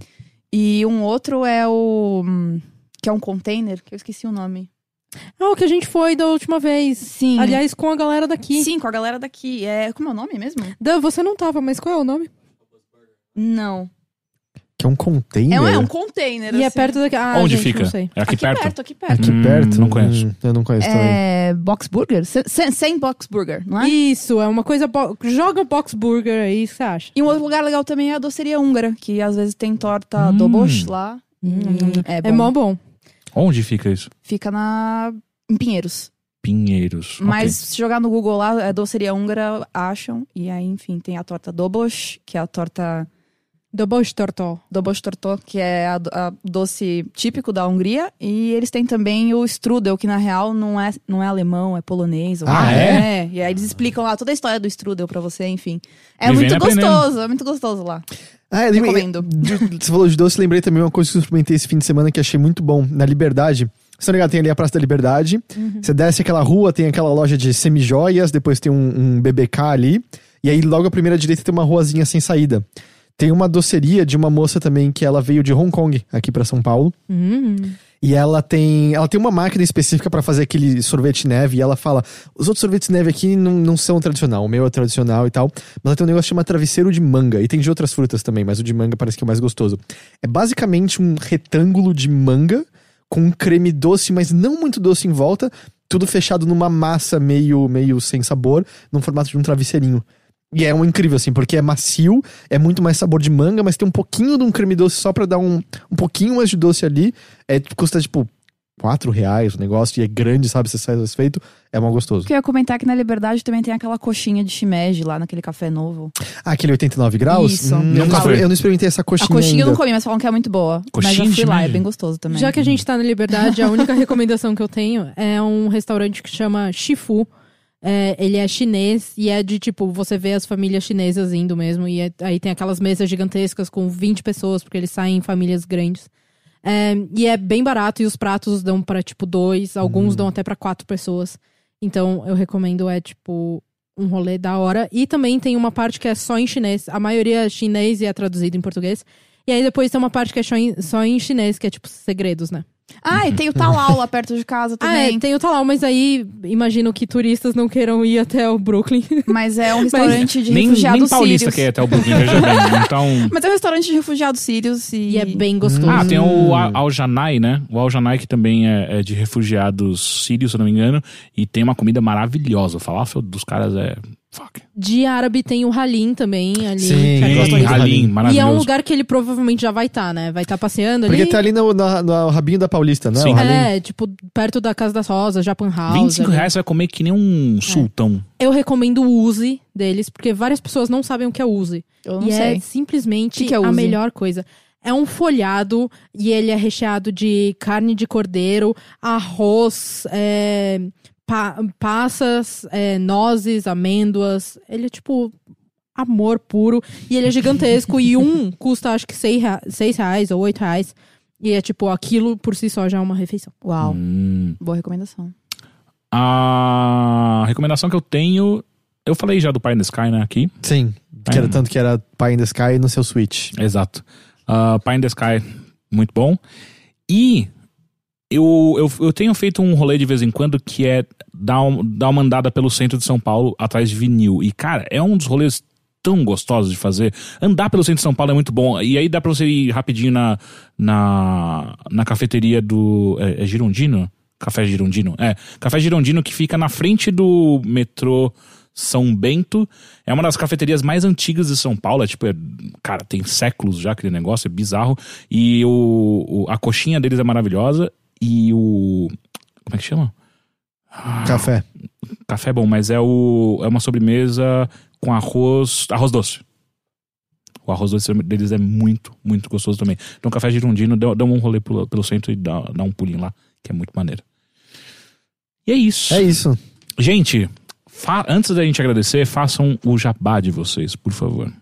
D: E um outro é o. hum, Que é um container, que eu esqueci o nome.
C: Ah, o que a gente foi da última vez.
D: Sim.
C: Aliás, com a galera daqui.
D: Sim, com a galera daqui. É, como é o nome mesmo?
C: Dan, você não tava, mas qual é o nome?
D: Não.
B: que é um container?
D: É, um- é um container.
C: E é
D: assim.
C: perto daqui. Ah,
A: Onde
C: gente,
A: fica?
C: Não sei.
A: É Hum. aqui,
D: Aqui perto, aqui perto.
B: Aqui
A: Hum,
B: perto?
A: não conheço.
B: Hum, eu não conheço também.
D: É. Box Burger? Sem, sem- sem Box Burger, não é? E...
C: Isso, é uma coisa. bo- Joga box burger aí, você acha?
D: um outro lugar legal também é a doceria húngara, que às vezes tem torta
A: Hum.
D: do Bosch lá. é
C: É mó bom.
A: Onde fica isso?
D: Fica na. Em Pinheiros.
A: Pinheiros. ok.
D: Mas se jogar no Google lá, é doceria húngara, acham. E aí, enfim, tem a torta Dobosh, que é a torta
C: Dobosh Tortol.
D: Dobostortó, que é a, do- a doce típico da Hungria. E eles têm também o strudel, que na real não é, não é alemão, é polonês. ou-
B: Ah, é?
D: E aí eles explicam lá toda a história do strudel pra você, enfim. É
A: Me
D: muito
A: vem aprendendo.
D: gostoso, é muito gostoso lá.
B: Ah, eu lembrei-
D: Recomendo.
B: de- Você falou de doce, lembrei também uma coisa que eu experimentei esse fim de semana que achei muito bom, na Liberdade. Se não me engano, tem ali a Praça da Liberdade. Você desce aquela rua, tem aquela loja de semijoias, depois tem um, um BBK ali. E aí, logo à primeira direita, tem uma ruazinha sem saída. Tem uma doceria de uma moça também que ela veio de Hong Kong aqui pra São Paulo. E ela tem, ela tem uma máquina específica pra fazer aquele sorvete neve. E ela fala: os outros sorvetes neve aqui não, não são tradicional. O meu é tradicional e tal. Mas ela tem um negócio chamado travesseiro de manga. E tem de outras frutas também, mas o de manga parece que é o mais gostoso. É basicamente um retângulo de manga com um creme doce, mas não muito doce em volta. Tudo fechado numa massa meio, meio sem sabor, num formato de um travesseirinho. E é um incrível, assim, porque é macio, é muito mais sabor de manga, mas tem um pouquinho de um creme doce só pra dar um, um pouquinho mais de doce ali. É, custa, tipo, 4 reais o negócio, e é grande, sabe? Você sai satisfeito. É mal gostoso.
D: O que eu ia comentar é que na Liberdade também tem aquela coxinha de shimeji lá naquele café novo.
B: Ah, aquele 89 graus? Hum,
D: Isso.
B: eu,
A: Nunca
B: não,
A: fui.
B: eu não experimentei essa
D: A
B: coxinha
D: coxinha eu
B: ainda.
D: não comi, mas falam que é muito boa. mas
A: Coxinha
D: eu
A: de
D: fui lá, é
A: shimeji?
D: bem gostoso também.
C: Já que a gente tá na liberdade, a única recomendação que eu tenho é um restaurante que chama Shifu. É, ele é chinês e é de tipo, você vê as famílias chinesas indo mesmo. E é- aí tem aquelas mesas gigantescas com 20 pessoas, porque eles saem em famílias grandes. É, e é bem barato e os pratos dão pra tipo dois, alguns dão até pra quatro pessoas. Então eu recomendo, é tipo um rolê da hora. E também tem uma parte que é só em chinês. A maioria é chinês e é traduzido em português. E aí depois tem uma parte que é só em, só em chinês, que é tipo segredos, né?
D: Ah, e tem o Talau lá perto de casa
C: Ah,
D: também.
C: é, tem o Talau, mas aí imagino que turistas não queiram ir até o Brooklyn.
D: Mas é um restaurante de
A: Nem,
D: refugiados
A: nem paulista
D: sírios.
A: quer ir até o Brooklyn, veja bem. Então.
D: Mas é um restaurante de refugiados sírios e...
C: e é
B: Hum.
C: bem gostoso.
A: Ah, tem
C: Uhum.
A: o Al- Al-Janai, né? O Al-Janai que também é, é de refugiados sírios, se eu não me engano. E tem uma comida maravilhosa. O falafel dos caras é... Fuck.
C: De árabe tem o Halim também ali.
B: Sim,
C: que é
B: eu gosto
C: gostoso.
A: Tem
B: muito do
A: Halim,
B: Halim.
C: e é um
A: maravilhoso.
C: lugar que ele provavelmente já vai estar, né? Vai estar passeando ali.
B: Porque tá ali no, na- no rabinho da Paulista, não é?
A: Sim.
B: O Halim.
C: É, tipo, perto da Casa das Rosas, Japan House.
A: 25
C: ali.
A: reais você vai comer que nem um
C: É.
A: sultão.
C: Eu recomendo o Uzi deles, porque várias pessoas não sabem o que é Uzi.
D: Eu não
C: e é
D: sei.
C: simplesmente
D: Que que é
C: a
D: Uzi?
C: melhor coisa. É um folhado e ele é recheado de carne de cordeiro, arroz, é, pa- passas, é, nozes, amêndoas. Ele é tipo amor puro. E ele é gigantesco. e um custa acho que seis, rea- seis reais ou oito reais. E é tipo, aquilo por si só já é uma refeição.
D: Uau,
A: Hum.
D: boa recomendação.
A: A recomendação que eu tenho... Eu falei já do Pie in the Sky, né? Aqui.
B: Sim. Que era
A: Hum.
B: tanto que era Pie in the Sky no seu Switch.
A: Exato. Ah, Pie in the Sky, muito bom. E eu, eu, eu tenho feito um rolê de vez em quando que é dar, um- dar uma andada pelo centro de São Paulo atrás de vinil. E, cara, é um dos rolês tão gostosos de fazer. Andar pelo centro de São Paulo é muito bom. E aí dá pra você ir rapidinho na, na, na cafeteria do. É, é Girondino? Café Girondino? É. Café Girondino que fica na frente do metrô. São Bento é uma das cafeterias mais antigas de São Paulo. É tipo, é- cara, tem séculos já aquele negócio, é bizarro. E o, o- a coxinha deles é maravilhosa. E o. Como é que chama? Ah.
B: Café.
A: Café é bom, mas é, o, é uma sobremesa com arroz. Arroz doce. O arroz doce deles é muito, muito gostoso também. Então, café girondino, dá, dá um rolê pelo, pelo centro e dá, dá um pulinho lá, que é muito maneiro. E é isso.
B: É isso.
A: Gente, fa- antes da gente agradecer, façam o jabá de vocês, por favor.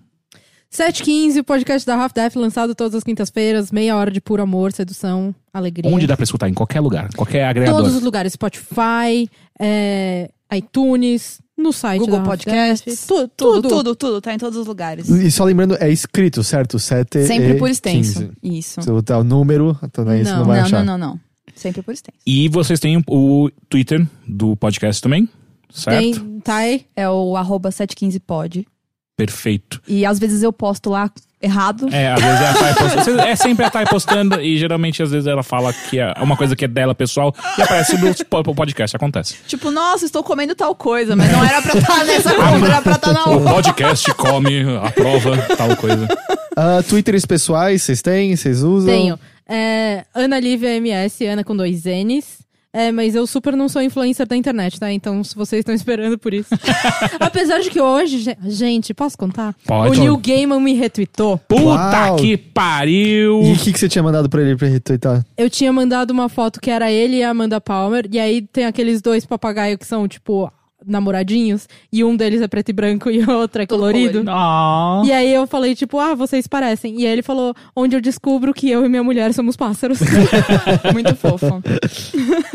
C: 7h15, podcast da Half Death, lançado todas as quintas-feiras, meia hora de puro amor, sedução, alegria.
A: Onde dá pra escutar? Em qualquer lugar, qualquer agregador.
C: Todos os lugares, Spotify, é, iTunes, no site
D: Google
C: da Half
D: Podcasts,
C: Death,
D: tudo,
C: tu-
D: tudo, tudo, tá em todos os lugares.
B: E é só lembrando, é escrito, certo? 7
D: Sempre
B: e
D: por extenso.
A: Então.
B: 15.
D: Isso.
B: Se eu botar o número, então daí você
C: Não,
B: não vai
D: Não,
B: achar.
D: não, não, não. Sempre por extenso.
A: E vocês têm o Twitter do podcast também, certo?
C: Tem, tá aí.
D: É o arroba 715pod.
A: Perfeito.
D: E às vezes eu posto lá errado.
A: É, às vezes é a Thay postando. É sempre a Thay postando e geralmente às vezes ela fala que é uma coisa que é dela pessoal e aparece no po- podcast. Acontece.
D: Tipo, nossa, estou comendo tal coisa, mas não era pra estar nessa compra, era pra estar na
A: O
D: outra.
A: podcast come, aprova, tal coisa.
B: Ah, Twitters pessoais, vocês têm? Vocês usam?
C: Tenho. É, Ana Lívia MS, Ana com dois N's. É, mas eu super não sou influencer da internet, tá? Então, se vocês estão esperando por isso. Apesar de que hoje, gen- gente, posso contar?
A: Pode.
C: O Neil Gaiman me retweetou.
A: Puta
B: Uau.
A: que pariu!
B: E o que, que você tinha mandado pra ele pra retweetar?
C: Eu tinha mandado uma foto que era ele e a Amanda Palmer. E aí tem aqueles dois papagaios que são, tipo, namoradinhos. E um deles é preto e branco e o outro é
F: Todo
C: colorido.
F: colorido.
A: Ah.
C: E aí eu falei, tipo, ah, vocês parecem. E aí ele falou, onde eu descubro que eu e minha mulher somos pássaros.
D: Muito fofo.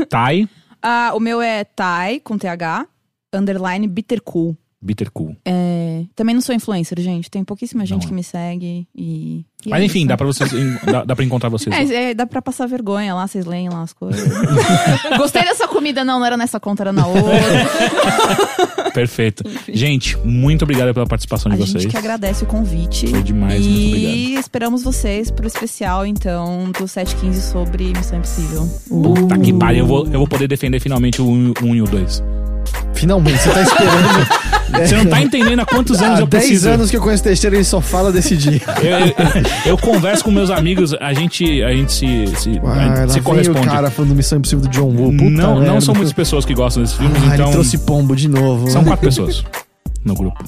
A: Thai,
D: Ah, o meu é Thai, com TH, underline Bittercool.
A: bitter cool.
D: É, também não sou influencer, gente. Tem pouquíssima gente
A: Não é.
D: que me segue e. e
A: Mas
D: é
A: enfim,
D: isso.
A: dá pra, vocês, dá, dá pra encontrar vocês. lá.
D: É, é, dá pra passar vergonha lá, vocês leem lá as coisas. Gostei dessa comida, não, não era nessa conta, era na outra.
A: Perfeito. Gente, muito obrigado pela participação
D: A
A: de vocês.
D: gente que agradece o convite.
A: Foi demais,
D: e
A: muito obrigado.
D: esperamos vocês pro especial, então, do 715 sobre Missão Impossível.
A: Puta que pariu, eu vou, eu vou poder defender finalmente o 1 um, e o 2.
B: Finalmente, você tá esperando.
A: Você não tá entendendo há quantos anos
B: Há
A: eu
B: 10
A: preciso.
B: anos que eu conheço o Teixeira, ele só fala desse dia.
A: Eu, eu- eu converso com meus amigos, a gente, a gente se, se, a
B: Ah,
A: gente
B: lá
A: se
B: vem o
A: corresponde.
B: cara falando do Missão Impossível do John Woo. Puta
A: não, não
B: merda.
A: são muitas pessoas que gostam desses filmes,
B: Ah,
A: então.
B: ele trouxe pombo de novo.
A: São quatro pessoas no grupo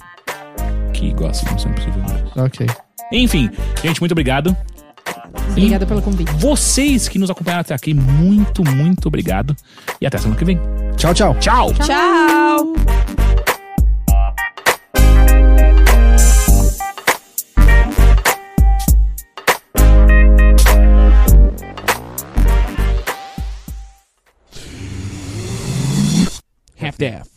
A: que gostam, não são impossível.
B: Ok.
A: Enfim, gente, muito obrigado.
C: Obrigada pelo convite.
A: Vocês que nos acompanharam até aqui, muito, muito obrigado. E até semana que vem.
B: Tchau, tchau.
A: Tchau!
D: Tchau!
G: half-daff.